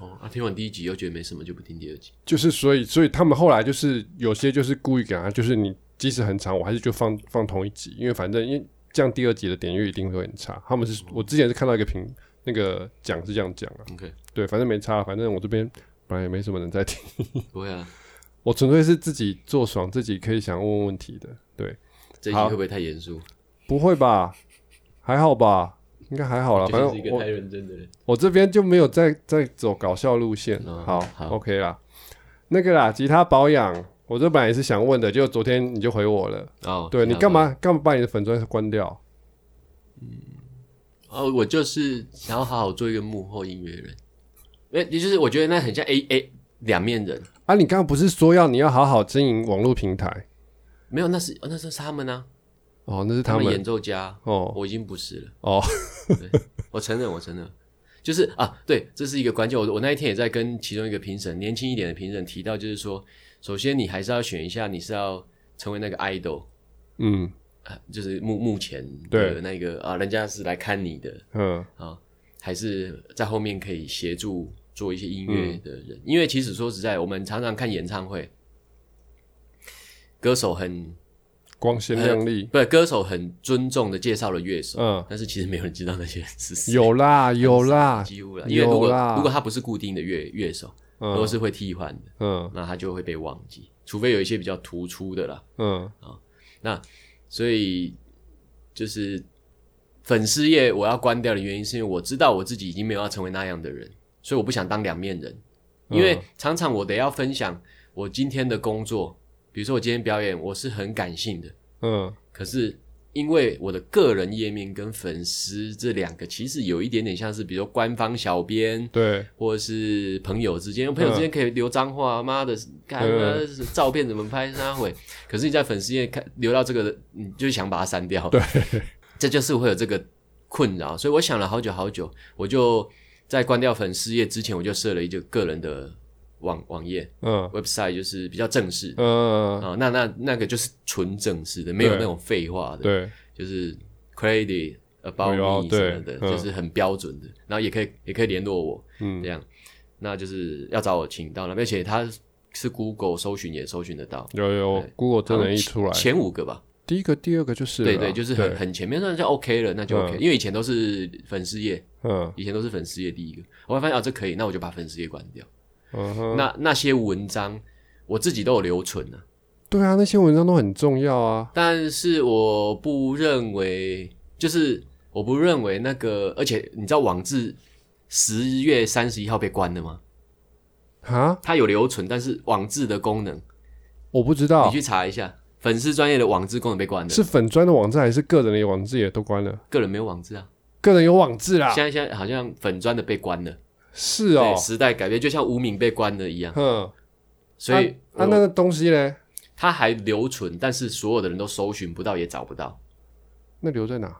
[SPEAKER 2] 哦，啊，听完第一集又觉得没什么，就不听第二集。
[SPEAKER 1] 就是所以所以他们后来就是有些就是故意给他，就是你即使很长，我还是就放放同一集，因为反正因为这样第二集的点击率一定会很差。他们是
[SPEAKER 2] 嗯
[SPEAKER 1] 我之前是看到一个评那个讲是这样讲啊。
[SPEAKER 2] OK，
[SPEAKER 1] 对，反正没差，反正我这边本来也没什么人在听， [LAUGHS]
[SPEAKER 2] 不会啊，
[SPEAKER 1] 我纯粹是自己做爽，自己可以想问问题的。对，
[SPEAKER 2] 这一集
[SPEAKER 1] 好
[SPEAKER 2] 会不会太严肃？
[SPEAKER 1] 不会吧？还好吧？应该还好啦，反
[SPEAKER 2] 哦就
[SPEAKER 1] 正
[SPEAKER 2] 是一个
[SPEAKER 1] 我
[SPEAKER 2] 太认真的人。
[SPEAKER 1] 我这边就没有再再走搞笑路线。
[SPEAKER 2] 嗯
[SPEAKER 1] 好
[SPEAKER 2] 好
[SPEAKER 1] o k 啦。那个啦，吉他保养，我这本来也是想问的，结果昨天你就回我了。
[SPEAKER 2] 哦，
[SPEAKER 1] 对你
[SPEAKER 2] 想
[SPEAKER 1] 干
[SPEAKER 2] 到
[SPEAKER 1] 嘛干嘛把你的粉砖关掉？
[SPEAKER 2] 哦，我就是想要好好做一个幕后音乐人，那也哎就是我觉得那很像 A A 两面人，
[SPEAKER 1] 啊，你刚刚不是说要你要好好经营网络平台？
[SPEAKER 2] 没有，那是那是他们啊，
[SPEAKER 1] 哦，那是
[SPEAKER 2] 他
[SPEAKER 1] 他
[SPEAKER 2] 们
[SPEAKER 1] 们
[SPEAKER 2] 演奏家，
[SPEAKER 1] 哦
[SPEAKER 2] 我已经不是了，
[SPEAKER 1] 哦，
[SPEAKER 2] 我承认，我承认，就是啊，对，这是一个关键。我我那一天也在跟其中一个评审，年轻一点的评审提到，就是说，首先你还是要选一下，你是要成为那个 idol，
[SPEAKER 1] 嗯
[SPEAKER 2] 啊，就是目目前
[SPEAKER 1] 对
[SPEAKER 2] 的那个啊，人家是来看你的，
[SPEAKER 1] 嗯
[SPEAKER 2] 啊，还是在后面可以协助做一些音乐
[SPEAKER 1] 嗯
[SPEAKER 2] 的人。因为其实说实在，我们常常看演唱会，歌手很
[SPEAKER 1] 光鲜亮丽，
[SPEAKER 2] 不是歌手很尊重的介绍了乐手，
[SPEAKER 1] 嗯，
[SPEAKER 2] 但是其实没有人知道那些人 [LAUGHS] 是谁，
[SPEAKER 1] 有
[SPEAKER 2] [LAUGHS]
[SPEAKER 1] 啦有啦，
[SPEAKER 2] 几乎了。因为如
[SPEAKER 1] 有
[SPEAKER 2] 果
[SPEAKER 1] 啦
[SPEAKER 2] 如果他不是固定的乐乐手，如果
[SPEAKER 1] 嗯
[SPEAKER 2] 是会替换的，
[SPEAKER 1] 嗯
[SPEAKER 2] 那他就会被忘记，除非有一些比较突出的啦。
[SPEAKER 1] 嗯，
[SPEAKER 2] 所以就是粉丝业我要关掉的原因，是因为我知道我自己已经没有要成为那样的人，所以我不想当两面人。因为
[SPEAKER 1] 嗯
[SPEAKER 2] 常常我得要分享我今天的工作，比如说我今天表演，我是很感性的，
[SPEAKER 1] 嗯
[SPEAKER 2] 可是因为我的个人页面跟粉丝这两个其实有一点点像是，比如说官方小编。
[SPEAKER 1] 对，
[SPEAKER 2] 或者是朋友之间，朋友之间可以留脏话，啊妈的，干
[SPEAKER 1] 嗯
[SPEAKER 2] 妈照片怎么拍那会？可是你在粉丝页看留到这个，你就想把它删掉。对，这就是会有这个困扰，所以我想了好久好久，我就在关掉粉丝页之前，我就设了一个个人的网网页
[SPEAKER 1] 嗯
[SPEAKER 2] website，就是比较正式的
[SPEAKER 1] 嗯
[SPEAKER 2] 啊、那那那个就是纯正式的，没有
[SPEAKER 1] 对
[SPEAKER 2] 那种废话的。
[SPEAKER 1] 对，
[SPEAKER 2] 就是 crazy
[SPEAKER 1] 哎
[SPEAKER 2] about
[SPEAKER 1] 呦
[SPEAKER 2] me
[SPEAKER 1] 对
[SPEAKER 2] 什么的，
[SPEAKER 1] 嗯
[SPEAKER 2] 就是很标准的，然后也可以也可以联络我，
[SPEAKER 1] 嗯
[SPEAKER 2] 这样，那就是要找我请到了，而且他是 Google 搜寻也搜寻得到，
[SPEAKER 1] 有有
[SPEAKER 2] 对
[SPEAKER 1] ，Google 真人一
[SPEAKER 2] 前
[SPEAKER 1] 出来，
[SPEAKER 2] 前五个吧，
[SPEAKER 1] 第一个第二个就是了
[SPEAKER 2] 对
[SPEAKER 1] 啦
[SPEAKER 2] 对，就是很很前面，那就 OK 了，那就 OK，
[SPEAKER 1] 嗯
[SPEAKER 2] 因为以前都是粉丝页，
[SPEAKER 1] 嗯
[SPEAKER 2] 以前都是粉丝页第一个，我会发现啊这可以，那我就把粉丝页关掉，
[SPEAKER 1] 嗯哼，
[SPEAKER 2] 那那些文章我自己都有留存啊，
[SPEAKER 1] 对啊，那些文章都很重要啊，
[SPEAKER 2] 但是我不认为，就是我不认为那个，而且你知道网志十月三十一号被关了吗？
[SPEAKER 1] 哈，
[SPEAKER 2] 它有留存，但是网志的功能，
[SPEAKER 1] 我不知
[SPEAKER 2] 你
[SPEAKER 1] 道
[SPEAKER 2] 去查一下，粉丝专业的网志功能被关了，
[SPEAKER 1] 哦是粉砖的网站还是个人的网志也都关了，
[SPEAKER 2] 个人没有网志啊。
[SPEAKER 1] 个人有网志啦，
[SPEAKER 2] 现在现在好像粉专的被关了，
[SPEAKER 1] 啊是哦
[SPEAKER 2] 对，，时代改变，就像无名被关了一样，
[SPEAKER 1] 嗯，
[SPEAKER 2] 所以
[SPEAKER 1] 啊啊那个东西嘞，
[SPEAKER 2] 它还留存，但是所有的人都搜寻不到，也找不到。
[SPEAKER 1] 那留在哪？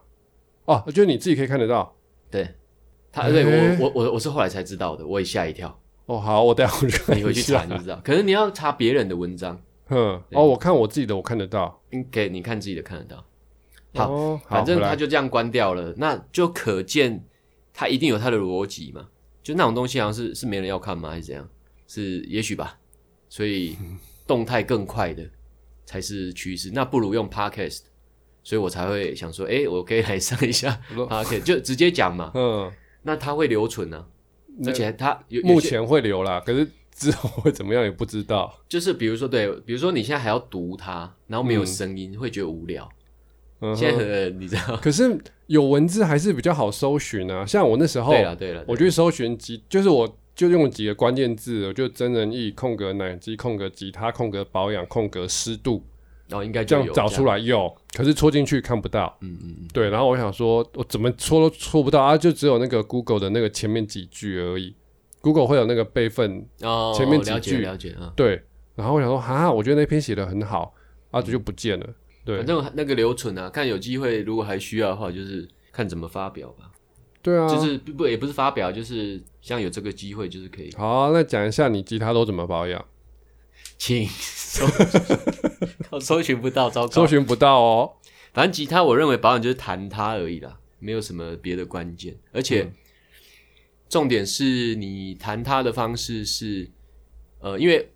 [SPEAKER 1] 哦，就是你自己可以看得到。
[SPEAKER 2] 对，它
[SPEAKER 1] 诶
[SPEAKER 2] 对我我我我是后来才知道的，我也吓一
[SPEAKER 1] [LAUGHS]
[SPEAKER 2] 跳。
[SPEAKER 1] 哦，好，我待会儿去看
[SPEAKER 2] [LAUGHS] 你回去
[SPEAKER 1] 一下
[SPEAKER 2] 查就知道。可是你要查别人的文章，
[SPEAKER 1] 嗯，哦，我看我自己的，我看得到。
[SPEAKER 2] 你给你看自己的看得到。好
[SPEAKER 1] 哦，好，
[SPEAKER 2] 反正
[SPEAKER 1] 回来
[SPEAKER 2] 他就这样关掉了，那就可见他一定有他的逻辑嘛。就那种东西好像是是没人要看吗？还是怎样？是也许吧。所以动态更快的才是趋势，那不如用 podcast。所以我才会想说，诶，我可以来上一下 podcast，就直接讲嘛。
[SPEAKER 1] 嗯，
[SPEAKER 2] 那它会留存啊，而且它有有
[SPEAKER 1] 目
[SPEAKER 2] 些
[SPEAKER 1] 前会留啦，可是之后会怎么样也不知道。
[SPEAKER 2] 就是比如说对，比如说你现在还要读它，然后没有
[SPEAKER 1] 嗯
[SPEAKER 2] 声音，会觉得无聊。
[SPEAKER 1] 嗯哼，
[SPEAKER 2] 现在很你知道？
[SPEAKER 1] 可是有文字还是比较好搜寻啊。像我那时候，
[SPEAKER 2] 对了对了，
[SPEAKER 1] 我去搜寻吉，就是我就用几个关键字，我就真人艺空格奶机空格吉他空格保养空格湿度，
[SPEAKER 2] 然哦后应该
[SPEAKER 1] 这
[SPEAKER 2] 就
[SPEAKER 1] 样
[SPEAKER 2] 有
[SPEAKER 1] 找出
[SPEAKER 2] 来，
[SPEAKER 1] 来有，可是戳进去看不到。
[SPEAKER 2] 嗯嗯嗯，
[SPEAKER 1] 对，然后我想说，我怎么戳都戳不到啊，就只有那个 Google 的那个前面几句而已。Google 会有那个备份，
[SPEAKER 2] 哦，
[SPEAKER 1] 前面几
[SPEAKER 2] 了解
[SPEAKER 1] 句
[SPEAKER 2] 了解啊，
[SPEAKER 1] 对。然后我想说，哈，我觉得那篇写的很好，啊，这就不见了。对
[SPEAKER 2] 反，正那个留存啊，看有机会如果还需要的话，就是看怎么发表吧，
[SPEAKER 1] 对啊。
[SPEAKER 2] 就是不不也不是发表，就是像有这个机会，就是可以
[SPEAKER 1] 好啊，那讲一下你吉他都怎么保养？
[SPEAKER 2] 请 [LAUGHS] 搜，靠搜寻不到，糟
[SPEAKER 1] 搜
[SPEAKER 2] 糕，
[SPEAKER 1] 寻不到哦。
[SPEAKER 2] 反正吉他我认为保养就是弹它而已啦，没有什么别的关键，而且。重点是你弹它的方式是，呃，因为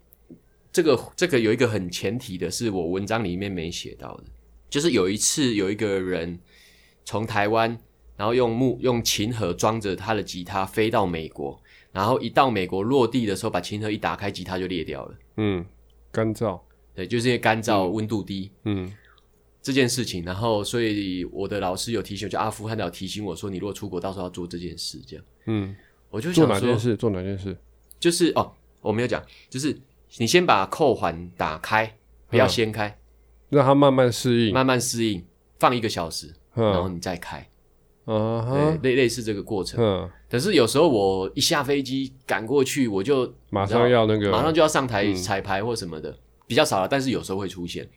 [SPEAKER 2] 这个这个有一个很前提的是我文章里面没写到的，就是有一次有一个人从台湾，然后用木用琴盒装着他的吉他飞到美国，然后一到美国落地的时候，把琴盒一打开，吉他就裂掉了。
[SPEAKER 1] 嗯，干燥。
[SPEAKER 2] 对，就是因为干燥、温度低
[SPEAKER 1] 嗯
[SPEAKER 2] 这件事情，然后所以我的老师有提醒我，就阿富汗的有提醒我说，你如果出国，到时候要做这件事，这样
[SPEAKER 1] 嗯，
[SPEAKER 2] 我就想
[SPEAKER 1] 做哪
[SPEAKER 2] 说
[SPEAKER 1] 件，事？做哪件事？
[SPEAKER 2] 就是哦，我没有讲，就是你先把扣环打开，
[SPEAKER 1] 嗯
[SPEAKER 2] 不要先开，
[SPEAKER 1] 让它慢慢适应。
[SPEAKER 2] 慢慢适应，放一个小时，然后
[SPEAKER 1] 嗯
[SPEAKER 2] 你再开，
[SPEAKER 1] 啊
[SPEAKER 2] 对
[SPEAKER 1] 哈，，
[SPEAKER 2] 类类似这个过程。
[SPEAKER 1] 嗯，
[SPEAKER 2] 可是有时候我一下飞机赶过去，我就
[SPEAKER 1] 马
[SPEAKER 2] 你知道
[SPEAKER 1] 上要那个，
[SPEAKER 2] 马上就要上台
[SPEAKER 1] 嗯
[SPEAKER 2] 彩排或什么的，比较少了，但是有时候会出现。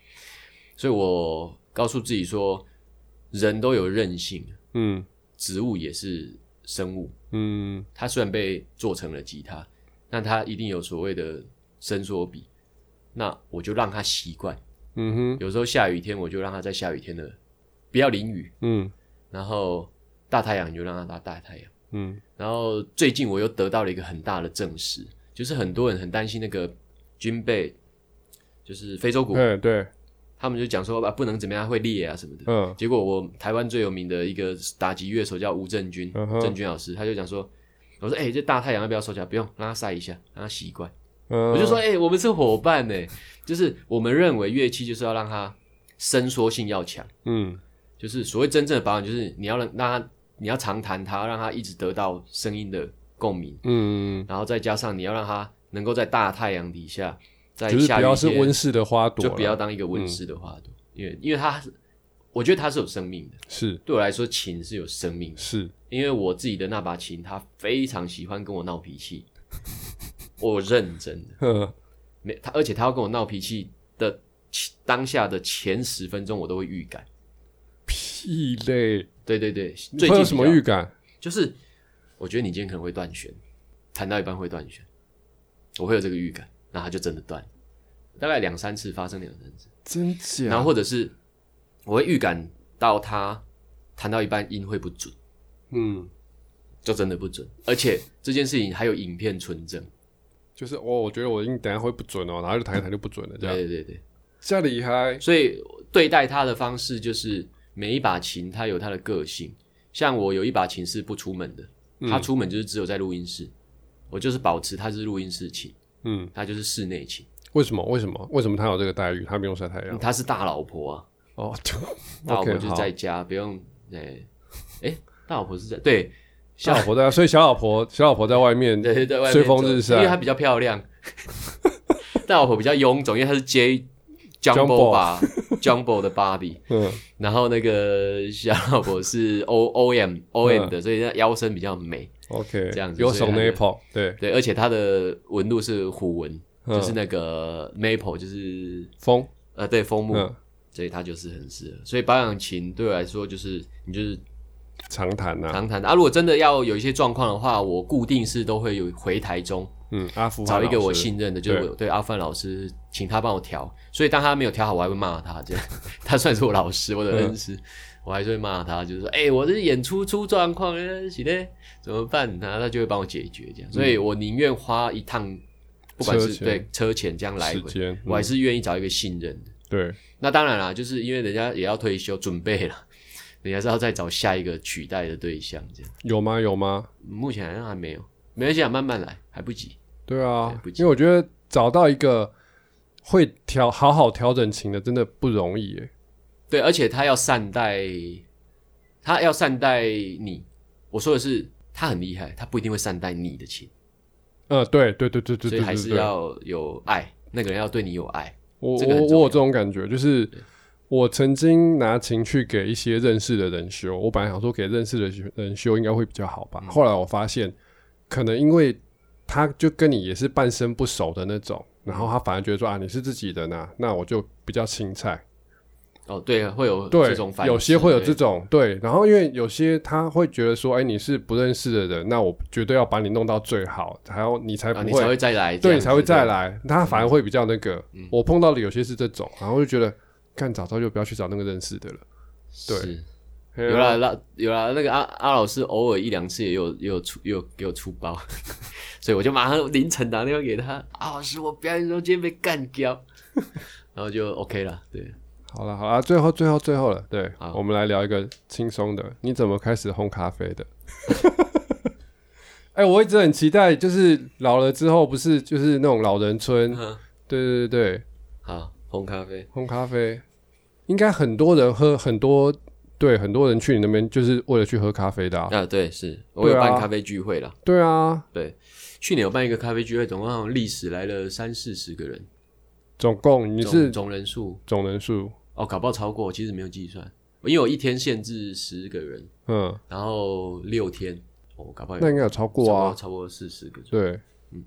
[SPEAKER 2] 所以我告诉自己说，人都有韧性，
[SPEAKER 1] 嗯
[SPEAKER 2] 植物也是生物，
[SPEAKER 1] 嗯
[SPEAKER 2] 它虽然被做成了吉他，但它一定有所谓的伸缩比。那我就让它习惯，
[SPEAKER 1] 嗯哼，
[SPEAKER 2] 有时候下雨天我就让它在下雨天的不要淋雨，
[SPEAKER 1] 嗯
[SPEAKER 2] 然后大太阳就让它大大太阳。
[SPEAKER 1] 嗯
[SPEAKER 2] 然后最近我又得到了一个很大的证实，就是很多人很担心那个军备，就是非洲
[SPEAKER 1] 嗯，
[SPEAKER 2] 鼓，
[SPEAKER 1] 对对，
[SPEAKER 2] 他们就讲说啊不能怎么样会裂啊什么的。
[SPEAKER 1] 嗯
[SPEAKER 2] 结果我台湾最有名的一个打击乐手叫吴正军
[SPEAKER 1] 嗯哼
[SPEAKER 2] 郑军老师，他就讲说，我说哎、这大太阳要不要收起来？不用，让它晒一下，让它习惯。
[SPEAKER 1] 嗯，
[SPEAKER 2] 我就说哎、我们是伙伴呢、 [LAUGHS] 就是我们认为乐器就是要让它伸缩性要强，
[SPEAKER 1] 嗯
[SPEAKER 2] 就是所谓真正的保养，就是你要让让它你要常弹它，让它一直得到声音的共鸣。
[SPEAKER 1] 嗯，
[SPEAKER 2] 然后再加上你要让它能够在大太阳底下，在
[SPEAKER 1] 就是
[SPEAKER 2] 下
[SPEAKER 1] 不
[SPEAKER 2] 雨
[SPEAKER 1] 要
[SPEAKER 2] 天
[SPEAKER 1] 是温室嗯的花朵
[SPEAKER 2] 就
[SPEAKER 1] 啦，
[SPEAKER 2] 不要当一个温室的花朵，因为因为它，我觉得它是有生命的。
[SPEAKER 1] 是
[SPEAKER 2] 对我来说，琴是有生命的，
[SPEAKER 1] 是，
[SPEAKER 2] 因为我自己的那把琴，它非常喜欢跟我闹脾气，我认真的，
[SPEAKER 1] 嗯
[SPEAKER 2] 没它，而且它要跟我闹脾气的其当下的前十分钟，我都会预感。
[SPEAKER 1] 屁嘞，
[SPEAKER 2] 对对对，最
[SPEAKER 1] 会
[SPEAKER 2] 近
[SPEAKER 1] 有什么
[SPEAKER 2] 比较
[SPEAKER 1] 预感？
[SPEAKER 2] 就是我觉得你今天可能会断弦，弹到一半会断弦，我会有这个预感，那它就真的断了，大概两三次发生两三次，
[SPEAKER 1] 真假？
[SPEAKER 2] 然后或者是我会预感到它弹到一半音会不准，
[SPEAKER 1] 嗯，
[SPEAKER 2] 就真的不准，而且这件事情还有影片存证，
[SPEAKER 1] 就是哦，我觉得我音等一下会不准哦，然后就弹一弹就不准了，这
[SPEAKER 2] 对
[SPEAKER 1] 样，
[SPEAKER 2] 对对对，
[SPEAKER 1] 这样厉害，
[SPEAKER 2] 所以对待它的方式就是每一把琴它有它的个性，像我有一把琴是不出门的，
[SPEAKER 1] 嗯
[SPEAKER 2] 它出门就是只有在录音室，我就是保持它是录音室琴，
[SPEAKER 1] 嗯，
[SPEAKER 2] 它就是室内琴。
[SPEAKER 1] 为什么？为什么？为什么他有这个待遇？他不用晒太阳
[SPEAKER 2] 嗯她是大老婆啊，
[SPEAKER 1] 哦，
[SPEAKER 2] 大老
[SPEAKER 1] OK，
[SPEAKER 2] 婆就是
[SPEAKER 1] 好
[SPEAKER 2] 在家，不用诶诶，大老婆是在对
[SPEAKER 1] 小老婆在，所以小老婆小老婆在外面，
[SPEAKER 2] [LAUGHS] 对对对，外面
[SPEAKER 1] 吹风
[SPEAKER 2] 走
[SPEAKER 1] 日晒
[SPEAKER 2] 因为她比较漂亮，大老婆比较臃肿，因为她是 J Jumbo
[SPEAKER 1] Jumbo
[SPEAKER 2] 吧 Jumbo 的 Barbie，
[SPEAKER 1] 嗯
[SPEAKER 2] 然后那个小老婆是 O O M O M
[SPEAKER 1] 嗯
[SPEAKER 2] 的，所以她腰身比较美，
[SPEAKER 1] ，OK，
[SPEAKER 2] 这样子
[SPEAKER 1] 有
[SPEAKER 2] 所以
[SPEAKER 1] 手
[SPEAKER 2] 他就
[SPEAKER 1] maple，对，
[SPEAKER 2] 对，而且她的纹路是虎纹，
[SPEAKER 1] 嗯
[SPEAKER 2] 就是那个 Maple，就是
[SPEAKER 1] 风，
[SPEAKER 2] 呃对枫木，
[SPEAKER 1] 嗯，
[SPEAKER 2] 所以她就是很适合，所以保养琴对我来说就是你就是。
[SPEAKER 1] 长谈呐，
[SPEAKER 2] 常谈的啊。如果真的要有一些状况的话，我固定是都会有回台中
[SPEAKER 1] 嗯，阿福
[SPEAKER 2] 找一个
[SPEAKER 1] 老师
[SPEAKER 2] 我信任的，就是我对阿范老师，请他帮我调。所以当他没有调好，我还会骂他，这样 [LAUGHS] 他算是我老师，我
[SPEAKER 1] 嗯
[SPEAKER 2] 的恩师，我还是会骂他，就是说，哎、我这演出出状况了，喜嘞怎么办？然后他就会帮我解决这样。所以我宁愿花一趟，不管
[SPEAKER 1] 嗯
[SPEAKER 2] 是
[SPEAKER 1] 车钱
[SPEAKER 2] 对车钱这样来
[SPEAKER 1] 时
[SPEAKER 2] 回，
[SPEAKER 1] 间，
[SPEAKER 2] 我还
[SPEAKER 1] 嗯
[SPEAKER 2] 是愿意找一个信任的。
[SPEAKER 1] 对，
[SPEAKER 2] 那当然啦，就是因为人家也要退休准备了，人家是要再找下一个取代的对象这样。
[SPEAKER 1] 有吗？有吗？
[SPEAKER 2] 目前好像还没有，没关系啊，慢慢来，还不急。
[SPEAKER 1] 对啊
[SPEAKER 2] 对，不急
[SPEAKER 1] 因为我觉得找到一个会调好好调整琴的，真的不容易耶。
[SPEAKER 2] 对，而且他要善待，他要善待你。我说的是，他很厉害，他不一定会善待你的情，
[SPEAKER 1] 嗯，对对对对对
[SPEAKER 2] 所
[SPEAKER 1] 对
[SPEAKER 2] 以还
[SPEAKER 1] 对
[SPEAKER 2] 是
[SPEAKER 1] 对，
[SPEAKER 2] 要有爱，那个人要对你有爱。
[SPEAKER 1] 我我
[SPEAKER 2] 这个很重要
[SPEAKER 1] 我有这种感觉，就是我曾经拿琴去给一些认识的人修，我本来想说给认识的学人修应该会比较好吧，
[SPEAKER 2] 嗯
[SPEAKER 1] 后来我发现可能因为他就跟你也是半生不熟的那种，然
[SPEAKER 2] 嗯
[SPEAKER 1] 后他反而觉得说啊你是自己人啊，那我就比较青菜。
[SPEAKER 2] 哦，对啊，会有
[SPEAKER 1] 对
[SPEAKER 2] 这种，反
[SPEAKER 1] 有些
[SPEAKER 2] 思
[SPEAKER 1] 会有
[SPEAKER 2] 对
[SPEAKER 1] 这种对，然后因为有些他会觉得说，哎，你是不认识的人，那我绝对要把你弄到最好，还要你才不
[SPEAKER 2] 啊，你
[SPEAKER 1] 会，
[SPEAKER 2] 才会再来，这
[SPEAKER 1] 对
[SPEAKER 2] 样
[SPEAKER 1] 你
[SPEAKER 2] 子嗯
[SPEAKER 1] 才会再。来。他反而会比较那个，我碰到的有些是这种，然后我就觉得，干早知道就不要去找那个认识的了。对
[SPEAKER 2] 是
[SPEAKER 1] 嘿啊
[SPEAKER 2] 有啦，啦有啦，那个阿阿老师偶尔一两次也有也有出也有给我出包， [LAUGHS] 所以我就马上凌晨打电话给他，阿老师，我表演中间被干
[SPEAKER 1] [LAUGHS]
[SPEAKER 2] 掉，然后就 OK 了，对。
[SPEAKER 1] 好了好了，最后最后最后了，对
[SPEAKER 2] 好，
[SPEAKER 1] 我们来聊一个轻松的，你怎么开始烘咖啡的？ [LAUGHS] 哎、我一直很期待，就是老了之后，不是就是那种老人村，
[SPEAKER 2] 嗯
[SPEAKER 1] 对对对对，
[SPEAKER 2] 好，红咖啡。
[SPEAKER 1] 烘咖啡，应该很多人喝很多对很多人去你那边就是为了去喝咖啡的、啊。
[SPEAKER 2] 啊，对，是我有
[SPEAKER 1] 对啊
[SPEAKER 2] 办咖啡聚会啦。
[SPEAKER 1] 对啊，
[SPEAKER 2] 对，去年有办一个咖啡聚会，总共好像历史来了三四十个人，
[SPEAKER 1] 总共你
[SPEAKER 2] 总
[SPEAKER 1] 是
[SPEAKER 2] 总人数
[SPEAKER 1] 总人数，
[SPEAKER 2] 哦，搞不好超过，其实没有计算，因为我一天限制十个人，
[SPEAKER 1] 嗯，
[SPEAKER 2] 然后六天，哦，搞不好有
[SPEAKER 1] 那应该有超
[SPEAKER 2] 超
[SPEAKER 1] 过
[SPEAKER 2] 过
[SPEAKER 1] 啊。
[SPEAKER 2] 超过四十个左右，
[SPEAKER 1] 对，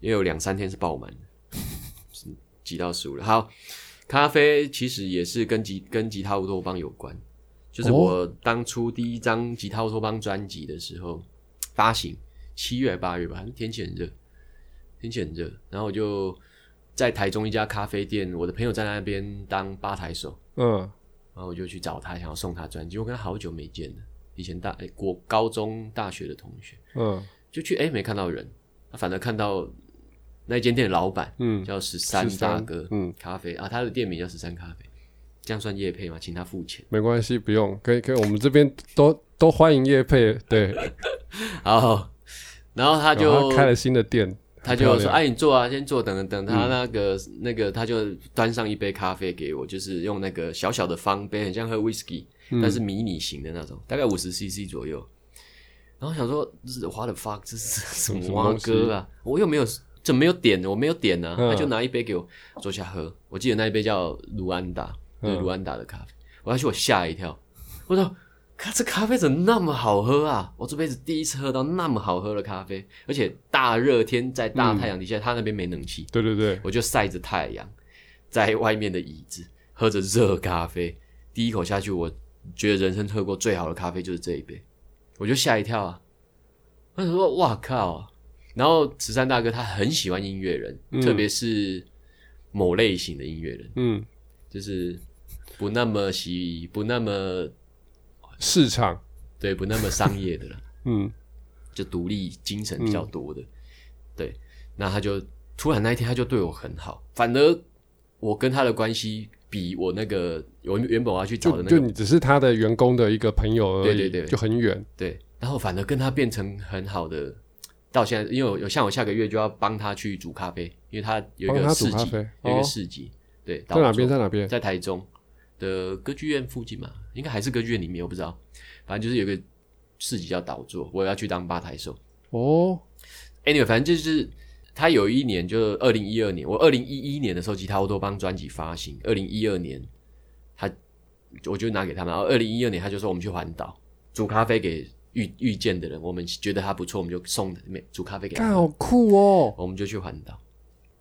[SPEAKER 2] 也有两三天是爆满的， [LAUGHS] 是挤到十五了。好，咖啡其实也是跟吉跟吉他乌托邦有关，就是
[SPEAKER 1] 哦
[SPEAKER 2] 我当初第一张吉他乌托邦专辑的时候发行，七月八月吧，天气很热，天气很热，然后我就在台中一家咖啡店，我的朋友在那边当吧台手，
[SPEAKER 1] 嗯，
[SPEAKER 2] 然后我就去找他，想要送他专辑，我跟他好久没见了，以前大诶国高中大学的同学。
[SPEAKER 1] 嗯
[SPEAKER 2] 就去哎、诶没看到人，反而看到那间店的老板，
[SPEAKER 1] 嗯
[SPEAKER 2] 叫十三
[SPEAKER 1] 13
[SPEAKER 2] 大哥，
[SPEAKER 1] 嗯
[SPEAKER 2] 咖啡啊，他的店名叫十三咖啡，这样算业配吗？请他付钱。 [LAUGHS]
[SPEAKER 1] 没关系，不用，可以可以，我们这边都都欢迎叶配，对，
[SPEAKER 2] 好，然后
[SPEAKER 1] 然后
[SPEAKER 2] 他就
[SPEAKER 1] 哦开了新的店，
[SPEAKER 2] 他
[SPEAKER 1] 很漂亮
[SPEAKER 2] 就
[SPEAKER 1] 嗯
[SPEAKER 2] 说：“哎、你坐啊，先坐，等等他那个、那个，他就端上一杯咖啡给我，就是用那个小小的方杯，很像喝 whisky，、但
[SPEAKER 1] 嗯
[SPEAKER 2] 是迷你型的那种，大概五十 CC 左右。然后想说，这是 what the fuck，这是什
[SPEAKER 1] 么
[SPEAKER 2] 么蛙
[SPEAKER 1] 东西
[SPEAKER 2] 哥啊？我又没有，这没有点，我没有点啊。
[SPEAKER 1] 嗯
[SPEAKER 2] 他就拿一杯给我坐下喝，我记得那一杯叫卢安达，对，
[SPEAKER 1] 嗯
[SPEAKER 2] 卢安达的咖啡。我要去，我吓一跳，我说。看这咖啡怎么那么好喝啊！我这辈子第一次喝到那么好喝的咖啡，而且大热天在大太阳底下，他那边没冷气，
[SPEAKER 1] 对对对，
[SPEAKER 2] 我就晒着太阳，在外面的椅子喝着热咖啡，第一口下去，我觉得人生喝过最好的咖啡就是这一杯，我就吓一跳啊！我想说，哇靠啊、然后十三大哥他很喜欢音乐人，
[SPEAKER 1] 嗯
[SPEAKER 2] 特别是某类型的音乐人，
[SPEAKER 1] 嗯，
[SPEAKER 2] 就是不那么喜不那么
[SPEAKER 1] 市场，
[SPEAKER 2] 对不那么商业的了。
[SPEAKER 1] 嗯
[SPEAKER 2] 就独立精神比较多的，对。那他就突然那一天，他就对我很好，反而我跟他的关系比我那个我原本我要去找
[SPEAKER 1] 就
[SPEAKER 2] 的那
[SPEAKER 1] 就
[SPEAKER 2] 个
[SPEAKER 1] 你只是他的员工的一个朋友而已，
[SPEAKER 2] 对对对
[SPEAKER 1] 就很远，
[SPEAKER 2] 对，然后反而跟他变成很好的。到现在，因为我有像我下个月就要帮他去煮咖啡，因为他有一
[SPEAKER 1] 帮
[SPEAKER 2] 个
[SPEAKER 1] 他煮
[SPEAKER 2] 市
[SPEAKER 1] 咖
[SPEAKER 2] 集
[SPEAKER 1] 啡，
[SPEAKER 2] 有一
[SPEAKER 1] 哦
[SPEAKER 2] 个市集，对，
[SPEAKER 1] 在哪边？
[SPEAKER 2] 在
[SPEAKER 1] 在哪边？
[SPEAKER 2] 在台中的歌剧院附近嘛，应该还是歌剧院里面，我不知道，反正就是有一个市集叫岛座，我要去当吧台手，
[SPEAKER 1] 哦，
[SPEAKER 2] anyway，反正就是他有一年，就是二零一二年，我二零一一年的时候，吉他乌托邦专辑发行，二零一二年他我就拿给他们，然后二零一二年他就说我们去环岛煮咖啡给遇遇见的人，我们觉得他不错，我们就送每煮咖啡给
[SPEAKER 1] 干
[SPEAKER 2] 他
[SPEAKER 1] 好
[SPEAKER 2] 们，
[SPEAKER 1] 酷哦！
[SPEAKER 2] 我们就去环岛。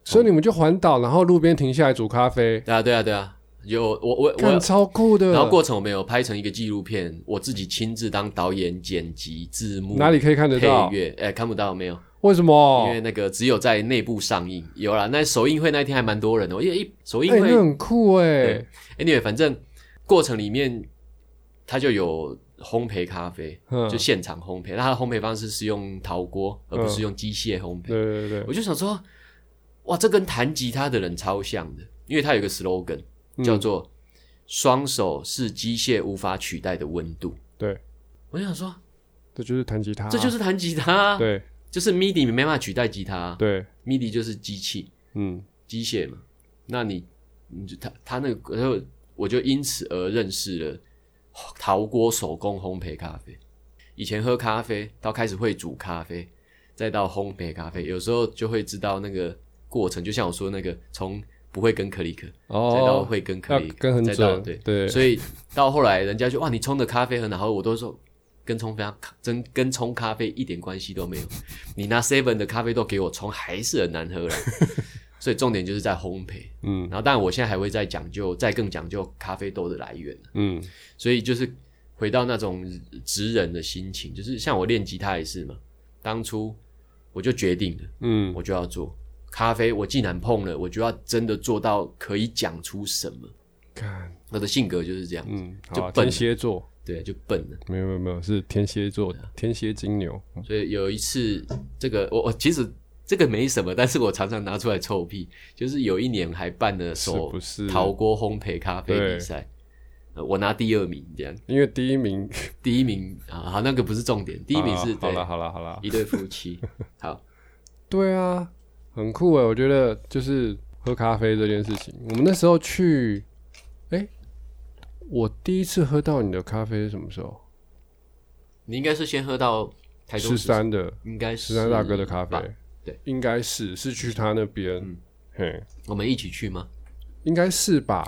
[SPEAKER 1] 所以你们就环岛，然后路边停下来煮咖啡，
[SPEAKER 2] 对啊，对啊，对啊，有我我
[SPEAKER 1] 干
[SPEAKER 2] 我。
[SPEAKER 1] 超酷的。
[SPEAKER 2] 然后过程我们有拍成一个纪录片，我自己亲自当导演、剪辑、字幕、
[SPEAKER 1] 哪里可以看得到
[SPEAKER 2] 配？乐，哎、看不到没有？
[SPEAKER 1] 为什么？
[SPEAKER 2] 因为那个只有在内部上映，有啦。那首映会那天还蛮多人的，我因为一首映
[SPEAKER 1] 哎，
[SPEAKER 2] 会、
[SPEAKER 1] 那很酷哎
[SPEAKER 2] 对。anyway，反正过程里面它就有烘焙咖啡，
[SPEAKER 1] 嗯
[SPEAKER 2] 就现场烘焙。那它的烘焙方式是用陶锅，而不是用机械烘焙。
[SPEAKER 1] 对对对
[SPEAKER 2] 我
[SPEAKER 1] 对，
[SPEAKER 2] 就想说，哇，这跟弹吉他的人超像的，因为他有一个 slogan
[SPEAKER 1] 嗯
[SPEAKER 2] 叫做“双手是机械无法取代的温度”。
[SPEAKER 1] 对，
[SPEAKER 2] 我就想说，
[SPEAKER 1] 这就是弹吉他，
[SPEAKER 2] 这就是弹吉他啊，
[SPEAKER 1] 对
[SPEAKER 2] 就是 MIDI 没办法取代吉他啊
[SPEAKER 1] 对，
[SPEAKER 2] ，MIDI 就是机器。
[SPEAKER 1] 嗯
[SPEAKER 2] 机械嘛，那你你就他他那个，然后我就因此而认识了陶锅手工烘焙咖啡。以前喝咖啡，到开始会煮咖啡，再到烘焙咖啡，有时候就会知道那个过程。就像我说那个，从不会跟可立克，再到
[SPEAKER 1] 哦，
[SPEAKER 2] 会跟可
[SPEAKER 1] 要
[SPEAKER 2] 立克，
[SPEAKER 1] 跟很
[SPEAKER 2] 再到
[SPEAKER 1] 准，
[SPEAKER 2] 对，
[SPEAKER 1] 对，
[SPEAKER 2] 所以到后来人家就哇，你冲的咖啡很好喝，我都说跟冲非常真跟冲咖啡一点关系都没有。你拿 Seven 的咖啡豆给我冲，还是很难喝了。所以重点就是在烘焙，
[SPEAKER 1] [LAUGHS] 嗯
[SPEAKER 2] 然后当然我现在还会再讲究，再更讲究咖啡豆的来源。啊
[SPEAKER 1] 嗯
[SPEAKER 2] 所以就是回到那种职人的心情，就是像我练吉他也是嘛，当初我就决定了。
[SPEAKER 1] 嗯
[SPEAKER 2] 我就要做咖啡。我既然碰了，我就要真的做到可以讲出什么。
[SPEAKER 1] 看
[SPEAKER 2] 我的性格就是这样，
[SPEAKER 1] 嗯，
[SPEAKER 2] 就
[SPEAKER 1] 好，
[SPEAKER 2] 笨
[SPEAKER 1] 天蝎座，
[SPEAKER 2] 对，就笨了。
[SPEAKER 1] 没有没有没有，是天蝎座，
[SPEAKER 2] 啊
[SPEAKER 1] 天蝎金牛，
[SPEAKER 2] 所以有一次，这个我我其实这个没什么，但是我常常拿出来臭屁。就是有一年还办了
[SPEAKER 1] 是
[SPEAKER 2] 手
[SPEAKER 1] 不是？
[SPEAKER 2] 陶锅烘焙咖啡比赛，呃我拿第二名，这样
[SPEAKER 1] 因为第一名，
[SPEAKER 2] 第一名啊，好，那个不是重 [LAUGHS] 点，第一名是、
[SPEAKER 1] 啊好了
[SPEAKER 2] 对
[SPEAKER 1] 好了好了，
[SPEAKER 2] 一对
[SPEAKER 1] [LAUGHS]
[SPEAKER 2] 夫妻。好，
[SPEAKER 1] 对啊，很酷哎！我觉得就是喝咖啡这件事情，我们那时候去，哎、我第一次喝到你的咖啡是什么时候？
[SPEAKER 2] 你应该是先喝到台中
[SPEAKER 1] 十，三的
[SPEAKER 2] 应该是啊
[SPEAKER 1] 十三大哥的咖啡
[SPEAKER 2] 吧，对，嗯
[SPEAKER 1] 应该是是去他那边，嘿，
[SPEAKER 2] 我们一起去吗？
[SPEAKER 1] 应该是吧？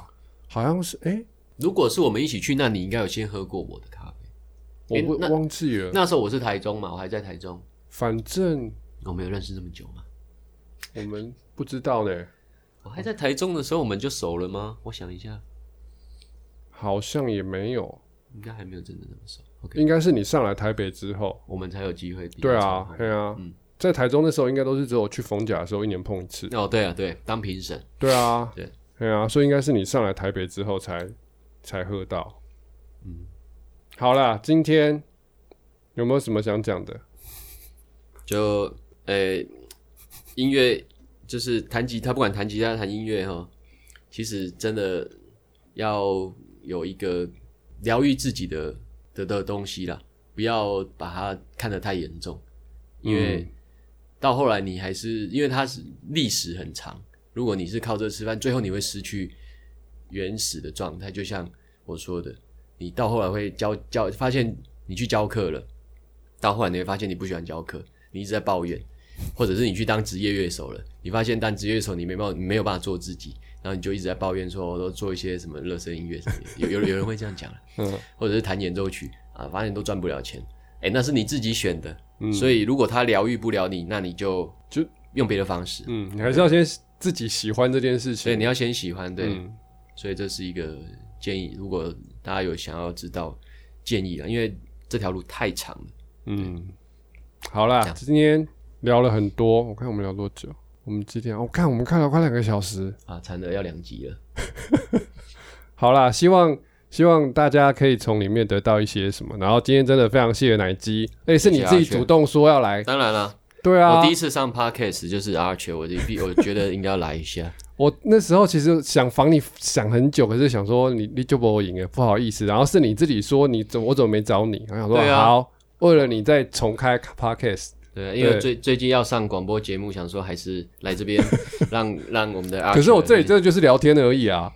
[SPEAKER 1] 好像是，哎、
[SPEAKER 2] 如果是我们一起去，那你应该有先喝过我的咖啡。诶
[SPEAKER 1] 我
[SPEAKER 2] 那
[SPEAKER 1] 忘忘记了，
[SPEAKER 2] 那时候我是台中嘛，我还在台中，
[SPEAKER 1] 反正
[SPEAKER 2] 我没有认识这么久嘛。
[SPEAKER 1] 我们不知道呢，
[SPEAKER 2] 我还在台中的时候，我们就熟了吗？我想一下，
[SPEAKER 1] 好像也没有，
[SPEAKER 2] 应该还没有真的那么熟。OK，
[SPEAKER 1] 应该是你上来台北之后，
[SPEAKER 2] 我们才有机会比较
[SPEAKER 1] 对
[SPEAKER 2] 常
[SPEAKER 1] 啊
[SPEAKER 2] 碰。，
[SPEAKER 1] 对啊，
[SPEAKER 2] 嗯
[SPEAKER 1] 在台中那时候应该都是只有去逢甲的时候一年碰一次，
[SPEAKER 2] 哦，对啊，对，当评审。
[SPEAKER 1] 对啊，
[SPEAKER 2] 对，
[SPEAKER 1] 对啊，所以应该是你上来台北之后才才喝到。嗯，好啦，今天有没有什么想讲的？
[SPEAKER 2] 就呃、音乐就是弹吉他，不管弹吉他弹音乐哈，其实真的要有一个疗愈自己的的的东西啦，不要把它看得太严重，因为到后来你还是因为它是历史很长，如果你是靠这吃饭，最后你会失去原始的状态，就像我说的，你到后来会教教发现你去教课了。到后来你会发现你不喜欢教课，你一直在抱怨，或者是你去当职业乐手了，你发现当职业乐手你没办法你没有办法做自己，然后你就一直在抱怨说我都做一些什么热身音乐什么的，有有有人会这样讲了，
[SPEAKER 1] 嗯，
[SPEAKER 2] 或者是弹演奏曲啊，发现都赚不了钱，哎、那是你自己选的，所以如果他疗愈不了你，那你嗯就
[SPEAKER 1] 就
[SPEAKER 2] 用别的方式，
[SPEAKER 1] 嗯，你还是要先自己喜欢这件事
[SPEAKER 2] 所以
[SPEAKER 1] 情。
[SPEAKER 2] 你要先喜欢，对，
[SPEAKER 1] 嗯
[SPEAKER 2] 所以这是一个建议，如果大家有想要知道建议啊，因为这条路太长了，
[SPEAKER 1] 嗯，好啦，今天聊了很多，我看我们聊多久？我们几点？哦我、看我们看了快两个小时。
[SPEAKER 2] 啊，惨了要两集了。
[SPEAKER 1] 好啦，希望希望大家可以从里面得到一些什么。然后今天真的非常谢谢奶鸡，哎、是你
[SPEAKER 2] 谢谢
[SPEAKER 1] 自己
[SPEAKER 2] 阿轩
[SPEAKER 1] 主动说要来，
[SPEAKER 2] 当然了、
[SPEAKER 1] 对啊，
[SPEAKER 2] 我第一次上 podcast 就是 Archer，我必我觉得应该要来一下。
[SPEAKER 1] 我那时候其实想防你想很久，可是想说你你就不我赢了，不好意思。然后是你自己说你怎么我怎么没找你，我想说、
[SPEAKER 2] 对啊
[SPEAKER 1] 好，为了你再重开 podcast，
[SPEAKER 2] [LAUGHS] 对，啊因为
[SPEAKER 1] 对
[SPEAKER 2] 最最近要上广播节目，想说还是来这 [LAUGHS] 边让让我们的 Archer。
[SPEAKER 1] 可是我这里真的就是聊天而已啊。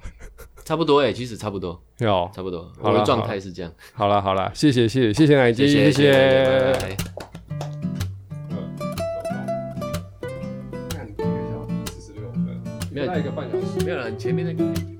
[SPEAKER 2] 差不多哎、其实差不多，
[SPEAKER 1] 有，
[SPEAKER 2] 差不多，
[SPEAKER 1] 好啦
[SPEAKER 2] 我的状态是这样。
[SPEAKER 1] 好了好了，谢谢谢谢谢谢奶鸡，
[SPEAKER 2] 谢谢
[SPEAKER 1] 谢
[SPEAKER 2] 拜。拜。
[SPEAKER 1] 看一个小时四十六分，
[SPEAKER 2] 没有
[SPEAKER 1] 大概一个半小时。
[SPEAKER 2] 没有了，你前面那个。